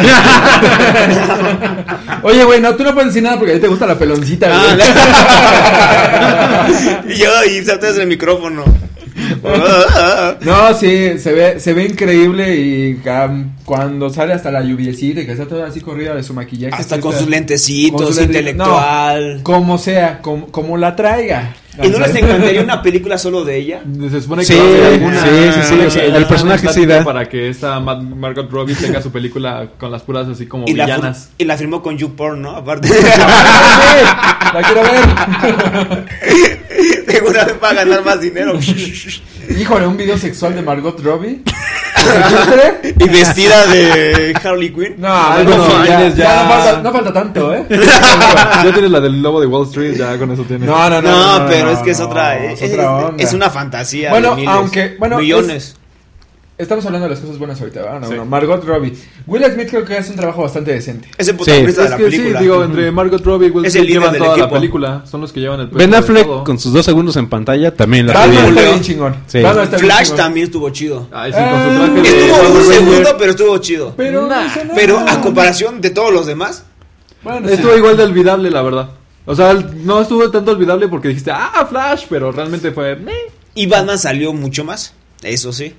S4: Oye, güey, no, tú no puedes decir nada porque a ti te gusta la peloncita, güey.
S3: Ah, yo (laughs) y saltas el micrófono.
S4: (laughs) No, sí, se ve, se ve increíble y am, cuando sale hasta la lluviecita y que está toda así corrida de su maquillaje.
S3: Hasta
S4: sí
S3: con
S4: está-
S3: sus
S4: con
S3: lentecitos,
S4: sus lente- no,
S3: intelectual.
S4: como sea, como, como la traiga.
S3: ¿Y no les encantaría
S4: (laughs)
S3: una película solo de ella?
S2: Se supone que
S1: Sí,
S2: va a haber alguna-
S3: sí, sí, sí,
S2: que
S3: o sea,
S2: ya
S3: el
S2: están
S1: personaje sí da.
S2: Para que esta Ma- Margot Robbie tenga su película con las puras así como
S3: Y la, fir-
S2: villanas.
S3: y la firmó con YouPorn, ¿no? (laughs) Aparte,
S4: ¡Ah, sí! La quiero ver.
S3: seguramente va a ganar más dinero.
S4: Híjole, un video sexual de Margot Robbie. ¿Existe?
S3: y vestida de Harley Quinn.
S4: No, algo
S2: no,
S4: sí, ya,
S2: bailes ya.
S4: ya no, falta, no falta tanto, ¿eh?
S2: (laughs) ya tienes la del lobo de Wall Street, ya con eso tienes.
S4: No, no, no.
S3: (laughs) No,
S4: no, no,
S3: pero
S4: no,
S3: es que es
S4: no,
S3: otra.
S4: es
S3: Es,
S4: otra onda.
S3: es una fantasía.
S4: Bueno,
S3: de miles,
S4: aunque- bueno,
S3: Millones.
S4: Estamos hablando de las cosas buenas ahorita, ¿verdad? No,
S2: Sí.
S4: no, Margot Robbie. Will Smith creo que hace un trabajo bastante decente.
S3: Es, el protagonista
S2: Es
S3: de la
S2: que sí,
S3: película.
S2: digo, entre Margot Robbie y Will
S3: Es el
S2: Smith
S3: líder
S2: llevan
S3: del
S2: toda la
S3: equipo.
S2: película. Son los que llevan el
S3: (laughs)
S2: peso
S1: Ben
S2: de
S1: Affleck
S2: todo.
S1: con sus dos segundos en pantalla también la
S4: Batman
S1: pedí.
S4: está
S3: Julio.
S4: bien chingón.
S1: Sí.
S4: Batman está bien
S3: Flash
S4: chingón.
S3: también estuvo chido.
S2: Ay, sí, con su traje de
S3: Estuvo
S2: Eh,
S3: un
S2: Power Ranger.
S3: segundo, pero estuvo chido.
S4: Pero, no hizo nada.
S3: Pero a comparación de todos los demás,
S4: Bueno, sí.
S2: Estuvo igual de olvidable, la verdad. O sea, el- no estuvo tanto olvidable porque dijiste, ah, Flash, pero realmente fue... "Meh".
S3: y Batman salió mucho más. Eso sí.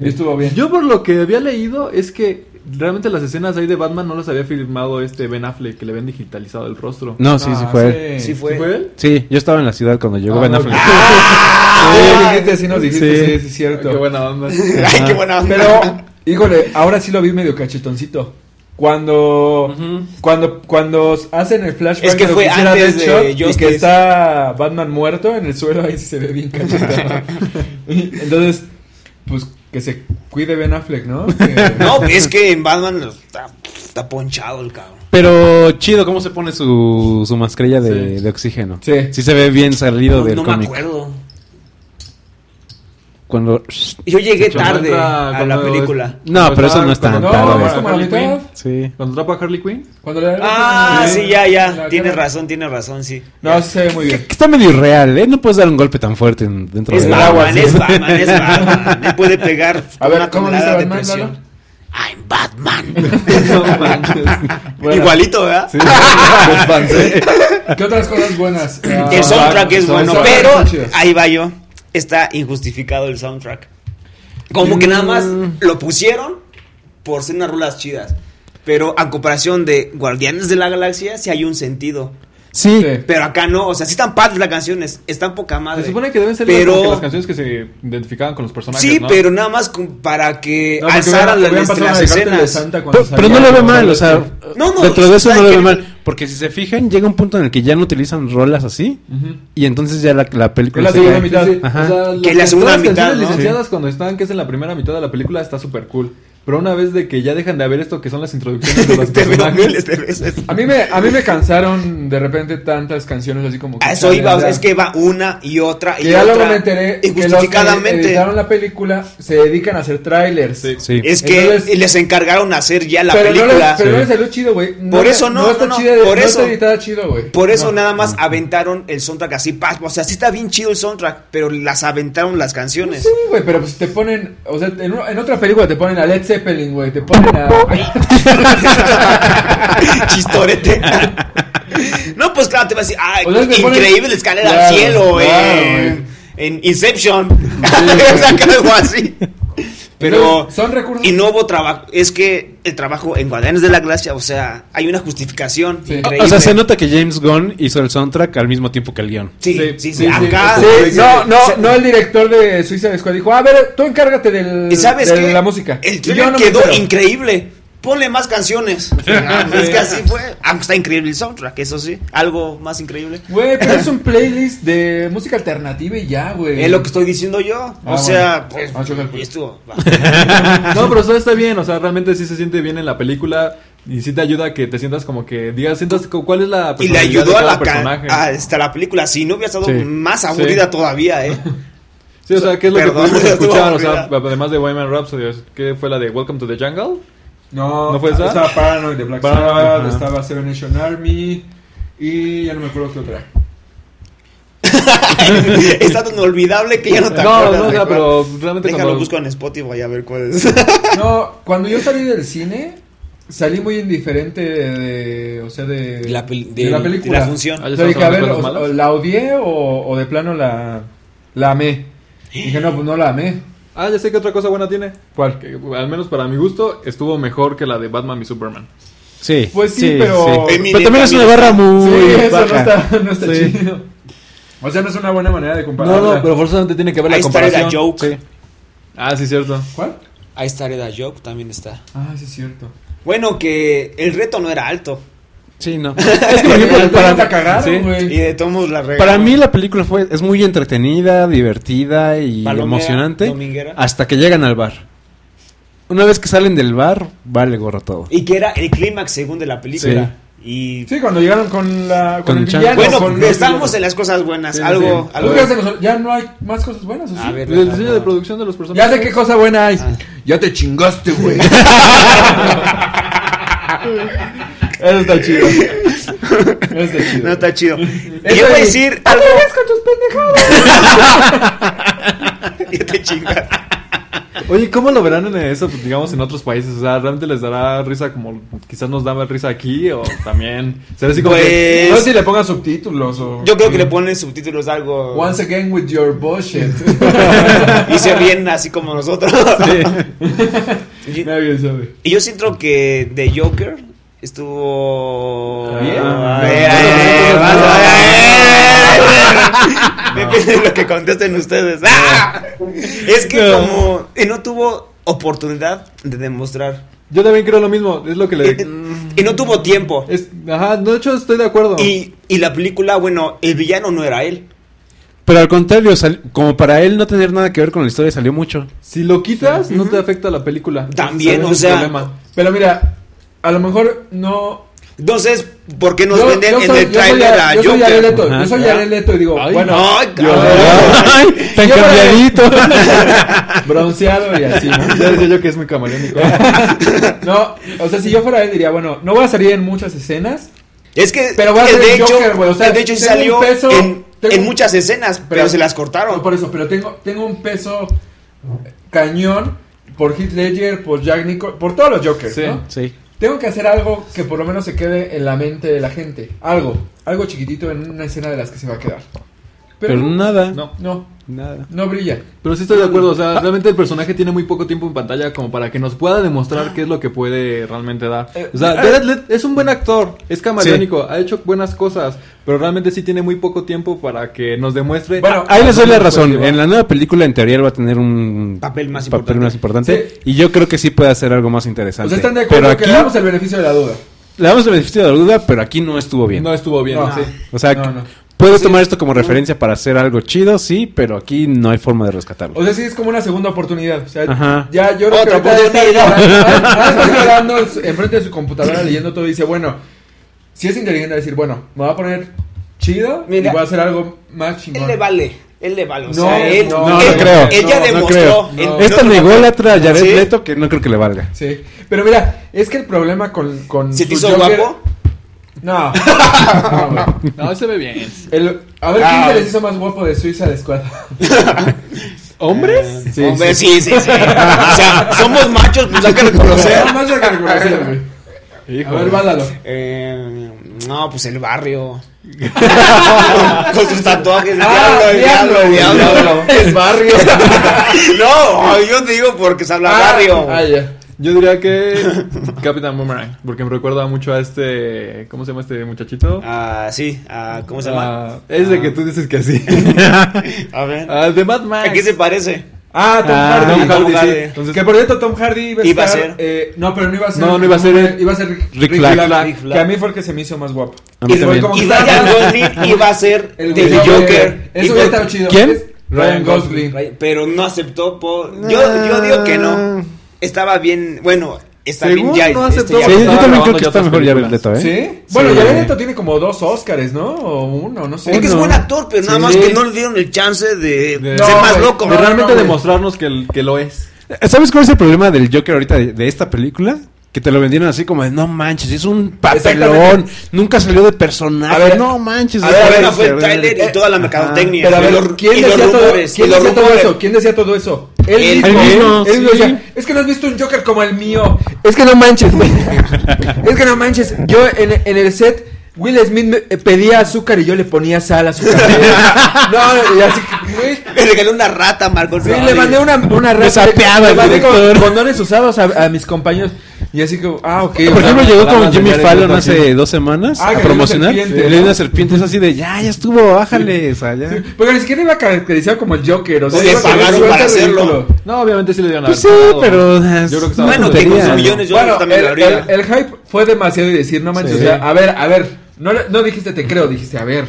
S4: Y estuvo bien.
S2: Yo por lo que había leído es que realmente las escenas ahí de Batman no las había filmado este Ben Affleck, que le habían digitalizado el rostro.
S1: No, sí, sí
S4: Ah,
S1: fue él.
S3: Sí
S2: ¿Sí fue él?
S1: Sí, yo estaba en la ciudad cuando llegó
S4: Ah,
S1: Ben
S4: no,
S1: Affleck.
S3: Ah,
S4: Sí, dijiste, sí nos dijiste, sí,
S1: Sí.
S4: sí, es cierto.
S2: Qué buena
S3: (laughs)
S2: onda.
S3: Ay, qué buena onda.
S4: Pero, híjole, ahora sí lo vi medio cachetoncito. Cuando, cuando, cuando hacen el flashback
S3: Es que
S4: de lo
S3: fue
S4: hiciera
S3: antes de
S4: Deadshot y
S3: Justice.
S4: que está Batman muerto en el suelo, ahí sí se ve
S3: (laughs)
S4: bien cachetón. Entonces,
S3: (laughs)
S4: pues que se cuide Ben Affleck, ¿no? Que-
S3: No, es que en Batman está está ponchado el cabrón.
S1: (laughs) Pero chido, ¿cómo se pone su, su mascarilla de,
S2: Sí.
S1: de oxígeno?
S4: Sí.
S1: Sí se ve bien salido
S3: No,
S1: del
S3: no me
S1: cómic.
S3: acuerdo.
S1: Cuando...
S3: Yo llegué
S1: Cuando
S3: tarde
S2: entra-
S3: a la
S2: cuando-
S3: película.
S1: No, pero eso no es tan
S2: cuando-
S4: No,
S1: tarde.
S4: es como la
S2: Harley
S4: mitad.
S2: Quinn.
S1: Sí.
S2: Cuando atrapa a Harley
S3: (laughs)
S2: Quinn.
S4: Cuando le-
S3: Ah,
S4: le-
S3: sí, ya, ya.
S4: la-
S3: Tienes razón, tienes razón, sí.
S4: No, sí se ve muy bien.
S1: Que Está medio irreal, ¿eh? No puedes dar un golpe tan fuerte en- dentro
S3: Es
S1: del
S3: Batman,
S1: sí.
S3: es
S1: (laughs)
S3: Batman, es Batman. Me puede pegar
S4: A ver,
S3: una
S4: ¿cómo le dice
S3: tonelada de
S4: Batman,
S3: presión. I'm Batman.
S2: No
S3: (laughs)
S2: manches.
S4: Bueno,
S3: Igualito, ¿verdad?
S2: Sí, los fans, ¿eh?
S4: ¿Qué otras cosas buenas? Ah,
S3: El soundtrack es
S4: el
S3: bueno,
S4: soundtrack
S3: pero
S4: está chido.
S3: ahí va yo. Está injustificado el soundtrack. Como que nada más
S4: Mm.
S3: lo pusieron por ser unas rulas chidas. Pero a comparación de Guardianes de la Galaxia, sí hay un sentido.
S1: Sí.
S4: Sí.
S3: Pero acá no, o sea, sí están padres las canciones, están poca madre.
S2: Se supone que deben ser
S3: Pero-
S2: las, como que las canciones que se identificaban con los personajes.
S3: Sí,
S2: ¿no?
S3: pero nada más con- para que
S4: No, porque
S3: alzaran las,
S4: hubieran- hubieran
S3: las
S4: pasado una de Cártel de
S3: escenas.
S4: Santa cuando
S1: Pero, pero no
S4: salía,
S1: lo ve
S4: ¿no?
S1: mal, o sea,
S3: No, no,
S1: dentro de eso
S3: está
S1: no lo ve
S3: genial.
S1: mal. Porque si se fijan, llega un punto en el que ya no utilizan rolas así.
S4: Ujú.
S1: Y entonces ya la, la
S4: Es
S1: película
S4: la
S1: se
S4: segunda
S1: cae.
S4: mitad.
S2: Sí, sí.
S1: Ajá.
S2: O sea, las-
S3: Que la segunda
S2: todas las
S3: mitad,
S2: canciones
S3: ¿no?
S2: licenciadas cuando están, que es en la primera mitad de la película, está súper cool. Pero una vez de que ya dejan de haber esto que son las introducciones de los
S3: (laughs) Te veo
S2: personajes.
S3: miles de veces.
S4: A mí, me, a mí me cansaron de repente tantas canciones así como... que-
S3: A eso iba, o sea, es que va una y otra y
S4: Que ya luego
S3: otra.
S4: me
S3: y
S4: enteré que los que
S3: justificadamente.
S4: editaron la película se dedican a hacer trailers.
S2: Sí.
S1: Sí.
S3: Es que
S4: Entonces-
S3: les encargaron hacer ya la
S4: pero no,
S3: película.
S4: le- pero no
S1: Sí.
S4: le salió chido, güey.
S3: Por eso no,
S4: no está
S3: no, no,
S4: chida,
S3: por
S4: no
S3: eso.
S4: está editada chido, güey.
S3: Por eso
S4: No.
S3: nada más aventaron el soundtrack así, pa, o sea, sí está bien chido el soundtrack, pero las aventaron las canciones.
S4: Sí, güey, pero pues te ponen, o sea, en, una- en otra película te ponen a Led Zeppelin, güey, te ponen a...
S3: (laughs)
S4: (laughs)
S3: Chistorete. no, pues claro, te va a decir, ay,
S4: O sea, te ponen-
S3: increíble escalera al
S4: Claro,
S3: cielo
S4: claro,
S3: en, en Inception. (laughs)
S4: güey.
S3: o sea, que algo así. Pero
S4: Entonces, son recursos-
S3: Y no hubo trabajo, es que el trabajo en Guardianes de la Galaxia, o sea, hay una justificación
S4: Sí.
S1: O-
S3: increíble.
S1: O sea, se nota que James Gunn hizo el soundtrack al mismo tiempo que el guión.
S3: Sí, sí, sí, acá
S4: Sí, no, no, no el director de Suiza Squad dijo, a ver, tú encárgate del,
S3: ¿Y sabes
S4: de
S3: qué?
S4: la música. Y
S3: El
S4: yo
S3: trailer
S4: no me
S3: quedó
S4: entero.
S3: increíble. Ponle más canciones. Ah, (laughs) es que así fue. Aunque está increíble el soundtrack, eso sí. Algo más increíble.
S4: Güey,
S3: (laughs)
S4: pero es un playlist de música alternativa y ya, güey.
S3: Es lo que estoy diciendo yo.
S4: Ah,
S3: o sea,
S4: bueno. Ah,
S3: pues.
S4: choca.
S3: estuvo. va.
S2: No, pero todo está bien, o sea, realmente sí se siente bien en la película y sí te ayuda a que te sientas como que digas, sientas co- cuál es la
S3: Y le
S2: personalidad de
S3: ayudó
S2: cada
S3: a la ca- Ah,
S2: personaje.
S3: a- hasta la película. Si no hubiera estado
S1: Sí.
S3: más
S2: Sí.
S3: aburrida todavía, ¿eh?
S2: Sí, o sea, qué es lo
S3: Perdón,
S2: que
S3: (laughs)
S2: pudimos
S3: estuvo
S2: escuchar, o sea,
S3: aburrida.
S2: además de Wayman Rhapsody, ¿qué fue la de Welcome to the Jungle?
S4: No,
S2: ¿No fue esa?
S4: Estaba Paranoid de Black
S2: Paranoid,
S4: Sabbath,
S2: ajá.
S4: estaba Seven Nation Army y ya no me acuerdo qué otra.
S3: es tan inolvidable que ya no te
S2: No,
S3: acuerdas.
S2: no, o
S3: de
S2: sea,
S3: cuál.
S2: pero realmente
S3: Déjalo,
S2: cuando-
S3: busco en Spotify a ver cuál es.
S4: (laughs) No, cuando yo salí del cine, salí muy indiferente de, de- o sea, de, de la película.
S3: la función.
S2: Ah, ya
S4: O sea, dije, a
S2: estaban
S4: ver,
S2: las
S4: o-
S2: malas.
S4: o ¿la odié o, o de plano la, la amé? Dije, no, pues no la amé.
S2: Ah, ya sé que otra cosa buena tiene.
S4: ¿Cuál?
S2: Que, al menos para mi gusto estuvo mejor que la de Batman y Superman.
S1: Sí.
S4: Pues sí, pero-
S1: Pero también es una barra
S4: Sí,
S1: muy
S4: eso no
S1: baja.
S4: está, no está
S1: Sí.
S4: chido. O sea, no es una buena manera de compararla.
S2: forzosamente tiene que ver
S3: Ahí está la joke.
S2: Ah, sí, cierto.
S4: ¿Cuál?
S3: Ahí está la joke, también está.
S4: Ah, sí es cierto.
S3: Bueno, que el reto no era alto.
S1: Sí, no. Es que, por ejemplo,
S4: Pero
S1: para,
S4: la cagaron,
S2: sí.
S4: güey.
S3: Y de todos modos la regla.
S1: para mí la película fue es muy entretenida, divertida y
S3: Palomera,
S1: emocionante
S3: dominguera.
S1: hasta que llegan al bar. Una vez que salen del bar, vale gorro todo.
S3: Y que era el clímax según de la película. Y
S4: Sí, cuando llegaron con la con,
S1: Con
S4: el
S1: Chan.
S4: villano,
S3: bueno,
S4: con
S3: estábamos en las cosas buenas.
S4: Sí,
S3: algo,
S4: sí.
S3: algo.
S4: ¿Qué hacen los- ya no hay más cosas buenas, ¿o sí?
S3: A ver,
S2: El diseño de producción de los
S4: Ya
S2: personajes.
S4: sé qué cosa buena hay. Ya te chingaste, güey. Eso está chido. (laughs) Eso está chido.
S3: (laughs) no está chido.
S4: Eso
S3: Yo voy a
S4: y-
S3: decir
S4: ¡Otra
S3: algo. (laughs)
S4: vez con tus pendejadas!
S3: Ya te chingas.
S2: Oye, ¿cómo lo verán en eso, pues, digamos, en otros países? O sea, ¿realmente les dará risa como quizás nos daba risa aquí? O también. Será así como. que-
S4: No sé
S3: Pues
S4: si le pongan subtítulos o...
S2: (laughs)
S3: yo creo que le ponen subtítulos de algo.
S4: Once again with your bullshit.
S3: (laughs) y se ríen así como nosotros. (laughs) Y-
S4: Nadie sabe.
S3: Y yo siento que The Joker estuvo
S2: Bien.
S3: Ah,
S2: No,
S3: eh,
S2: no,
S3: eh,
S2: no,
S3: vas
S2: no,
S3: a- eh, Depende de lo que contesten ustedes. ¡Ah! Es que como eh, no tuvo oportunidad de demostrar.
S2: Yo también creo lo mismo. Es lo que
S3: Eh, eh,
S2: le.
S3: Y no tuvo tiempo.
S2: Es... Ajá, de hecho estoy de acuerdo.
S3: Y, y la película, bueno, el villano no era él.
S1: Pero al contrario, sal- como para él no tener nada que ver con la historia salió mucho.
S2: Si lo quitas, no te afecta la película.
S3: También,
S2: Ese
S3: o
S2: es el
S3: sea,
S2: problema.
S4: Pero mira, a lo mejor no.
S3: Entonces, ¿por qué nos
S4: yo-
S3: venden
S4: yo
S3: en
S4: soy-
S3: el
S4: yo soy
S3: trailer a
S4: Yo soy Jared
S3: Joker?
S4: Leto,
S1: Ajá.
S4: yo soy Jared Leto y digo,
S2: Ay,
S4: bueno,
S3: Ay, cabrón.
S1: Ay, tan
S4: Yo-
S1: cambiadito.
S4: bronceado y así, ¿no?
S3: (laughs)
S2: Ya decía yo que es muy camaleónico.
S4: No, o sea, si yo fuera él diría, bueno, no voy a salir en muchas escenas,
S3: Es que,
S4: Pero va a
S3: que
S4: ser
S3: de,
S4: el
S3: hecho,
S4: Joker, güey, o sea,
S3: que de hecho sí
S4: tengo un
S3: salió
S4: peso-
S3: en,
S4: tengo-
S3: en muchas escenas, pero,
S4: Pero-
S3: se las
S4: No,
S3: cortaron.
S4: por eso, pero tengo, tengo un peso cañón por Heath Ledger, por Jack Nicholson, por todos los Jokers,
S2: Sí.
S4: ¿no?
S1: Sí.
S4: Tengo que hacer algo que por lo menos se quede en la mente de la gente. Algo, algo chiquitito en una escena de las que se va a quedar.
S1: Pero,
S4: Pero, no,
S1: nada.
S2: No.
S4: no,
S1: Nada.
S4: no brilla.
S2: Pero sí estoy de acuerdo, o sea, realmente el personaje tiene muy poco tiempo en pantalla como para que nos pueda demostrar qué es lo que puede realmente dar.
S4: Eh,
S2: O sea, Jared Leto es un buen actor, es camaleónico, ha hecho buenas cosas, pero realmente sí tiene muy poco tiempo para que nos demuestre.
S4: Bueno,
S1: Ahí les doy la razón.
S2: Pues,
S1: En la nueva película, en teoría, él va a tener un
S3: Papel más
S1: papel
S3: importante.
S1: más importante. Y yo creo que sí puede hacer algo más interesante.
S4: O sea, Pues están de acuerdo
S1: pero
S4: que
S1: aquí
S4: le damos el beneficio de la duda.
S1: le damos el beneficio de la duda, pero aquí no estuvo bien.
S2: no estuvo bien,
S4: No.
S2: sí.
S1: o sea,
S4: No, no.
S1: puedes tomar esto como referencia para hacer algo chido, sí, pero aquí no hay forma de rescatarlo.
S4: O sea, sí es como una segunda oportunidad. O sea,
S1: Ajá.
S4: ya yo creo que
S3: Otra
S4: ahorita ya está
S3: oportunidad.
S4: llorando, ahora está llorando en su- enfrente de su computadora leyendo todo y dice, bueno, si es inteligente decir, bueno, me voy a poner chido
S3: Mira,
S4: y voy a hacer algo más
S3: Él
S4: chingón.
S3: le vale, él le vale. O
S4: No,
S3: sea, él,
S4: no,
S1: no
S3: él-
S1: lo creo.
S3: él
S2: No,
S3: ya
S2: no
S3: demostró.
S4: creo.
S3: en-
S4: No.
S3: en
S1: Esta
S3: otro papel.
S1: nególatra a Jared
S3: ¿Sí?
S1: Leto que no creo que le valga.
S4: Sí. Pero mira, es que el problema con... con
S3: ¿Se te
S4: su
S3: hizo
S4: Joker-
S3: guapo?
S4: No. (laughs) No, güey.
S2: No, se ve bien.
S4: El- a ver,
S3: Ah.
S4: ¿quién se les hizo más guapo de Suiza de Squad?
S2: ¿Hombres?
S4: Sí,
S3: Hombre, sí, sí, sí. o sea, somos machos, pues hay que reconocer.
S4: No, (laughs) más de que reconocer, güey. A ver, bálalo.
S3: Eh, no, pues el
S4: (laughs)
S3: barrio. Con sus tatuajes.
S4: Ah,
S1: (laughs)
S4: diablo, diablo. (laughs) Es barrio.
S3: (laughs) no, yo te digo porque se habla barrio.
S4: Ah, ya.
S2: (laughs) Yo diría que Capitán Boomerang, porque me recuerda mucho a este, ¿cómo se llama este muchachito?
S3: Ah, sí. ah, ¿Cómo se llama?
S2: Ah, es de que tú dices que
S3: (laughs)
S2: sí.
S3: A ver.
S2: Ah, de Mad Max.
S3: ¿A qué se parece?
S4: Ah, Tom
S1: Ah,
S4: Hardy.
S3: Tom
S4: Tom Hardy,
S3: Hardy.
S4: sí. Entonces, que por cierto, Tom Hardy iba a,
S3: Iba a
S4: estar,
S3: ser.
S4: eh, no, pero no iba a ser.
S2: No, no iba a ser el-
S4: Iba a ser Rick,
S1: Rick
S4: Rick
S1: Flag.
S4: Flag,
S3: Rick Flag.
S4: Que a mí fue el que se me hizo más guapo.
S1: A mí
S3: Y-
S1: también.
S4: como-
S3: Y
S4: "Ah, (laughs)
S3: Ryan Gosling iba a ser
S4: El
S3: de
S4: güey-
S3: Joker.
S4: Eso
S3: Y
S4: hubiera
S3: con-
S4: estado chido.
S1: ¿Quién?
S4: Es Ryan Gosling.
S3: Ray- Pero no aceptó por... Yo, yo digo que no. Estaba bien... Bueno, está bien
S2: Según
S3: ya.
S2: no
S3: este
S2: aceptó.
S3: ya-
S1: Sí, yo
S2: estaba
S1: también
S2: grabando
S1: creo que está
S2: ya otras
S1: mejor Jared
S2: películas.
S1: Leto, ¿eh?
S4: ¿Sí? Bueno,
S1: Sí.
S4: Jared Leto tiene como dos Oscars, ¿no? O uno, no sé.
S3: Es que es
S1: No.
S3: buen actor, pero nada
S4: Sí.
S3: más que no le dieron el chance de,
S2: De-
S4: No,
S3: ser más
S4: güey.
S3: loco.
S4: No,
S2: De realmente
S4: no, güey.
S2: demostrarnos que, el- que lo es.
S1: ¿Sabes cuál es el problema del Joker ahorita de, de esta película? Que te lo vendieron así como de no manches, es un papelón,
S4: Exactamente.
S1: nunca salió de personaje,
S4: A ver,
S1: no manches.
S3: A
S1: es Eh,
S3: ver,
S1: una
S3: a ver, no fue el
S1: verga".
S3: trailer y toda la mercadotecnia.
S4: Pero a
S3: y
S4: ver,
S3: los-
S4: ¿quién
S3: y los
S4: decía, todo,
S3: rumores,
S4: ¿quién
S3: y los
S4: decía todo
S3: rumores.
S4: eso? ¿Quién decía todo eso? Él
S3: Él
S4: mismo.
S1: mismo,
S4: Él mismo
S1: sí.
S4: decía, es que no has visto un Joker como el mío. Es que no manches, güey. (laughs) Es que no manches. Yo en, en el set, Will Smith me- eh, pedía azúcar y yo le ponía sal a su café. No, y así, güey.
S3: Le regalé una rata, Marco.
S4: Sí, le mandé una, una
S1: Me sapeaba
S4: le
S1: el
S4: mandé con-
S1: director.
S4: condones usados a, a mis compañeros. Y así como, ah, ok.
S1: Por
S4: o sea,
S1: ejemplo, llegó
S2: nada
S1: con
S2: más
S1: Jimmy
S2: de Jared
S1: Fallon
S2: Leto
S1: hace
S2: así.
S1: dos semanas
S4: Ah, que
S1: a
S4: le dio
S1: promocionar.
S4: una serpiente,
S1: Le dio
S4: ¿no?
S1: una serpiente es así de ya, ya estuvo, bájale. O sea, ya.
S4: Porque ni siquiera iba caracterizado como el Joker. O sea,
S3: Le
S4: iba con un
S3: pagaron para
S4: suéter
S3: hacerlo.
S4: ridículo.
S2: No, obviamente sí le dieron
S1: Pues
S2: a
S1: sí,
S2: ver, todo.
S1: pero.
S2: Yo creo que estaba
S3: Bueno, que
S1: tontería,
S3: con sus
S1: ¿no?
S3: millones yo también
S4: el,
S3: la abría.
S4: el- el hype fue demasiado y decir, no manches,
S1: Sí.
S4: o sea, a ver, a ver, no, le- no dijiste te creo, dijiste a ver.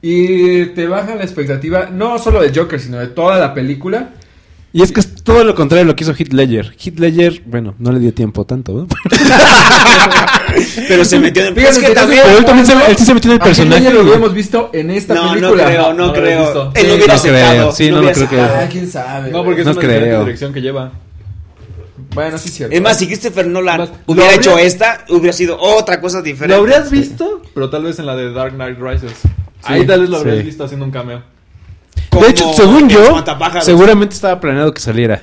S4: Y te baja la expectativa, no solo de Joker, sino de toda la película.
S1: Y es que es todo lo contrario de lo que hizo Heath Ledger. Heath Ledger, bueno, no le dio tiempo tanto,
S3: (laughs)
S1: ¿no?
S3: Pero se metió en el...
S4: Fíjate
S3: Es que
S4: que
S3: también...
S1: Pero él también se, él sí se metió en el
S4: A Heath Ledger
S1: personaje.
S4: lo
S1: güey.
S4: hubiéramos visto en esta
S3: No, no
S4: película.
S3: creo, no
S2: No lo habías
S3: creo.
S2: visto.
S3: Él
S4: Sí,
S3: no hubiera
S1: no creo,
S3: aceptado.
S1: sí, no lo
S3: hubiera
S1: creo que-
S3: aceptado.
S4: Ah, quién sabe.
S2: No, porque es
S1: No
S2: una
S1: creo.
S2: diferente dirección que lleva.
S4: Bueno, sí es cierto.
S3: Es más, si Christopher Nolan
S2: Más-
S3: hubiera
S2: lo
S3: hecho
S2: habría-
S3: esta, hubiera sido otra cosa
S2: Lo
S3: diferente.
S2: habrías visto, pero tal vez en la de Dark Knight Rises. Ahí tal vez lo habrías
S1: sí.
S2: visto haciendo un cameo.
S3: Como
S1: De hecho, según
S3: el
S1: yo,
S3: espantapájaros.
S1: seguramente estaba planeado que saliera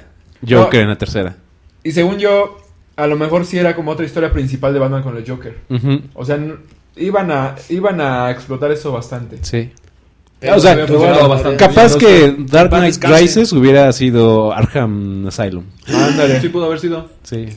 S1: Joker
S4: No.
S1: en la tercera.
S4: Y según yo, a lo mejor sí era como otra historia principal de Batman con el Joker.
S1: Ujú,
S4: O sea, n- iban a, iban a explotar eso bastante.
S1: Sí.
S3: Pero
S1: o sea,
S3: había
S2: Pero
S3: funcionado
S2: bueno,
S3: bastante
S1: Capaz
S2: no
S1: que
S2: sé.
S1: Dark
S3: Paz
S1: Knight
S3: descanse.
S1: Rises hubiera sido Arkham Asylum.
S4: Ándale.
S2: Sí pudo haber sido.
S1: Sí.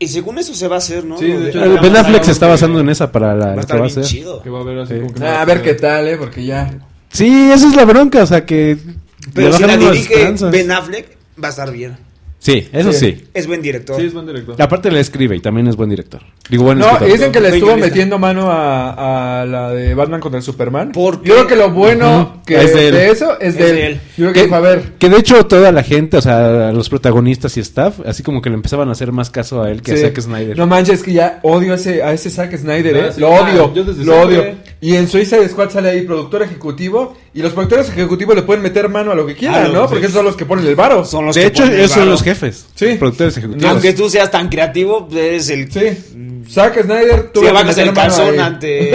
S3: Y según eso se va a hacer, ¿no?
S2: Sí,
S3: Lo
S2: de hecho,
S1: Eh,
S2: ya
S1: Ben
S2: no
S1: Affleck se
S2: sabemos
S1: está
S2: que-
S1: basando en esa para la
S3: va
S1: lo
S3: a
S1: que
S3: estar
S1: va a
S3: bien
S1: hacer.
S3: chido.
S2: Que va a haber así
S1: Sí.
S2: como que...
S4: Ah, a ver qué tal, eh, porque ya.
S1: Sí, esa es la bronca, o sea que le
S3: Pero si la
S1: bajaron las
S3: dirige
S1: esperanzas.
S3: Ben Affleck, va a estar bien.
S1: Sí, eso
S4: Sí.
S1: sí.
S3: Es buen director.
S2: Sí, es buen director.
S1: Y Aparte le escribe y también es buen director. Digo, buen
S4: No,
S1: escritor.
S4: dicen que le
S3: Buen
S4: estuvo
S3: guionista.
S4: metiendo mano a, a la de Batman contra el Superman.
S3: ¿Por qué?
S4: Yo creo que lo bueno
S1: Ujú.
S4: que
S1: Es de
S4: de,
S1: él.
S4: eso es,
S3: Es
S4: de
S3: de
S4: él.
S3: él.
S4: Yo creo que
S1: que,
S4: dijo, a ver.
S1: que de hecho toda la gente, o sea, los protagonistas y staff, así como que le empezaban a hacer más caso a él que
S4: sí.
S1: a Zack Snyder.
S4: No manches, que ya odio a ese, a ese Zack Snyder,
S2: Ah,
S4: ¿eh?
S2: sí.
S4: Lo
S2: Ah,
S4: odio,
S2: yo desde
S4: lo
S2: siempre.
S4: odio. Y en Suicide Squad sale ahí productor ejecutivo. Y los productores ejecutivos le pueden meter mano a lo que quieran,
S3: lo-
S4: ¿no? Porque esos son los que ponen el varo.
S3: Son los
S1: de
S3: que
S1: hecho,
S3: ponen el
S1: ellos son
S3: varo.
S1: los jefes.
S4: Sí.
S1: Productores ejecutivos.
S3: Aunque tú seas tan creativo, pues, eres el.
S4: Sí. Zack Snyder, tú
S3: Se bajas el
S1: (laughs)
S3: calzón ante.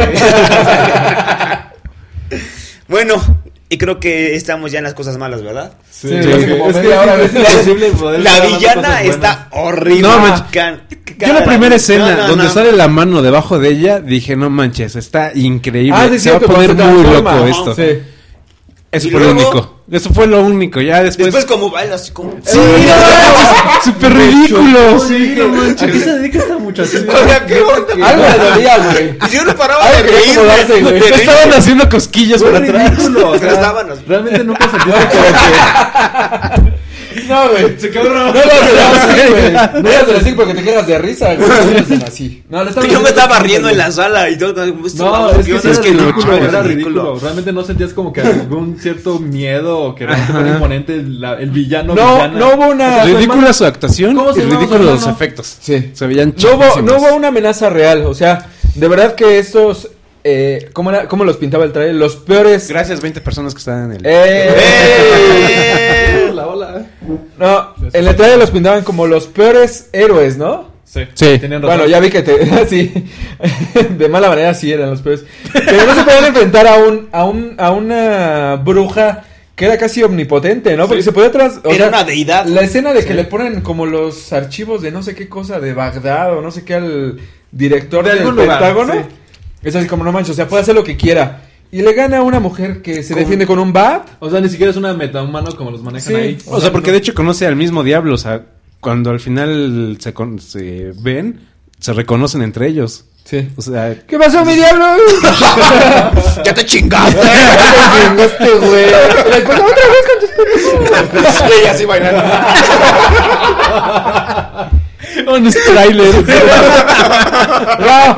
S3: (laughs) bueno, y creo que estamos ya en las cosas malas, ¿verdad?
S2: Sí,
S4: Sí,
S2: sí,
S4: es
S2: que-
S4: como
S2: es que
S4: media hora
S2: es
S4: de-
S2: imposible poder
S3: La
S2: estar hablando
S3: villana
S2: cosas
S3: está horrible.
S1: No, manches.
S3: Can-
S1: Yo la primera escena
S3: No, no,
S1: donde
S3: no.
S1: sale la mano debajo de ella, dije, no manches, está increíble.
S4: Ah, sí,
S1: se
S4: cierto,
S1: va a poner
S4: cuando se
S1: muy
S4: transforma.
S1: loco
S4: Ajá,
S1: esto.
S4: Sí.
S1: Eso
S3: Y
S1: fue lo
S3: luego-
S1: único. Eso fue lo único. Ya después...
S3: Después, como baila así como.
S1: Sí, no manches, súper ridículo. Sí, no
S4: ¿A qué
S1: manches.
S4: se dedica esta muchachita?
S3: O sea, ¿qué onda? (laughs)
S4: Algo le dolía, güey.
S3: Y yo no paraba de
S4: Ay, que
S3: reírme.
S4: cómo lo hace, güey.
S3: de reír.
S1: Estaban haciendo cosquillas por (laughs) atrás.
S2: ridículo, o sea,
S3: Pero estaban así.
S2: Realmente nunca se
S4: No, güey.
S2: Se quedó
S4: No lo hagas así, güey. No lo hagas así porque te quedas de risa, güey. No lo hacen así. No, lo estamos
S3: Yo me estaba
S4: haciendo-
S3: riendo en la sala y todo. como, este
S2: No,
S3: mamón,
S2: es
S3: ¿qué
S2: que sí
S3: onda?
S2: era
S3: no,
S2: ridículo,
S3: no,
S2: era
S3: no,
S2: ridículo. Realmente no sentías como que algún cierto miedo o que realmente fuera imponente la- el villano.
S4: No,
S2: villana.
S4: no hubo una.
S1: Ridícula su actuación
S4: ¿Cómo
S1: y
S4: se llamaba su
S1: ridículos los
S4: hermano?
S1: efectos.
S4: Sí.
S1: Se veían
S4: No hubo,
S1: chafísimos.
S4: no hubo una amenaza real. O sea, de verdad que estos. Eh, ¿cómo, era- ¿Cómo los pintaba el trailer? Los peores.
S1: Gracias 20 personas que están en el...
S4: ¡Eh!
S2: (laughs) Hola, hola.
S4: No, en el trailer los pintaban como los peores héroes, ¿no?
S2: Sí,
S1: Sí.
S2: tienen razón.
S4: Bueno, ya vi que te. (laughs) Así. De mala manera sí eran los peores. Pero no se podían enfrentar a un, a un, a una bruja que era casi omnipotente, ¿no? Porque
S2: Sí.
S4: se podía trans. o
S3: Era
S4: sea,
S3: una deidad.
S4: La escena de que le ponen como los archivos de no sé qué cosa de Bagdad o no sé qué al director
S2: De
S4: del
S2: algún lugar,
S4: Pentágono.
S2: sí.
S4: Es así como no manches, o sea, puede hacer lo que quiera. Y le gana a una mujer que se defiende con un bat.
S2: O sea, ni siquiera es una metahumano como los manejan
S4: Sí.
S2: ahí.
S1: O sea, porque de hecho conoce al mismo diablo. O sea, cuando al final se, con- se ven, se reconocen entre ellos.
S4: Sí.
S1: O sea,
S4: ¿Qué pasó, mi diablo?
S3: Ya te
S4: (laughs)
S3: chingaste.
S4: Este güey. Después, otra vez con tus
S3: (laughs) y así
S4: (laughs)
S3: bailando.
S1: honest trailer.
S4: No,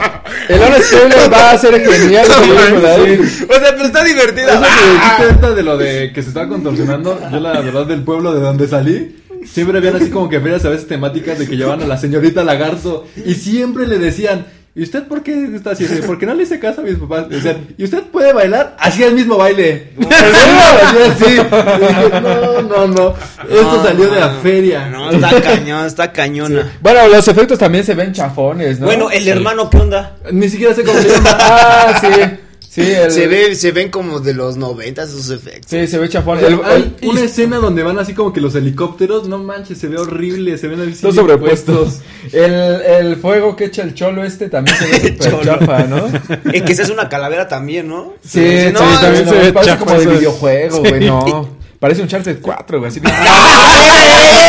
S4: el Honest Trailer va a ser genial.
S3: No,
S4: güey, ¿verdad?
S3: O sea, pero está (laughs) divertida. Ah,
S2: Eso que dijiste ahorita de lo de que se estaba contorsionando, yo la verdad del pueblo de donde salí, siempre habían así como que ferias a veces temáticas de que llevaban a la señorita lagarto y siempre le decían, ¿y usted por qué está así? Porque no le hice caso a mis papás. Y decían, ¿y usted puede bailar? Así el mismo baile. (laughs) Pero yo así. Y dije, no, no, no. Esto
S3: No,
S2: salió de la
S3: no,
S2: feria.
S3: No, está cañón, está cañona.
S4: Bueno, los efectos también se ven chafones, ¿no?
S3: Bueno, el hermano, ¿qué onda?
S2: Ni siquiera sé cómo se llama.
S4: Ah, sí. Sí, el-
S3: Se, ve, se ven como de los 90 sus efectos.
S4: Sí, se ve chafón. (laughs) El,
S2: Hay
S4: el-
S2: una escena donde van así como que los helicópteros, no manches, se ve horrible, se ven así
S4: Los sobrepuestos. El, el fuego que echa el cholo este también se
S3: (laughs)
S4: ve súper
S3: Cholo.
S4: chafa, ¿no?
S3: Es que esa es una calavera también, ¿no?
S4: Sí,
S3: no,
S4: sí, también
S3: no,
S4: se ve
S1: parece
S4: chafa. como
S1: como de
S4: de videojuego, güey, no. Parece un Charter 4, güey, así.
S3: ¡Ah,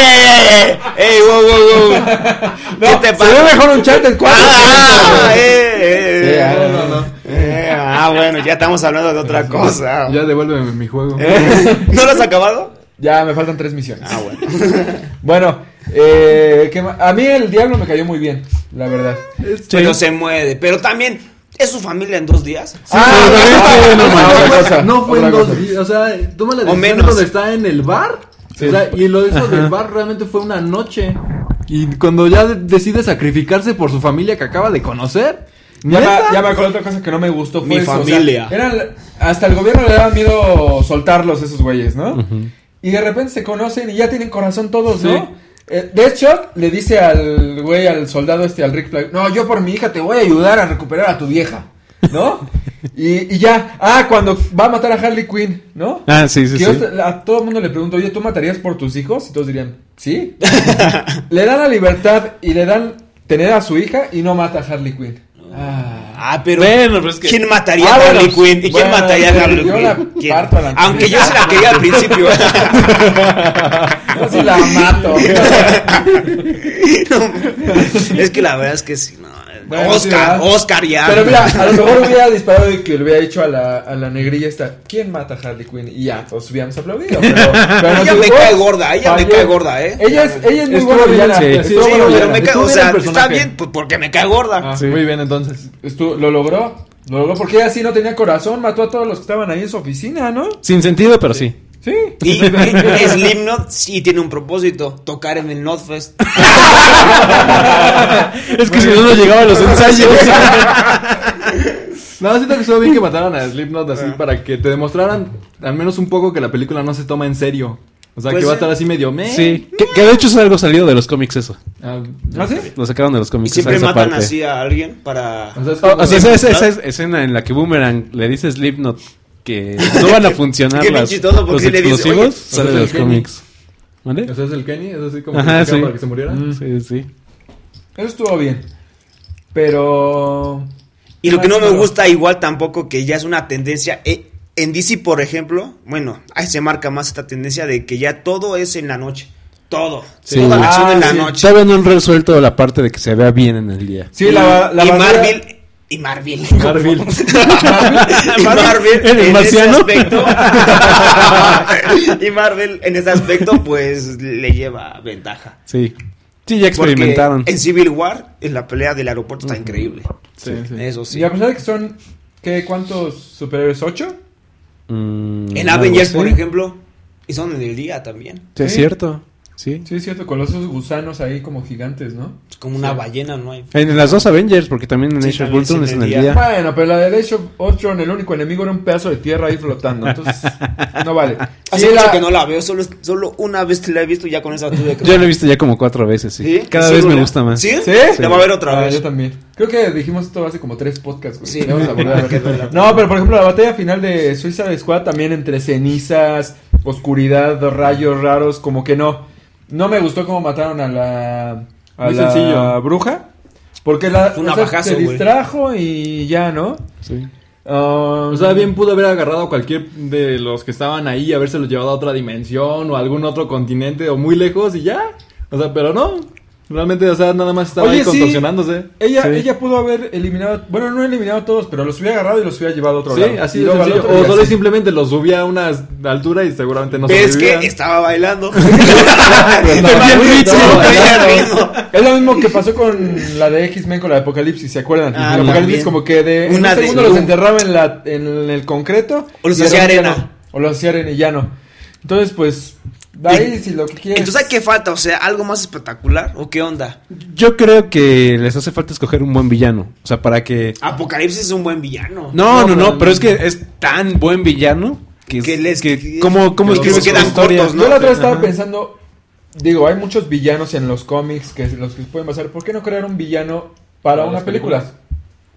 S3: eh, ¡Ey, wow,
S4: (laughs)
S3: wow, wow! ¿Qué te
S4: Se ve
S3: pasa?
S4: mejor un Charter 4.
S3: ¡Ah! ¡Eh, eh,
S4: Sí, ah,
S3: eh.
S4: no, no, no.
S3: Eh, ah, bueno, ya estamos hablando de
S4: (laughs)
S3: otra cosa.
S2: Ya devuélveme mi juego.
S3: ¿Eh? (laughs) ¿No lo has acabado?
S4: Ya, me faltan tres misiones.
S3: Ah, bueno.
S4: Bueno, eh, ¿qué ma- a mí el diablo me cayó muy bien, la verdad.
S3: Pero se muere. Pero también, ¿es su familia en dos días?
S4: ah,
S1: pero también
S4: ah,
S1: fue, no
S4: (laughs) otra
S1: mames.
S4: cosa,
S2: No fue
S4: otra
S2: en
S4: cosa.
S2: dos días, o sea, toma la
S3: O
S2: decisión
S3: menos.
S2: donde está en el bar. O sea, y lo de eso del bar realmente fue una noche. Y cuando ya de- decide sacrificarse por su familia que acaba de conocer,
S4: Ya me,
S2: ¿neta?
S4: ya me acuerdo otra cosa que no me gustó. Fue
S3: Mi
S4: eso, o sea,
S3: familia.
S4: eran- hasta el gobierno le daba miedo soltarlos esos güeyes, ¿no? Y de repente se conocen y ya tienen corazón todos,
S2: Sí.
S4: ¿no? Eh, Deathshot le dice al güey, al soldado este, al Rick Flag, no, yo por mi hija te voy a ayudar a recuperar a tu vieja,
S1: (laughs)
S4: ¿no? y, y ya, ah, cuando va a matar a Harley Quinn, ¿no?
S1: Ah, sí, sí,
S4: Que
S1: sí.
S4: yo a todo el mundo le pregunto, oye, ¿tú matarías por tus hijos? Y todos dirían,
S1: (laughs)
S4: sí. le dan la libertad y le dan tener a su hija y no mata a Harley Quinn. Ah.
S3: Ah, pero.
S1: Bueno, pero es que-
S3: ¿Quién mataría
S4: Ah,
S3: a Harley
S4: bueno,
S3: Quinn? ¿Y quién
S4: bueno,
S3: mataría a Harley
S4: yo la
S3: Quinn? ¿Quién?
S4: parto a la-
S3: Aunque
S4: (laughs)
S3: yo se la quería al principio.
S4: Yo
S1: (laughs)
S4: sí la mato.
S3: No, es que la verdad es que sí, no.
S4: (laughs) Bueno, sí,
S3: Oscar,
S4: ¿verdad?
S3: Oscar ya.
S4: Pero mira, a lo mejor hubiera disparado y que le hubiera dicho a la, a la negrilla esta, ¿quién mata a Harley Quinn? Y ya, todos hubiéramos aplaudido. Pero, pero
S3: (laughs) Ella
S4: nos
S3: me
S4: dijo,
S3: cae gorda, ella me
S4: fallé.
S3: cae gorda, ¿eh?
S4: Ella es, ella es muy
S2: Estuvo
S4: buena
S2: bien,
S4: villana.
S1: sí.
S4: estuvo
S1: Sí,
S3: Sí,
S4: buena
S3: pero
S4: villana.
S3: me cae,
S2: Estuvo
S3: o
S2: bien
S3: sea,
S2: el
S3: está
S2: personaje.
S3: bien pues, porque me cae gorda.
S2: Ah, Muy bien, entonces.
S4: Estuvo- lo logró. Lo logró porque ella sí no tenía corazón, mató a todos los que estaban ahí en su oficina, ¿no?
S1: Sin sentido, pero sí.
S4: Sí.
S3: Y, (laughs) y Slipknot sí tiene un propósito, tocar en el Notfest.
S1: (laughs) es que si no, no llegaba a los
S3: (laughs)
S1: ensayos.
S2: No, siento que estuvo bien que mataran a Slipknot así para que te demostraran al menos un poco que la película no se toma en serio. O sea,
S3: Pues
S2: que va a
S3: sí.
S2: estar así medio meh.
S1: sí. Que, que de hecho es algo salido de los cómics eso.
S2: Ah,
S4: ¿Ah, sí?
S1: Lo sacaron de los
S3: Y
S1: cómics.
S3: siempre
S1: esa
S3: matan
S1: parte.
S3: así a alguien para...
S4: Ah,
S2: o sea, es
S1: O,
S2: como-
S1: o sea, esa, esa- esa escena en la que Boomerang le dice a Slipknot que no
S3: (laughs)
S1: van a funcionar
S3: Qué bien
S1: las-
S3: chistoso, porque
S1: los
S3: sí le dice,
S1: explosivos,
S3: oye, pues,
S1: sale
S2: o
S1: de
S2: sea,
S1: los
S2: el genio.
S1: cómics. ¿Vale?
S2: o sea, es el Kenny, es así como
S1: Ajá,
S2: que se
S1: sí.
S2: para que se muriera.
S1: Sí, sí.
S4: Eso estuvo bien. Pero.
S3: Y lo que no me
S4: Claro.
S3: gusta igual tampoco, que ya es una tendencia, eh, en DC por ejemplo, bueno, ahí se marca más esta tendencia de que ya todo es en la noche, todo,
S1: Sí.
S3: toda la acción
S4: Ah,
S3: en la
S4: sí.
S3: noche.
S1: Todavía no han resuelto la parte de que se vea bien en el día.
S4: Sí, la, la
S3: y
S4: bandera-
S3: Marvel... Y Marvel. (laughs)
S2: Marvel.
S3: y Marvel
S1: ¿El
S3: en
S1: marciano?
S3: ese aspecto. y Marvel en ese aspecto, pues le lleva ventaja.
S1: Sí. Sí, ya
S3: Porque
S1: experimentaron.
S3: En Civil War, en la pelea del aeropuerto está increíble.
S2: Sí, sí.
S3: Eso sí.
S4: Y a pesar de que son. ¿Qué? ¿Cuántos superhéroes? ¿Ocho?
S1: Mm,
S3: En
S1: algo
S3: Avengers,
S1: así.
S3: por ejemplo, y son en el día también.
S1: Sí, es
S4: Sí.
S1: cierto. Sí.
S4: Sí, es cierto, con los esos gusanos ahí como gigantes, ¿no?
S3: Es como una ballena, ¿no hay?
S1: En las dos Avengers, porque también en
S3: Sí,
S1: Age of
S3: también es
S1: Ultron es en el día.
S4: Bueno, pero la de Age of Ultron, el único enemigo era un pedazo de tierra ahí flotando.
S3: (laughs)
S4: Entonces, no vale.
S3: Hace
S4: Sí,
S3: mucho
S4: la-
S3: que no la veo, solo, solo una vez la he visto y ya con esa tuve que.
S1: Yo lo he visto ya como cuatro veces, sí.
S3: ¿Sí?
S1: Cada
S3: ¿Sí,
S1: vez me
S3: Lula?
S1: gusta más.
S3: ¿Sí?
S4: ¿Sí?
S3: La voy a ver otra
S4: Ah,
S3: vez.
S4: Yo también. Creo que dijimos esto hace como tres podcasts, güey.
S3: Sí.
S4: Debemos
S3: (laughs)
S4: de volver a
S3: Hay que
S4: verlo.
S3: verla.
S4: No, pero por ejemplo, la batalla final de Suicide Squad también entre cenizas, oscuridad, rayos raros, como que no. No me gustó cómo mataron a la. A
S2: Muy
S4: la
S2: sencillo.
S4: bruja. Porque la.
S3: Fue un navajazo,
S4: se
S3: güey.
S4: distrajo y ya, ¿no?
S1: Sí.
S4: Ah,
S2: O sea, bien pudo haber agarrado a cualquier de los que estaban ahí, habérselos llevado a otra dimensión o a algún otro continente o muy lejos y ya. O sea, pero no. Realmente, o sea, nada más estaba
S4: Oye,
S2: ahí
S4: sí.
S2: contorsionándose.
S4: Ella,
S1: Sí.
S4: ella pudo haber eliminado, bueno, no eliminado a todos, pero los hubiera agarrado y los hubiera llevado a otro
S2: Sí,
S4: lado.
S2: así
S4: Y
S2: de
S4: luego al
S2: sencillo.
S4: otro y
S2: O solo
S4: así.
S2: simplemente los subía a una altura y seguramente no
S3: ¿Ves que
S2: sobrevivía.
S3: estaba
S4: (laughs)
S3: bailando? Perdí el
S4: muy
S3: ritmo,
S4: bien,
S3: perdí
S4: no,
S3: el
S4: no.
S3: ritmo.
S4: Es lo mismo que pasó con la de X-Men con la de Apocalipsis, ¿se acuerdan?
S3: Ah,
S4: el Apocalipsis
S3: también.
S4: como que de en
S3: Una
S4: un
S3: de
S4: segundo los
S3: Blue.
S4: enterraba en, la, en el concreto.
S3: O los
S4: y de
S3: hacía
S4: repente ya
S3: arena.
S4: no. o los hacía arena y ya no. Entonces, pues, de ahí
S3: Y-
S4: si lo que quieres.
S3: Entonces, ¿a qué falta? O sea, ¿algo más espectacular? ¿O qué onda?
S1: Yo creo que les hace falta escoger un buen villano. O sea, para que.
S3: Ah, Apocalipsis es un buen villano.
S1: No,
S2: No,
S1: no, no,
S2: pero-
S1: pero es que es tan buen villano que, es-
S3: Que les-
S1: que- ¿Cómo, cómo
S3: que se
S1: escribes
S3: quedan
S1: una historia?
S3: cortos, ¿no?
S4: Yo la otra vez estaba
S1: Ajá.
S4: pensando, digo, hay muchos villanos en los cómics que los que pueden pasar. ¿Por qué no crear un villano para
S2: Para
S4: una
S2: las
S4: película?
S2: películas.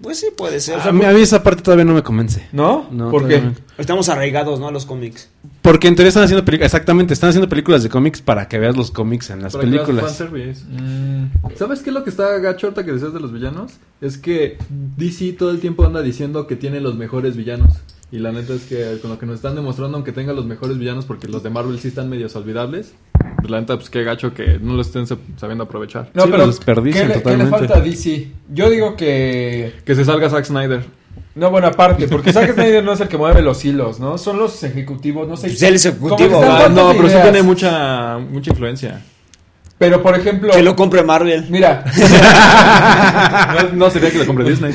S3: Pues sí, puede ser.
S1: A mí, a mí esa parte todavía no me convence.
S4: ¿No?
S1: No,
S4: ¿Por qué?
S1: todavía no.
S3: Estamos arraigados, ¿no? A los cómics.
S1: Porque en teoría están haciendo películas. Exactamente, están haciendo películas de cómics para que veas los cómics en las
S2: Para que veas
S1: películas.
S2: fanservice.
S4: Mm,
S2: ¿Sabes qué es lo que está gacho ahorita que decías de los villanos? Es que DC todo el tiempo anda diciendo que tiene los mejores villanos. Y la neta es que con lo que nos están demostrando, aunque tenga los mejores villanos, porque los de Marvel sí están medios olvidables, pues la neta, pues qué gacho que no lo estén sab- sabiendo aprovechar.
S4: No,
S1: Sí,
S4: pero
S1: los desperdician
S4: ¿qué le-
S1: totalmente.
S4: ¿Qué le falta a DC? Yo digo que
S2: Que se salga Zack Snyder.
S4: No, bueno, aparte, porque
S1: (laughs)
S4: Zack Snyder no es el que mueve los hilos, ¿no? Son los ejecutivos, no sé.
S3: Pues él es
S4: como que
S3: ejecutivo,
S4: están
S3: ¿verdad?
S2: Ah,
S4: dando
S2: no, pero sí
S4: ideas.
S2: tiene mucha, mucha influencia.
S4: (laughs) Pero, por ejemplo,
S3: Que lo compre Marvel.
S4: mira,
S1: (laughs)
S2: No, no sería que lo compre Disney.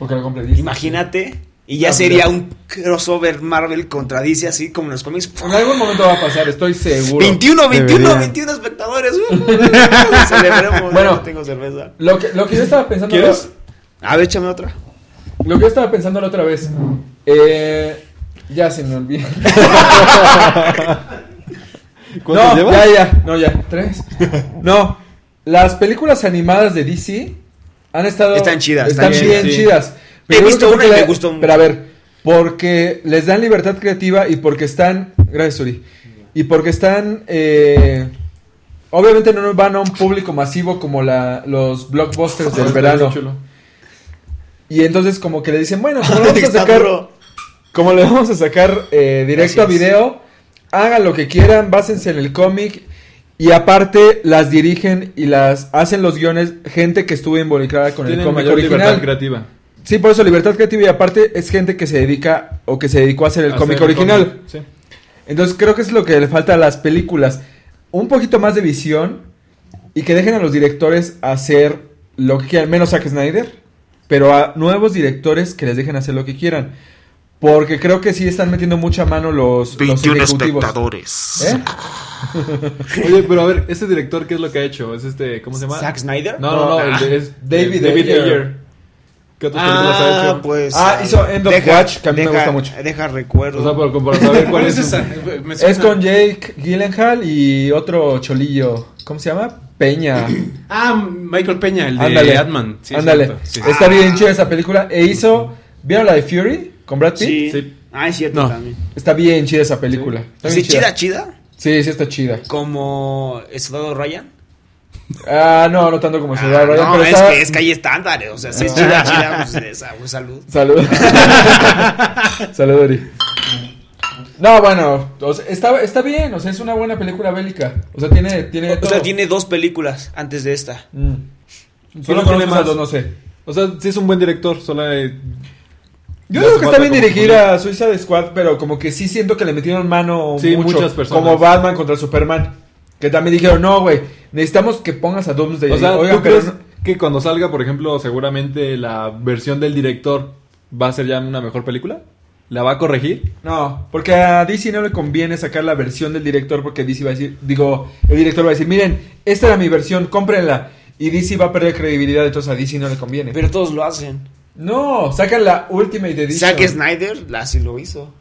S4: porque lo compré Disney.
S3: Imagínate. Y ya
S4: Ah,
S3: sería
S4: mira.
S3: un crossover Marvel contra DC, así como en los cómics.
S4: En algún momento va a pasar, estoy seguro.
S3: 21, 21,
S1: Debería.
S3: 21 espectadores. Uh.
S4: (laughs)
S3: Celebremos.
S4: Bueno.
S3: no tengo cerveza.
S4: Lo que, lo que yo estaba pensando.
S1: ¿Quieres?
S3: A ver, échame otra.
S4: Lo que yo estaba pensando la otra vez. Eh, ya se me olvidó.
S2: ¿Cuántos
S4: No,
S2: llevas?
S4: ya, ya. No, ya. Tres. (laughs) No. Las películas animadas de DC han estado.
S3: Están chidas,
S4: Están
S3: están
S4: bien
S2: chidas, sí.
S4: chidas.
S3: He
S4: yo creo
S3: visto
S4: que
S3: una y
S4: porque
S3: me
S4: la-
S3: gustó mucho.
S4: Pero a ver, porque les dan libertad creativa y porque están. Gracias, Uri. Y porque están. eh, obviamente no van a un público masivo como la, los blockbusters del verano.
S2: Chulo.
S4: Y entonces, como que le dicen, bueno,
S3: (laughs)
S4: como lo vamos a
S3: Está
S4: sacar.
S3: duro.
S4: Como le vamos a sacar eh, directo
S3: Gracias.
S4: a video, hagan lo que quieran, básense en el cómic. Y aparte las dirigen y las hacen los guiones gente que estuvo involucrada con el
S2: Tienen
S4: cómic
S2: mayor libertad
S4: original.
S2: creativa.
S4: Sí, por eso libertad creativa y aparte es gente que se dedica o que se dedicó a hacer el
S2: Hacer
S4: cómic original.
S2: cómic, sí.
S4: Entonces creo que es lo que le falta a las películas. Un poquito más de visión y que dejen a los directores hacer lo que quieran, menos a Zack Snyder, pero a nuevos directores que les dejen hacer lo que quieran. Porque creo que sí están metiendo mucha mano los, los
S7: 21
S4: ejecutivos.
S7: espectadores.
S4: ¿Eh?
S2: Oye, pero a ver, ese director, ¿qué es lo que ha hecho? ¿Es este, cómo se llama?
S3: ¿Zack Snyder?
S2: No, no, no, (laughs) el de- es
S4: David Ayer.
S2: ¿Qué otras películas ha
S3: Ah,
S2: hecho?
S3: pues.
S4: Ah, hizo End of Watch, que a mí me gusta mucho.
S3: Deja recuerdo.
S2: O sea, por,
S1: (laughs)
S2: por saber cuál es.
S1: es
S2: su-
S1: esa? Me
S4: Es
S1: suena.
S4: con Jake Gyllenhaal y otro cholillo. ¿Cómo se llama? Peña.
S1: Ah, Michael Peña, el de
S4: Ándale.
S1: Ant-Man. Sí, es
S4: Ándale.
S1: cierto. Sí, sí.
S4: Está bien chida esa película. E hizo. ¿Vieron la de Fury? Con Brad Pitt.
S3: sí.
S2: Sí.
S3: Ah, es cierto
S1: No.
S3: también.
S4: Está bien chida esa película. Está
S3: Sí,
S4: bien
S3: chida, chida.
S4: Sí, sí está chida.
S3: Como Soldado Ryan.
S4: Ah, no, no tanto como se da
S3: Ah,
S4: Ryan,
S3: no,
S4: pero
S3: es,
S4: está-
S3: que, es que hay estándares. O sea, sí es
S4: (laughs)
S3: chida, chida. Pues, esa, pues, salud.
S4: Salud.
S3: (laughs)
S4: Salud, Ori. No, bueno, o sea, está, está bien, o sea, es una buena película bélica. O sea, tiene, tiene
S3: O
S4: todo.
S3: sea, tiene dos películas antes de esta.
S4: Mm.
S2: Solo
S4: Solo
S2: tiene
S4: con esas
S2: más.
S4: dos, no sé.
S2: O sea, sí es un buen director, solo eh, Ya
S4: Yo digo
S2: se
S4: que está
S2: falta
S4: bien
S2: como
S4: dirigir a Suicide Squad, pero como que sí siento que le metieron mano
S2: Sí,
S4: mucho,
S2: muchas personas.
S4: Como Batman contra Superman. Que también dijeron, no, güey, necesitamos que pongas a Doomsday.
S2: O sea,
S4: Oigan,
S2: ¿tú
S4: pero
S2: crees
S4: no-
S2: que cuando salga, por ejemplo, seguramente la versión del director va a ser ya una mejor película? ¿La va a corregir?
S4: No, porque a DC no le conviene sacar la versión del director porque DC va a decir, digo, el director va a decir, miren, esta era mi versión, cómprenla. Y DC va a perder credibilidad, entonces a DC no le conviene.
S3: Pero todos lo hacen.
S4: no, sacan la Ultimate Edition.
S3: Zack Snyder, la sí lo hizo.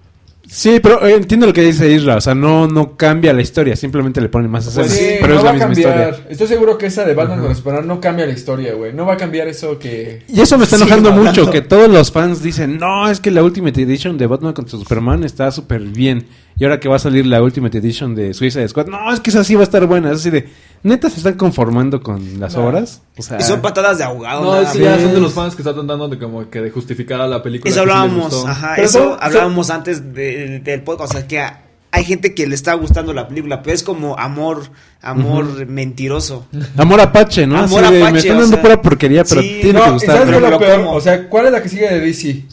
S1: Sí, pero eh, entiendo lo que dice Isra. O sea, no, no cambia la historia. Simplemente le ponen más
S4: Pues
S1: escenas.
S4: sí,
S1: pero es
S4: no va
S1: la
S4: a
S1: misma
S4: cambiar.
S1: historia.
S4: Estoy seguro que esa de Batman con Superman no cambia la historia, güey. No va a cambiar eso que...
S1: Y eso me está
S3: Sí,
S1: enojando
S3: no,
S1: mucho,
S3: no.
S1: que todos los fans dicen, no, es que la Ultimate Edition de Batman contra Superman está súper bien. Y ahora que va a salir la Ultimate Edition de Suicide Squad, no, es que esa sí va a estar buena. Es así de, neta, se están conformando con las obras. O
S4: Ah.
S1: sea,
S3: Y son patadas de ahogado.
S2: No,
S3: nada
S2: Ah, es que
S3: más.
S2: ya son de los fans que están tratando de como que de justificar a la película.
S3: Eso
S2: que sí les
S3: hablábamos,
S2: gustó.
S3: ajá,
S4: Pero
S3: eso
S4: son-
S3: hablábamos antes de- del podcast, o sea que a- hay gente que le está gustando la película, pero es como amor, amor
S1: (laughs)
S3: mentiroso.
S1: amor apache, ¿no?
S3: Amor
S1: Así de,
S3: apache,
S1: me están
S3: o
S1: dando
S3: sea,
S1: pura porquería, pero
S3: sí,
S1: tiene
S4: No,
S1: que
S4: ¿y
S1: gustar.
S4: ¿sabes
S1: ¿no?
S4: qué es
S3: pero
S4: lo
S3: lo
S4: peor?
S3: como. Ah,
S4: O sea, ¿cuál es la que sigue de DC?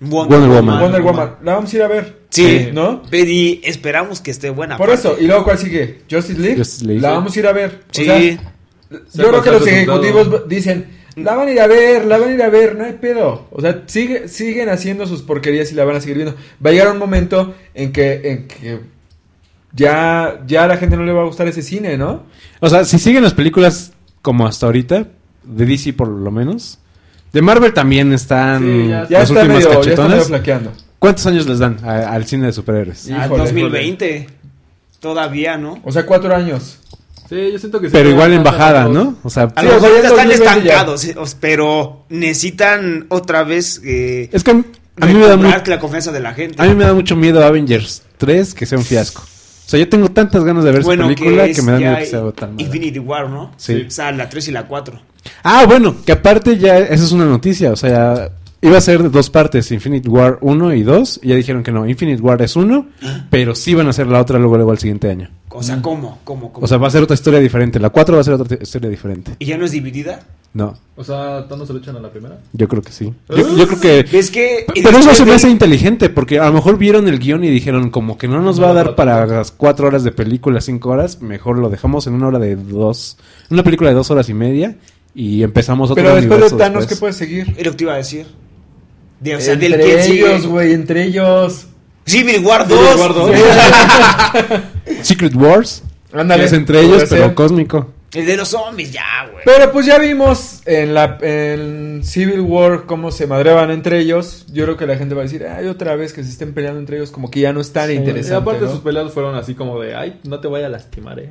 S1: Wonder Woman.
S4: Wonder Woman. La vamos a ir a ver.
S3: Sí, Ah,
S4: ¿No?
S3: Pero y esperamos que esté buena. pues.
S4: Por eso, y luego cuál sigue? Justice League.
S1: Justice League.
S4: La vamos a ir a ver. O
S3: Sí.
S4: sea,
S2: Se
S4: yo creo
S2: pasa
S4: que
S2: el
S4: los
S2: resultado.
S4: ejecutivos dicen, la van a ir a ver, la van a ir a ver, no hay pedo. O sea, sigue, siguen haciendo sus porquerías y la van a seguir viendo. Va a llegar un momento en que, en que ya, ya a la gente no le va a gustar ese cine, ¿no?
S1: O sea, si siguen las películas como hasta ahorita, de DC por lo menos, de Marvel también están
S2: Sí, ya-
S4: Ya
S1: las
S4: está,
S1: últimas
S4: medio, ya está medio
S1: cachetonas.
S4: flaqueando.
S1: ¿Cuántos años les dan a- al cine de superhéroes?
S3: Ah,
S4: Híjole.
S3: 2020, todavía, ¿no?
S4: O sea, cuatro años.
S2: Sí, yo siento que sí.
S1: Pero igual
S2: todavía
S1: en
S2: falta
S1: bajada,
S2: para
S1: ¿no? O sea,
S3: A
S4: Sí,
S3: lo
S4: o sea,
S3: mejor
S4: ya
S3: ahorita
S4: en
S3: están
S4: 2020 ya.
S3: estancados, eh, os- pero necesitan otra vez eh,
S1: Es que a mí- a mí, me da mu-
S3: recobrar la confianza de la gente.
S1: a mí me da mucho miedo Avengers 3 que sea un fiasco. O sea, yo tengo tantas ganas de ver
S3: bueno,
S1: esa película que,
S3: es
S1: me da
S3: ya
S1: miedo que sea tan mala.
S3: Infinity War, ¿no?
S1: Sí.
S3: O sea, la 3 y la 4.
S1: Ah, bueno, que aparte ya esa es una noticia. O sea, iba a ser de dos partes, Infinite War 1 y 2. Y ya dijeron que no, Infinite War es 1,
S4: Ah.
S1: pero sí van a hacer la otra luego, luego al siguiente año.
S3: O
S4: Mm.
S3: sea, ¿cómo? ¿Cómo? ¿Cómo?
S1: O sea, va a ser otra historia diferente. La 4 va a ser otra historia diferente.
S3: ¿Y ya no es dividida?
S1: No,
S2: O sea, ¿tanto se lo echan a la primera?
S1: yo creo que sí. Yo, yo creo que
S3: Es que.
S4: Ah.
S1: P- Pero eso se me hace
S3: Después
S1: inteligente, porque a lo mejor vieron el guión y dijeron, como que no nos va a dar para las cuatro horas de película, cinco horas, mejor lo dejamos en una hora de dos, una película de dos horas y media, y empezamos otro
S4: Pero después
S1: universo
S4: de Thanos, ¿qué
S1: después.
S4: puede seguir?
S3: de- Era lo que te iba a decir. De, o sea, del que
S4: entre ellos,
S3: sigue.
S4: güey, entre ellos.
S3: Civil War
S2: Civil War
S3: 2.
S2: 2.
S1: Secret Wars, que
S4: Ándale.
S1: es Pues entre ellos,
S4: Puede
S1: pero
S4: ser.
S1: cósmico.
S3: (laughs) El de los zombies, ya, güey.
S4: Pero pues ya vimos en la en Civil War cómo se madreaban entre ellos. Yo creo que la gente va a decir, ay, otra vez que se estén peleando entre ellos, como que ya no es tan
S2: Y
S4: interesante.
S2: aparte
S4: ¿no?".
S2: sus peleas fueron así como de, ay, no te vaya a lastimar, eh.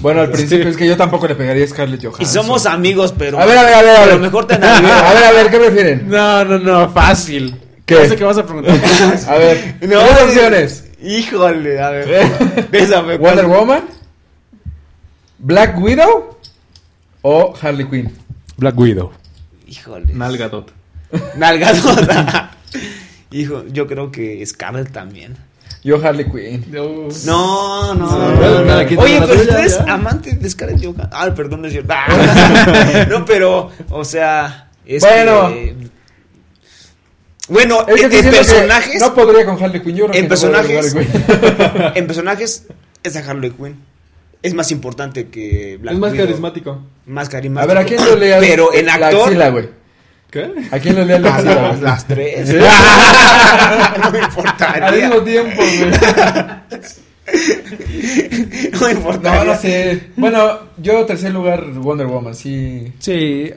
S4: Bueno,
S2: (laughs)
S4: al principio es que yo tampoco le pegaría a Scarlett Johansson.
S3: Y somos amigos, pero.
S4: ah, A ver, a ver, a ver. A
S3: pero
S4: ver,
S3: mejor te
S4: (laughs) a ver, a
S3: (laughs)
S4: ver, a ver, ¿qué prefieren?
S1: No, no, no, fácil.
S4: ¿Qué?
S1: No sé qué vas a (laughs) preguntar.
S4: A ver, dos opciones. ¿Eh?
S3: Híjole, a ver. (laughs) Bésame.
S4: (laughs) Wonder
S3: pues.
S4: Woman, Black Widow o Harley Quinn.
S1: Black Widow.
S3: Híjole.
S2: Nalgadot.
S3: (laughs) Nalgadota. Hijo, yo creo que Scarlett también.
S4: Yo Harley Quinn.
S2: Yo-
S3: No, no.
S2: Bueno, nada, aquí
S3: Oye,
S2: tenemos
S3: pero
S2: la
S3: tú eres
S2: tuya, ya.
S3: amante de Scarlett Johansson. Ah, perdón, no es
S4: (laughs)
S3: cierto. Ah. no, pero, o sea. es
S4: Bueno.
S3: que- Bueno,
S4: Es que
S3: en,
S4: estoy
S3: en
S4: diciendo que
S3: personajes.
S4: No podría con Harley Quinn. Yo creo
S3: En
S4: que no podría
S3: personajes.
S4: con Harley Quinn.
S3: En personajes es a Harley Quinn. Es más importante que Black
S2: Es más
S3: Widow.
S2: carismático.
S3: Más carismático.
S4: A ver, ¿a quién le leas
S3: Pero en
S4: la
S3: actor.
S4: axila, güey?
S2: ¿Qué?
S4: ¿A quién le leas la
S3: a
S4: axila?
S3: las,
S4: güey?
S3: las
S4: (laughs)
S3: tres.
S4: ¿Sí?
S3: no me
S4: Al
S3: importaría.
S4: mismo tiempo, güey.
S3: (laughs) No me importaría.
S4: No, no sé. Bueno, yo tercer lugar Wonder Woman, sí.
S1: Sí.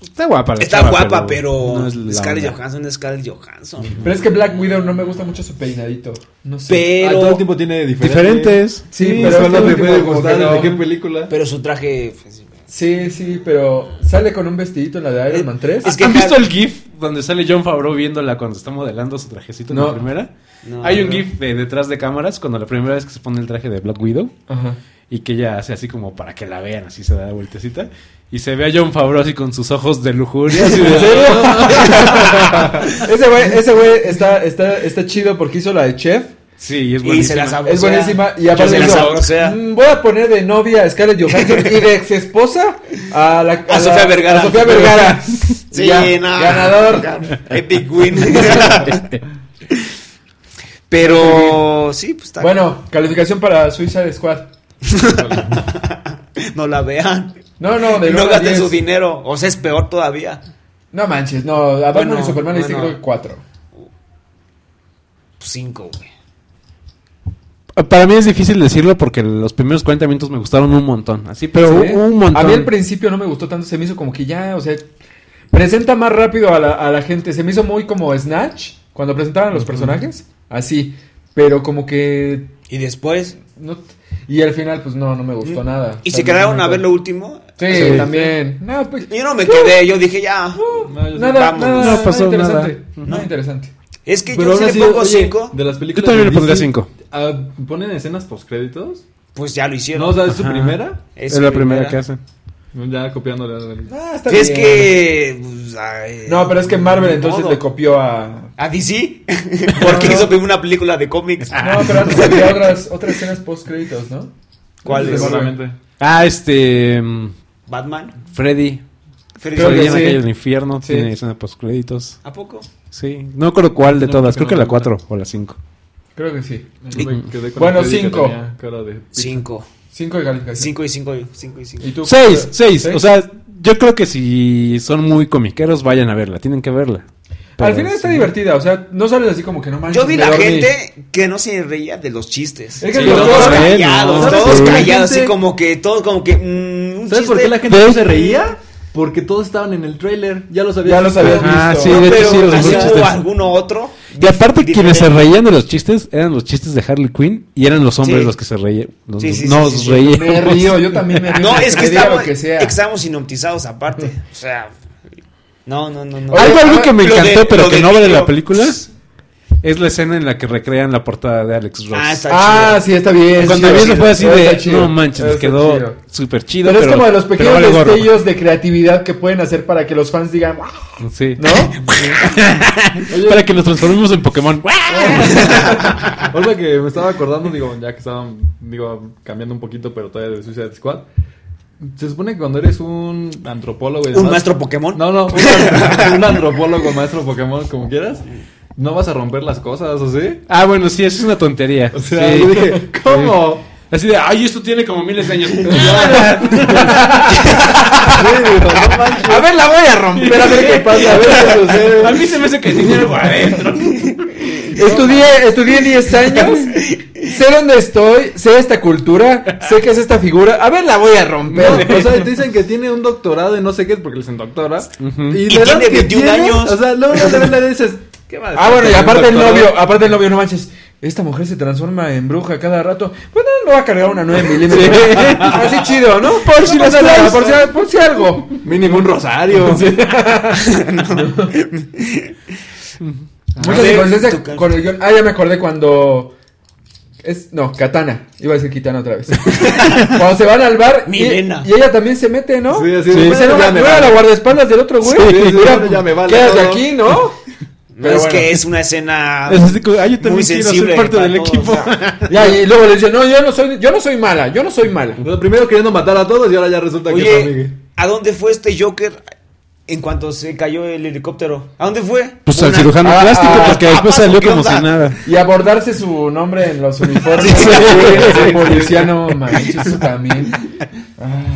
S1: Está guapa. la
S3: Está
S1: chava,
S3: guapa, pero,
S1: no es la
S3: Scarlett
S1: onda.
S3: Johansson es Scarlett Johansson.
S4: Pero es que Black Widow no me gusta mucho su peinadito. No sé.
S2: Ah, todo el
S3: Pero,
S2: tiempo tiene diferentes.
S1: Diferentes.
S4: Sí,
S2: Sí,
S4: pero
S2: pero
S4: es que
S2: no te
S4: el
S2: puede
S4: último
S2: gustar
S4: como que
S2: de qué
S4: no.
S2: película.
S3: pero su traje. pues,
S4: Sí, sí, pero sale con un vestidito en la de Iron Man 3.
S3: Es que
S1: ¿Han
S3: Har-
S1: visto el GIF donde sale John Favreau viéndola cuando está modelando su trajecito en
S4: No.
S1: la primera?
S3: No,
S1: Hay un
S3: no.
S1: GIF de detrás de cámaras cuando la primera vez que se pone el traje de Black Widow
S4: Ajá.
S1: y que ella hace así como para que la vean, así se da la vueltecita. Y se ve a John Favreau así con sus ojos de lujuria. así
S3: (laughs)
S1: de-
S4: (laughs) Ese güey, ese güey está, está, está chido porque hizo la de Chef.
S1: (laughs) Sí, y es
S3: Y se
S1: buenísima.
S3: la sabe.
S4: Es buenísima. Y aparte
S3: se la
S4: dijo,
S3: sabrosea.
S4: "Mm, voy a poner de novia a Scarlett Johansson y de ex esposa a la
S3: A
S4: la-
S3: Sofía Vergara.
S4: a Sofía
S3: (laughs)
S4: Vergara.
S3: Sí,
S4: Ya,
S3: no.
S4: Ganador.
S3: Epic
S4: (laughs)
S3: win.
S1: Este,
S3: pero sí, pues está.
S4: Bueno, calificación para Suicide Squad.
S3: no la vean.
S4: No, no, de
S3: no
S4: nuevo
S3: gasten su dinero. O sea, es peor todavía.
S4: No manches, no, a Batman
S3: Bueno,
S4: y Superman le hice
S3: bueno.
S4: creo que 4.
S3: Pues, Cinco, güey.
S1: Para mí es difícil decirlo porque los primeros 40 minutos me gustaron un montón. Así, ¿eh? pero un- un montón.
S4: A mí al principio no me gustó tanto, se me hizo como que ya, o sea, presenta más rápido a la, a la gente, se me hizo muy como Snatch, cuando presentaban los personajes, así, pero como que...
S3: Y después.
S4: No, t- y al final, pues no, no me gustó nada.
S3: Y
S4: O sea,
S3: se quedaron
S4: no-
S3: a ver lo último.
S4: Sí,
S1: Sí.
S4: también. No, pues,
S3: Yo no me quedé, yo dije ya.
S4: Uh.
S2: No, yo sí.
S4: nada,
S3: Vamos.
S4: nada,
S1: No pasó
S4: nada interesante.
S1: nada.
S4: Nada interesante.
S3: Es que
S2: Pero
S3: yo
S2: aún
S3: si le
S2: así,
S3: pongo
S2: oye,
S3: cinco,
S2: de las películas
S1: Yo también
S2: de
S1: le pondría
S2: DC,
S1: cinco.
S2: ah, ¿Ponen escenas post-créditos?
S3: pues ya lo hicieron.
S2: No, o sea, es su
S1: Ajá.
S2: primera.
S1: Es la primera que hacen.
S2: Ya copiándole. al-
S4: Ah, está
S3: Si es
S4: bien.
S3: que. pues, ay,
S4: No, pero es que Marvel
S2: Ni
S4: entonces
S2: modo.
S4: le copió a,
S3: ¿A
S4: (laughs)
S3: DC? Porque
S4: No. Ah,
S3: hizo primero una película de cómics.
S4: No, pero antes había otras, otras escenas post créditos, ¿no?
S3: ¿Cuál es?
S2: Seguramente.
S1: Ah, este. mm,
S3: ¿Batman?
S1: Freddy.
S3: Freddy
S4: Creo
S1: Freddy
S4: que
S1: en
S4: sí.
S1: la calle del infierno.
S4: Sí.
S1: Tiene escena post créditos.
S3: ¿A poco?
S1: Sí. No recuerdo cuál de
S2: No,
S1: todas.
S2: creo
S1: Creo
S2: que
S1: que
S2: no.
S1: la 4 o la 5.
S4: Creo que sí.
S2: Yo me quedé con
S4: Bueno,
S2: el Freddy que
S4: cinco.
S2: tenía cara de-
S3: Cinco.
S4: Cinco de calificación.
S3: Cinco y cinco. y- Cinco y cinco.
S4: ¿Y tú?
S1: 6, 6.
S4: ¿Sí?
S1: O sea, yo creo que si son muy comiqueros, vayan a verla. Tienen que verla.
S4: Al
S1: Pero
S4: final está
S1: sí.
S4: divertida, o sea, no sales así como que no manches.
S3: Yo vi
S4: me
S3: la
S4: dormí.
S3: gente que no se reía de los chistes.
S4: Es que
S2: Sí,
S4: los
S2: no,
S4: dos-
S3: Todos
S1: no,
S3: callados,
S1: ¿sabes
S3: todos
S1: por qué la
S3: callados,
S2: gente-
S3: así como que, todos como que, mm, un
S2: ¿Sabes por
S3: chiste.
S2: qué la gente no
S1: ¿Ves?
S2: se reía? Porque todos estaban en el tráiler. Ya lo sabías.
S4: Ya lo sabías.
S1: Ah,
S4: visto.
S1: sí,
S4: No,
S1: de hecho
S3: pero
S1: sí, los dos
S3: así hubo
S1: chistes.
S3: alguno otro.
S1: Y aparte,
S3: Diferente.
S1: quienes se reían de los chistes eran los chistes de Harley Quinn y eran los hombres
S3: Sí.
S1: los que se reían. Los,
S3: Sí, sí, sí,
S1: nos
S3: sí, sí.
S1: reíamos. (laughs)
S4: Me río, yo también me río.
S3: No, es que
S4: me diga
S3: estábamos,
S4: lo que sea.
S3: estábamos hipnotizados aparte. O sea, no, no, no, no.
S4: Oye,
S1: Algo, algo que me
S3: lo de-
S1: encantó, pero
S3: lo
S1: que
S3: de
S1: no vale
S3: Clio.
S1: la película, es la escena en la que recrean la portada de Alex Ross.
S3: Ah, está
S4: Ah, sí, está bien.
S1: Cuando
S4: sí,
S1: vi
S4: sí,
S1: eso fue así
S4: está
S1: de,
S4: chido,
S1: no manches,
S4: está
S1: quedó
S4: chido.
S1: súper chido.
S4: Pero, pues. es como de los
S1: pero
S4: pequeños
S1: vale gorro.
S4: destellos de creatividad que pueden hacer para que los fans digan, "Wow",
S1: Sí.
S4: (laughs)
S1: (laughs)
S4: ¿no?
S1: Para que los transformemos en Pokémon.
S2: Ahorita que me estaba acordando, digo, ya que estaban, digo, cambiando un poquito, pero todavía de Suicide Squad. Se supone que cuando eres un antropólogo. y
S3: ¿Un
S2: demás-
S3: maestro Pokémon?
S2: No, no, un, un antropólogo, maestro Pokémon, como quieras. No vas a romper las cosas, ¿o sí?
S1: Ah, bueno, sí, eso es una tontería.
S2: O sea,
S1: Sí.
S2: yo dije, ¿cómo?
S1: Así de, ay, esto tiene como miles de años. (laughs)
S4: A ver, la voy a romper, a ver qué pasa, a ver qué sucede.
S1: A mí se me hace que tiene algo adentro.
S4: Estudié, estudié 10 años, sé dónde estoy, sé esta cultura, (laughs) sé qué es esta figura. A ver, la voy a
S2: No,
S4: romper.
S2: o
S4: (laughs)
S2: sea, te dicen que tiene un doctorado en no sé qué, porque le dicen doctora.
S3: Y
S2: la edad
S3: tiene
S2: que
S3: 21
S2: tiene,
S3: años.
S2: O sea, luego de verdad dices, ¿qué más?
S4: ah, bueno, y
S2: Tiene un
S4: aparte el
S2: doctorado.
S4: novio, aparte el novio, no manches. Esta mujer se transforma en bruja cada rato. Bueno, no va a cargar una 9 milímetros. Así chido, ¿no? Por
S1: si
S4: las
S1: las traes.
S4: por si, por si algo.
S2: Mínimo un rosario.
S3: (laughs)
S4: Muchas
S3: ver,
S4: inconsistencias
S3: tu can-
S4: con el guión. Ah, ya me acordé cuando. Es, no, Katana. Iba a decir Kitana otra
S3: (laughs)
S4: vez. cuando se van al bar. Y,
S3: Milena.
S4: y ella también se mete, ¿no?
S2: Sí, así
S4: Pues
S2: de,
S4: era
S2: ya
S4: la-
S2: me
S4: no era
S2: vale.
S4: la guardaespaldas del otro güey.
S2: Sí, sí,
S4: Era,
S2: bueno, ya me vale
S4: quédate
S2: todo.
S4: aquí, ¿no?
S3: No, es que es una escena
S1: Es así como, "Ay, yo
S3: muy
S1: también quiero
S3: sensible
S1: ser parte
S3: para
S1: del
S3: todos,
S1: equipo.
S3: o sea.
S4: Ya, y luego le dicen, no, yo no soy, yo no soy mala, yo no soy mala.
S2: Bueno, primero queriendo matar a todos y ahora ya resulta que es
S3: Oye,
S2: amigo.
S3: ¿a dónde fue este Joker en cuanto se cayó el helicóptero? ¿A dónde fue?
S1: Pues al
S3: Una-
S1: cirujano
S4: Ah,
S1: plástico,
S4: ah,
S1: porque
S3: ah,
S1: después
S3: ah,
S1: salió
S3: ¿qué
S1: como
S3: onda?
S1: si nada.
S4: Y abordarse su nombre en los uniformes.
S3: Sí.
S4: Sí, policía, no manches, eso también.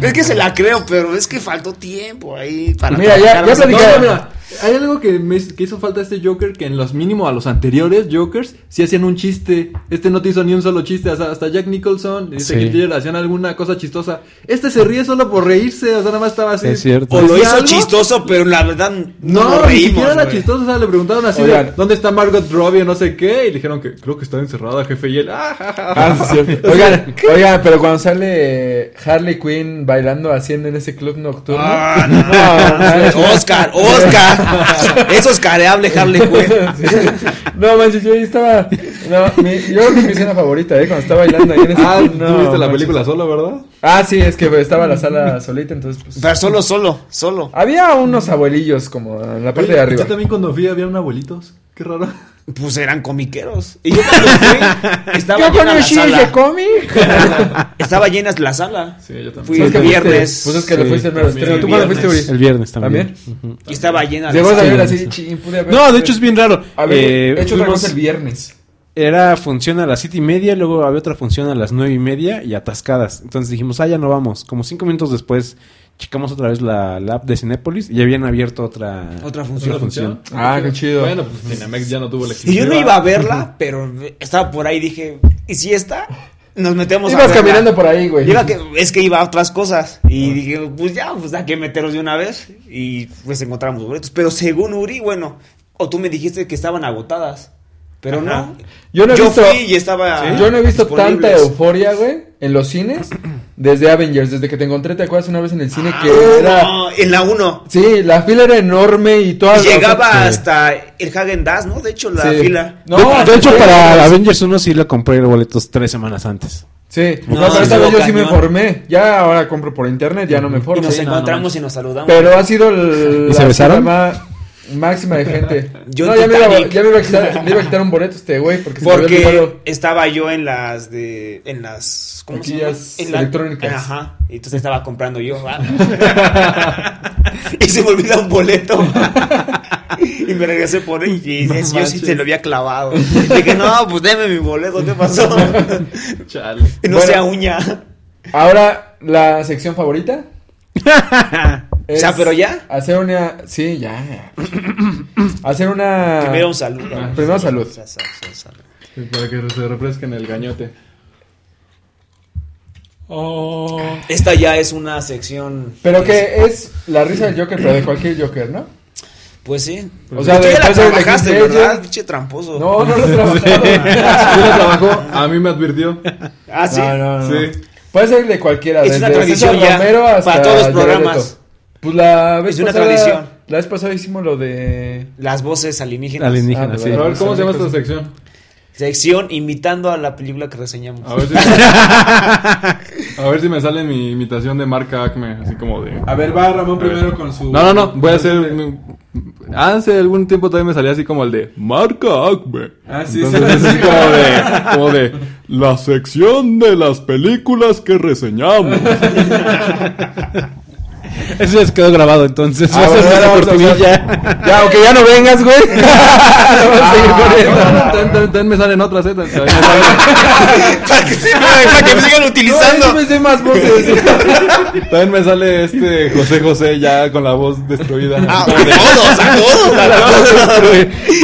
S3: Es que se la creo, pero es que faltó tiempo ahí para.
S4: Mira,
S3: trabajar
S4: ya- ya
S3: más.
S2: No,
S4: platicaba.
S2: no, mira, hay algo que, me, que hizo falta a este Joker que en los mínimo a los anteriores Jokers sí hacían un chiste. Este no te hizo ni un solo chiste. Hasta, hasta Jack Nicholson y
S1: Sí.
S2: Zack Efron hacían alguna cosa chistosa. Este se ríe solo por reírse. O sea, nada más estaba así.
S1: Es cierto.
S3: O lo
S2: ¿Hacía
S3: hizo
S2: algo?
S3: chistoso, pero la verdad no,
S2: No,
S3: nos
S2: ni
S3: reímos.
S2: siquiera era
S3: güey.
S2: chistoso. O sea, le preguntaron así: de,
S4: Oigan.
S2: ¿Dónde está Margot Robbie? o No sé qué. Y le dijeron que creo que está encerrada, jefe. Y él, ah, ja, ja, ja".
S4: Ah,
S2: (laughs)
S4: sí, es cierto. Oigan, oigan, pero cuando sale eh, Harley Quinn bailando haciendo en ese club nocturno.
S3: Ah,
S4: No,
S3: no,
S4: manches.
S3: Oscar, Oscar. es oscareable Harley Quinn.
S4: (laughs) No, manches, yo ahí estaba. No, mi- yo creo que mi escena favorita, ¿eh? Cuando estaba bailando ahí en ese
S2: (laughs) Ah,
S4: club.
S2: ¿tú
S4: no,
S2: viste la
S4: manches.
S2: película solo, ¿verdad?
S4: Ah, sí, es que estaba la sala solita, entonces pues.
S3: Pero solo, solo, solo.
S4: Había unos abuelillos como en la parte
S2: Oye,
S4: de
S2: Yo
S4: arriba.
S2: también cuando fui habían abuelitos. Qué raro.
S3: Pues eran comiqueros. Y yo cuando fui, estaba llena la sala.
S4: Comi?
S3: Estaba llena la sala.
S2: Sí, yo también.
S3: Fui
S4: ¿Sabes
S3: el
S4: qué fuiste?
S3: viernes.
S4: Pues es que lo
S1: Sí,
S4: fuiste el mero
S2: también.
S4: estreno. ¿Tú cuándo fuiste,
S3: Viernes.
S4: Uri?
S1: El viernes también.
S4: ¿También?
S1: Ujú.
S3: Y estaba llena la
S4: Llegó a
S3: sala.
S4: salir
S1: Sí,
S4: así,
S1: sí.
S4: ching, pude haber.
S1: No, de hecho es bien (laughs) raro.
S4: A ver,
S1: Eh,
S4: he hecho otra
S1: fuimos-
S4: cosa el viernes.
S1: Era función a las siete y media, luego había otra función a las nueve y media y atascadas. Entonces dijimos, ah, ya no vamos. Como cinco minutos después, checamos otra vez la, la app de Cinépolis y habían abierto otra,
S3: Otra función.
S4: Ah, qué chido.
S2: Bueno, pues Cinemex ya no tuvo la
S3: Y yo no iba a
S4: (laughs)
S3: verla, pero estaba por ahí dije, ¿y si está? Nos metemos a
S4: Ibas
S3: verla.
S4: caminando por ahí, güey. Ah.
S3: Iba que, es que iba a otras cosas. Y dije, pues ya, pues hay que meteros de una vez. Y pues encontramos boletos. Pero según Uri, bueno, o tú me dijiste que estaban agotadas. Pero no.
S4: Yo no he visto-
S3: fui y estaba.
S4: Yo no he visto tanta
S3: disponibles.
S4: euforia, güey, en los cines desde Avengers, desde que te encontré, ¿te acuerdas una vez en el cine
S3: Ah,
S4: que era
S3: no, en la 1.
S4: Sí, la fila era enorme y todas las-
S3: Llegaba
S4: Sí.
S3: hasta el Hagen Dazs, ¿no? De hecho, la
S4: Sí.
S3: fila.
S4: No,
S1: de, de hecho,
S4: sí,
S1: para
S4: sí.
S1: Avengers 1 sí lo compré boletos tres semanas antes.
S4: Sí, no,
S3: No,
S4: pero esta
S3: estuvo
S4: vez yo sí me
S3: cañón.
S4: formé. Ya ahora compro por internet, ya no me
S3: Y
S4: formo.
S3: nos
S4: Sí, no,
S3: encontramos
S4: no
S3: y nos saludamos.
S4: manches. Pero ha sido el-
S1: ¿Y se
S4: la
S1: besaron?
S4: fila ma- máxima de gente.
S3: (laughs) Yo
S4: no, ya me, iba,
S3: Titanic.
S4: ya me iba a quitar, me iba a quitar un boleto este güey porque, se me había
S3: Porque
S4: olvidado.
S3: estaba yo en las de. En las. ¿Cómo
S4: Taquillas
S3: se llama? En la-
S4: electrónicas.
S3: Ajá. y Entonces estaba comprando yo. ¿va? (laughs) y se me olvida un boleto. (laughs) y me regresé por él. Y
S2: No
S3: yo sí
S2: manches.
S3: se lo había clavado. dije, no, pues deme mi boleto. ¿Qué pasó? (laughs) no
S2: Chale.
S3: sea
S4: Bueno.
S3: uña.
S4: Ahora la sección favorita.
S3: O sea, pero ya.
S4: Hacer una.
S3: (coughs)
S4: Sí, ya. hacer una.
S3: Primero un saludo.
S4: Ah, primero salud.
S3: Sa- sa- sa- sa-
S2: Para que se refresquen el gañote.
S3: Esta ya es una sección.
S4: Pero que es la risa del Joker, pero de cualquier Joker, ¿no?
S3: Pues sí.
S4: O sea,
S3: Tú
S4: de-
S3: ya la
S4: pues, de-
S3: trabajaste,
S4: de-
S3: ¿verdad? Pinche tramposo.
S4: No, no lo he
S3: (laughs)
S4: trabajado.
S2: Sí lo trabajó, a mí me advirtió.
S3: Ah, sí.
S4: No, no, no.
S2: Sí.
S4: Puede ser de cualquiera.
S3: Es una
S4: desde
S3: tradición
S4: César
S3: ya,
S4: Romero hasta
S3: para todos los
S4: Jared Leto.
S3: programas.
S4: Pues la vez
S3: Es una
S4: pasada-
S3: tradición.
S4: La vez pasada hicimos lo de.
S3: Las voces alienígenas.
S1: Alienígena,
S4: Ah,
S1: sí.
S2: Pero a ver, ¿cómo se llama esta
S4: Pues-
S2: sección?
S3: Sección imitando a la película que reseñamos.
S2: A ver si me, a ver si me sale mi imitación de marca Acme, así como de...
S4: A ver, va Ramón
S2: primero
S4: con su.
S2: No, no, no, voy a hacer... mi- Hace algún tiempo también me salía así como el de marca Acme.
S4: Ah, sí,
S2: Entonces es así como de, como de la sección de las películas que reseñamos.
S1: (laughs) Eso ya se quedó grabado, entonces.
S4: Ah,
S1: (laughs) va a ser
S4: bueno,
S1: nuestra
S4: vamos a
S1: cortinilla. (laughs)
S4: (laughs) Ya, aunque ya no vengas, (laughs) güey. Vamos a seguir con esto.
S2: Ah, También también me salen otras, ¿eh? También me salen-
S4: (laughs)
S3: para, que sigan, para que me sigan
S4: No, yo me sé más (laughs) voces.
S2: También me sale este José José ya con la voz destruida.
S3: Ah, a todos,
S2: (laughs)
S3: a todos, a todos.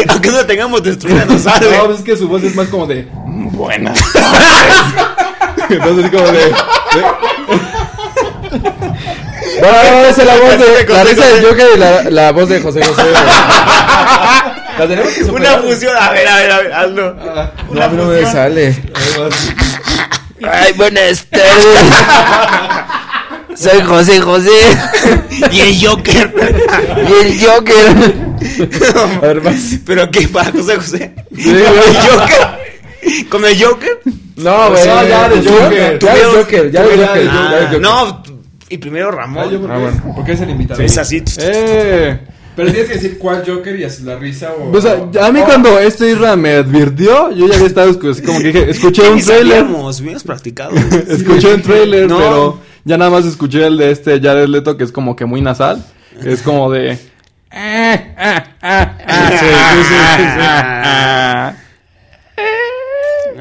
S3: Aunque no la tengamos destruida, no sale.
S2: No, es que su voz es más como de buenas.
S3: (laughs)
S2: Entonces es como de, de-
S4: No, no, no, esa es la voz de. La risa del Joker y la, la voz de José José. güey. (laughs) La tenemos que
S3: Una
S4: superar.
S3: fusión. A ver, a ver, a ver, hazlo.
S4: No, a mí no me sale.
S7: Ay, buenas tardes. (laughs) Soy José José
S3: (laughs) Y el Joker.
S7: y el Joker.
S4: A ver, vas.
S3: (laughs) Pero qué para José José.
S4: güey.
S3: Con el Joker. Con el Joker.
S4: Pues No, güey.
S2: no, ya de Joker.
S4: Ya de
S3: Tuvieron-
S4: Joker, ya de
S2: tuvieron-
S4: Joker. ya de
S3: Ah,
S4: Joker.
S3: no, y primero
S2: Ah, yo
S3: Ramón.
S2: porque
S4: Ah, bueno, porque es el invitado.
S3: Es así.
S2: Eh, Pues,
S4: Pero tienes que decir cuál Joker y haces la risa o.
S8: O sea, a mí
S4: o-
S8: cuando este Isra me advirtió, yo ya había estado escu- como que dije, escuché un
S3: Ni
S8: trailer,
S3: sabíamos, Hubieras practicado.
S8: (laughs) escuché un trailer,
S3: No.
S8: pero ya nada más escuché el de este Jared Leto que es como que muy nasal, es como de eh,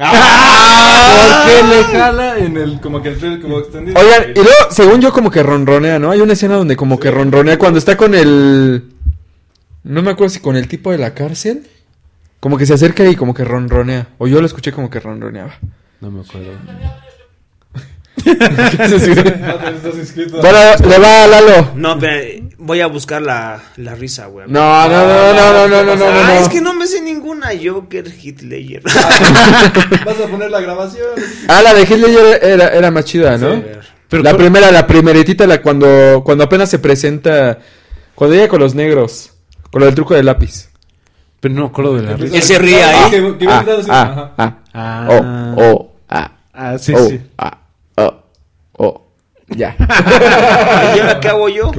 S3: Ah,
S8: (laughs)
S3: Ah.
S8: ¿Por
S4: Ah.
S8: qué le jala en el como que el trailer como extendido?
S4: Oigan, y luego, según yo, como que ronronea, ¿no? Hay una escena donde como que ronronea cuando está con el. No me acuerdo si con el tipo de la cárcel. Como que se acerca y como que ronronea. O yo lo escuché como que ronroneaba. (laughs)
S1: No me acuerdo.
S8: (laughs)
S4: (laughs)
S2: Estás inscrito.
S4: Ahora le va a Lalo.
S3: (laughs) No, pero eh, voy a buscar la, la risa, güey.
S4: No, no, no, no, no, no, no, no, no.
S3: Ah,
S4: no.
S3: es que no me sé ninguna Joker Hitler.
S2: Vas a poner la grabación.
S4: Ah, la de Hitler era, era más chida, ¿no?
S1: Pero
S4: la
S1: creo-
S4: primera, la primeritita, la cuando, cuando apenas se presenta. Cuando llega con los negros. Con lo del truco del lápiz.
S1: Pero no me acuerdo (laughs) de la risa.
S3: Que se ría
S2: Ah,
S3: ahí.
S2: que- que iba a gritar así, ajá.
S4: ah,
S1: Ah,
S4: oh, ah,
S1: ah, sí,
S4: oh,
S1: sí.
S4: ah, oh, oh.
S3: (laughs)
S4: Ya.
S3: Yo la acabo yo.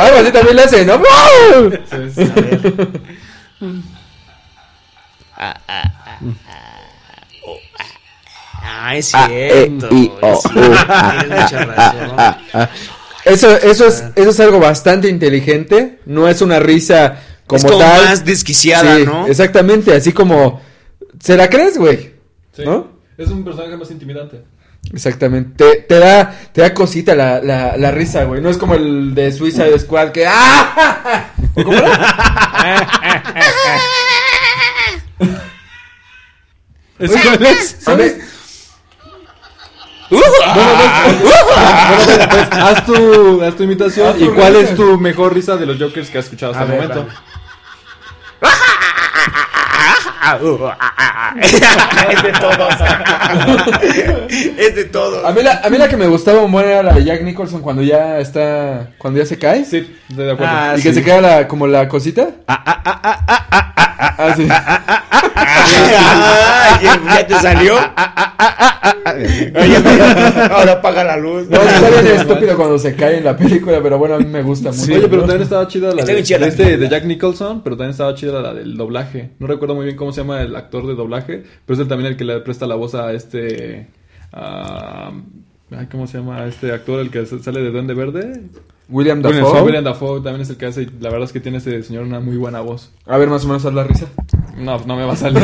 S4: Algo así también le
S3: (laughs)
S4: hace, ¿no?
S3: Ah, es cierto.
S4: e, i, o,
S3: es
S4: u,
S3: cierto,
S4: a,
S3: Tienes mucha razón.
S4: Eso, eso
S3: Ah.
S4: es, eso es algo bastante inteligente. No es una risa como,
S3: Es como
S4: tal.
S3: más desquiciada,
S4: Sí,
S3: ¿no?
S4: Exactamente, así como. ¿Se la crees, güey?
S2: Sí.
S4: ¿No?
S2: Es un personaje más intimidante.
S4: Exactamente. Te, te da, te da cosita la, la, la risa, güey. No es como el de Suicide Squad que. ¡Ah! (laughs) ¿O cómo era?
S1: ¿Ese cuál es?
S4: A mí- Uh, ah.
S8: Pues, haz tu, haz tu imitación
S4: Haz tu
S8: y cuál
S4: risa.
S8: es tu mejor risa de los Jokers que has escuchado hasta
S4: A
S8: el
S4: ver,
S8: momento.
S3: es de todos. es de
S4: (laughs)
S3: todos.
S4: A mí, la, a mí la que me gustaba un buen era la de Jack Nicholson cuando ya está. Cuando ya se cae.
S2: Sí, estoy de acuerdo.
S4: y que se queda la, como la cosita. Ah, sí.
S3: Ah, ya, ya te salió. Ahora paga la luz.
S4: No, está bien estúpido cuando se cae en la película, pero bueno, a mí me gusta mucho.
S2: Oye, pero también estaba chida la
S3: Está
S2: de,
S3: bien chida la
S2: de este,
S3: película.
S2: de Jack Nicholson, pero también estaba chida la del doblaje. No recuerdo muy bien cómo se llama el actor de doblaje, pero es el también el que le presta la voz a este... ah, ay, ¿Cómo se llama este actor? El que s- sale de Duende Verde.
S4: William Dafoe.
S2: William William Dafoe también es el que hace. y La verdad es que tiene ese señor una muy buena voz.
S4: A ver, más o menos haz la risa.
S2: No, no me va a salir.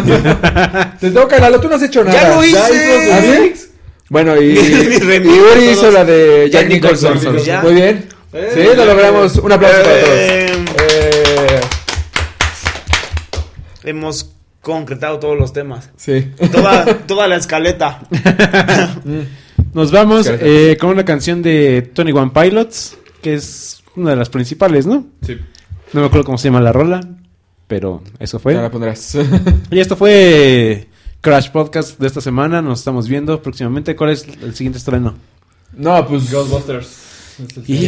S4: Te toca, Lalo, tú no has hecho nada.
S3: ¡Ya lo
S4: ¿Ah,
S3: hice!
S4: sí?
S3: (laughs)
S4: Bueno, y, y
S3: Remito
S4: Uri hizo
S3: todos.
S4: la de Jack
S3: Jack
S4: Nicholson.
S3: Nicholson, ya.
S4: Muy bien. sí, lo logramos. Un aplauso para todos.
S3: Eh.
S4: Eh,
S3: Hemos concretado todos los temas.
S4: sí.
S3: Toda, toda la escaleta.
S1: Nos vamos
S4: Gracias.
S1: eh, con una canción de Tony One Pilots, que es una de las principales, ¿no?
S2: Sí.
S1: No me acuerdo cómo se llama la rola, pero eso fue.
S4: Ya la pondrás. (laughs)
S1: Y esto fue Crash Podcast de esta semana. Nos estamos viendo próximamente. ¿Cuál es el siguiente estreno?
S4: No, pues.
S2: Ghostbusters.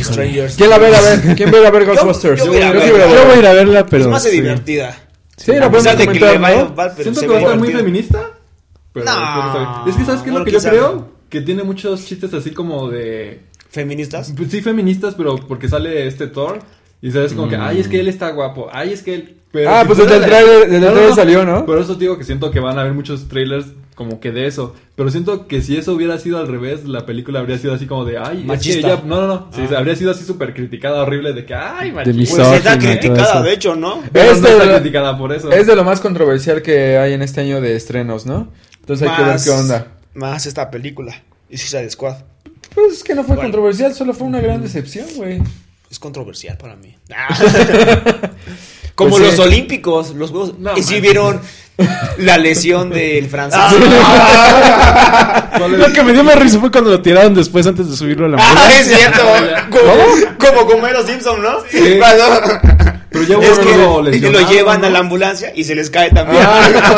S3: Strangers.
S4: ¿Quién la va a ir a ver? ¿Quién va a ir a ver
S3: (laughs)
S4: Ghostbusters?
S3: yo voy a
S4: Yo sí
S3: ver.
S4: voy a
S1: Yo voy a ir a verla, pero.
S3: es más
S1: sí. (laughs)
S3: divertida.
S4: Sí, la
S3: A pesar
S4: podemos
S3: de que le
S4: comentar,
S3: vaya
S4: ¿no?
S3: mal, pero
S2: Siento
S3: se
S2: que
S3: ve
S2: va a estar muy
S3: divertida.
S2: feminista. Pero
S3: No.
S2: quiero saber. es que sabes qué es lo
S3: Bueno,
S2: que yo
S3: quizá.
S2: creo que tiene muchos chistes así como de
S3: ¿Feministas?
S2: pues, sí feministas, pero porque sale este Thor y sabes como que ay es que él está guapo, ay es que él pero
S4: Ah,
S2: si
S4: pues
S2: fuera
S4: desde el
S2: de-
S4: trailer- desde el trailer salió, ¿no?
S2: Por eso te digo que siento que van a haber muchos trailers como que de eso, pero siento que si eso hubiera sido al revés, la película habría sido así como de ay, es que
S3: Machista. Ah.
S2: ella- no, no, no, sí, habría sido así súper criticada, horrible de que ay, machista.
S3: Pues
S1: misógino
S3: está
S1: y todo eso.
S3: criticada, de hecho, ¿no?
S2: Pero no
S4: Este-
S2: está criticada por eso.
S4: Es de lo más controversial que hay en este año de estrenos, ¿no? Entonces hay que ver
S3: Más-
S4: qué onda.
S3: Más esta película. Y Suicide Squad.
S4: Pues es que no fue controversial, solo fue una gran decepción, güey.
S3: Es controversial para
S2: (laughs)
S3: mí. Ah. Como
S4: Pues
S3: los
S4: sí.
S3: Olímpicos, los Juegos.
S2: No, Ah,
S3: y si
S2: man.
S3: vieron la lesión del francés. Ah,
S2: ¿Cuál
S1: Lo
S2: es?
S1: que me dio más risa fue cuando lo tiraron después antes de subirlo a la
S4: (laughs)
S3: Ah,
S1: mesa.
S3: es cierto. Como, como Gomero Simpson, ¿no?
S2: Sí.
S3: Cuando-
S2: Pero ya hubo
S3: es
S2: uno
S3: que y lo
S2: lesionado,
S3: llevan
S2: ¿no? Ah,
S3: a la ambulancia y se les cae también.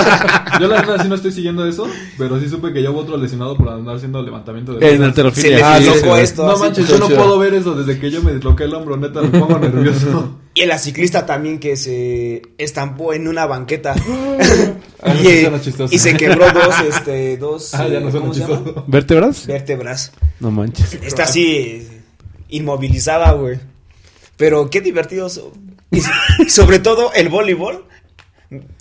S2: (laughs) Yo la verdad sí no estoy siguiendo eso, pero sí supe que ya hubo otro lesionado por andar haciendo levantamiento de
S1: En
S2: pesas.
S3: se les
S1: alterofilia.
S4: Ah, sí,
S3: dislocó
S4: sí, sí.
S3: esto.
S2: No
S3: así.
S2: manches, yo no puedo ver eso desde que yo me disloqué el hombro, neta, me pongo
S3: (laughs)
S2: nervioso.
S3: Y la ciclista también que se estampó en una banqueta.
S2: (laughs) Ah, no,
S3: y,
S2: sí suena chistoso.
S3: y se quebró
S2: (laughs)
S3: dos, este, dos
S2: Ah, ya no
S3: eh,
S2: suena
S3: ¿cómo se llama?
S2: (laughs) chistoso.
S1: ¿Vértebras?
S3: vértebras.
S1: No manches.
S3: Está así eh, inmovilizada, güey. Pero qué divertidos. son. Y so- sobre todo el voleibol.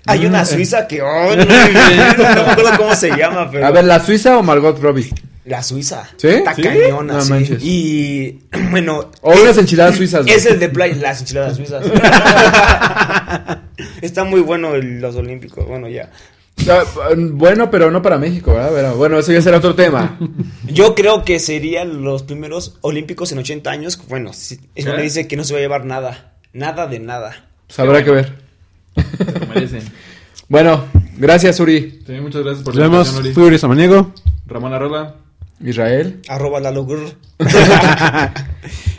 S3: Hay
S4: Mm.
S3: una suiza que. oh, no, no me acuerdo cómo se llama, pero.
S4: A ver, ¿la Suiza o Margot Robbie?
S3: La suiza.
S4: ¿Sí?
S3: Está
S4: ¿Sí?
S3: cañona,
S4: No
S3: sí.
S4: manches.
S3: Y (clears throat) bueno.
S4: O unas enchiladas suizas. güey.
S3: Es el de playa, las enchiladas suizas.
S4: (laughs)
S3: Está muy bueno el- los olímpicos. Bueno, ya.
S4: Ah, ah, Bueno, pero no para México, ¿verdad? Pero bueno, eso ya será otro tema.
S3: Yo creo que serían los primeros olímpicos en 80 años. Bueno, si, eso
S2: ¿Qué?
S3: me dice que no se va a llevar nada. Nada de nada.
S4: Pues habrá que ver. (laughs)
S2: Se lo merecen.
S4: Bueno, gracias, Uri.
S2: Sí, muchas gracias
S1: Nos
S2: por la
S1: vemos.
S2: invitación, Ori.
S1: Fui Uri Samaniego.
S2: Ramón Arrola.
S4: Israel.
S3: Arroba la logr.
S1: (laughs)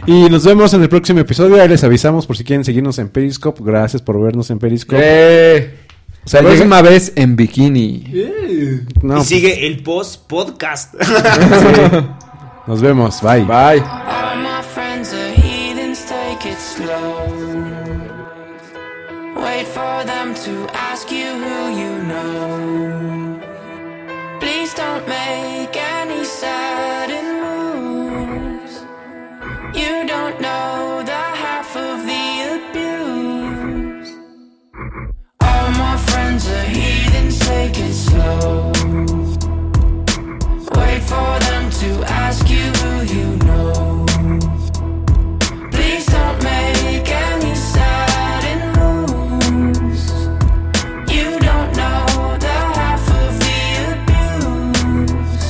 S1: Y nos vemos en el próximo episodio. Ahí les avisamos por si quieren seguirnos en Periscope. Gracias por vernos en Periscope.
S4: Eh,
S1: O sea,
S4: la
S1: llega-
S4: próxima vez en bikini.
S1: No,
S3: y sigue el post podcast.
S1: Nos vemos. Bye.
S4: Bye.
S9: All my friends are heathens, take it slow. Wait for them to ask you who you know. Please don't make any sudden moves. You don't know the half of the abuse. All my friends are heathens, take it slow. Wait for them to ask you who you know. Please don't make any sudden moves. You don't know the half of the abuse.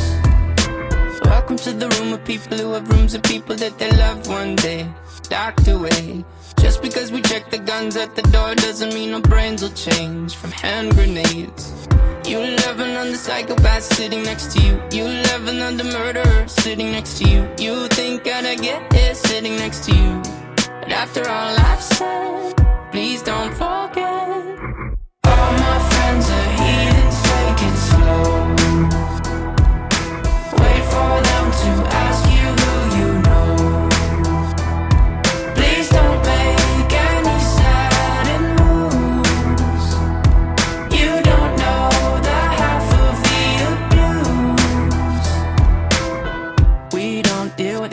S9: Welcome to the room of people who have rooms of people that they love one day docked away. Just because we check the guns at the door doesn't mean our brains will change from hand grenades. You love another psychopath sitting next to you. You love another murderer sitting next to you. You think I'd get it sitting next to you. But after all I've said, please don't forget. All my friends are heathens, take it slow. Wait for them to ask you who you know. Please don't make any sudden moves. You don't know the half of the abuse. We don't deal with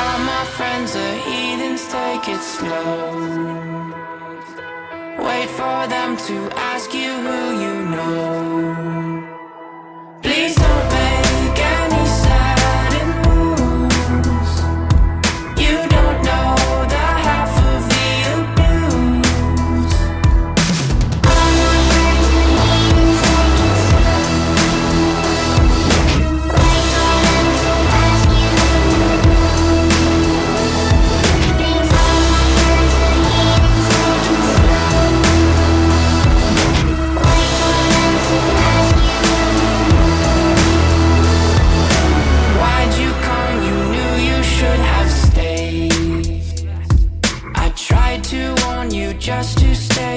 S9: All my friends are heathens, take it slow. Wait for them to ask you who you know. Please don't make any sudden moves. You don't know the half of the abuse. Why'd you come? You knew you should have stayed. I tried to warn you just to stay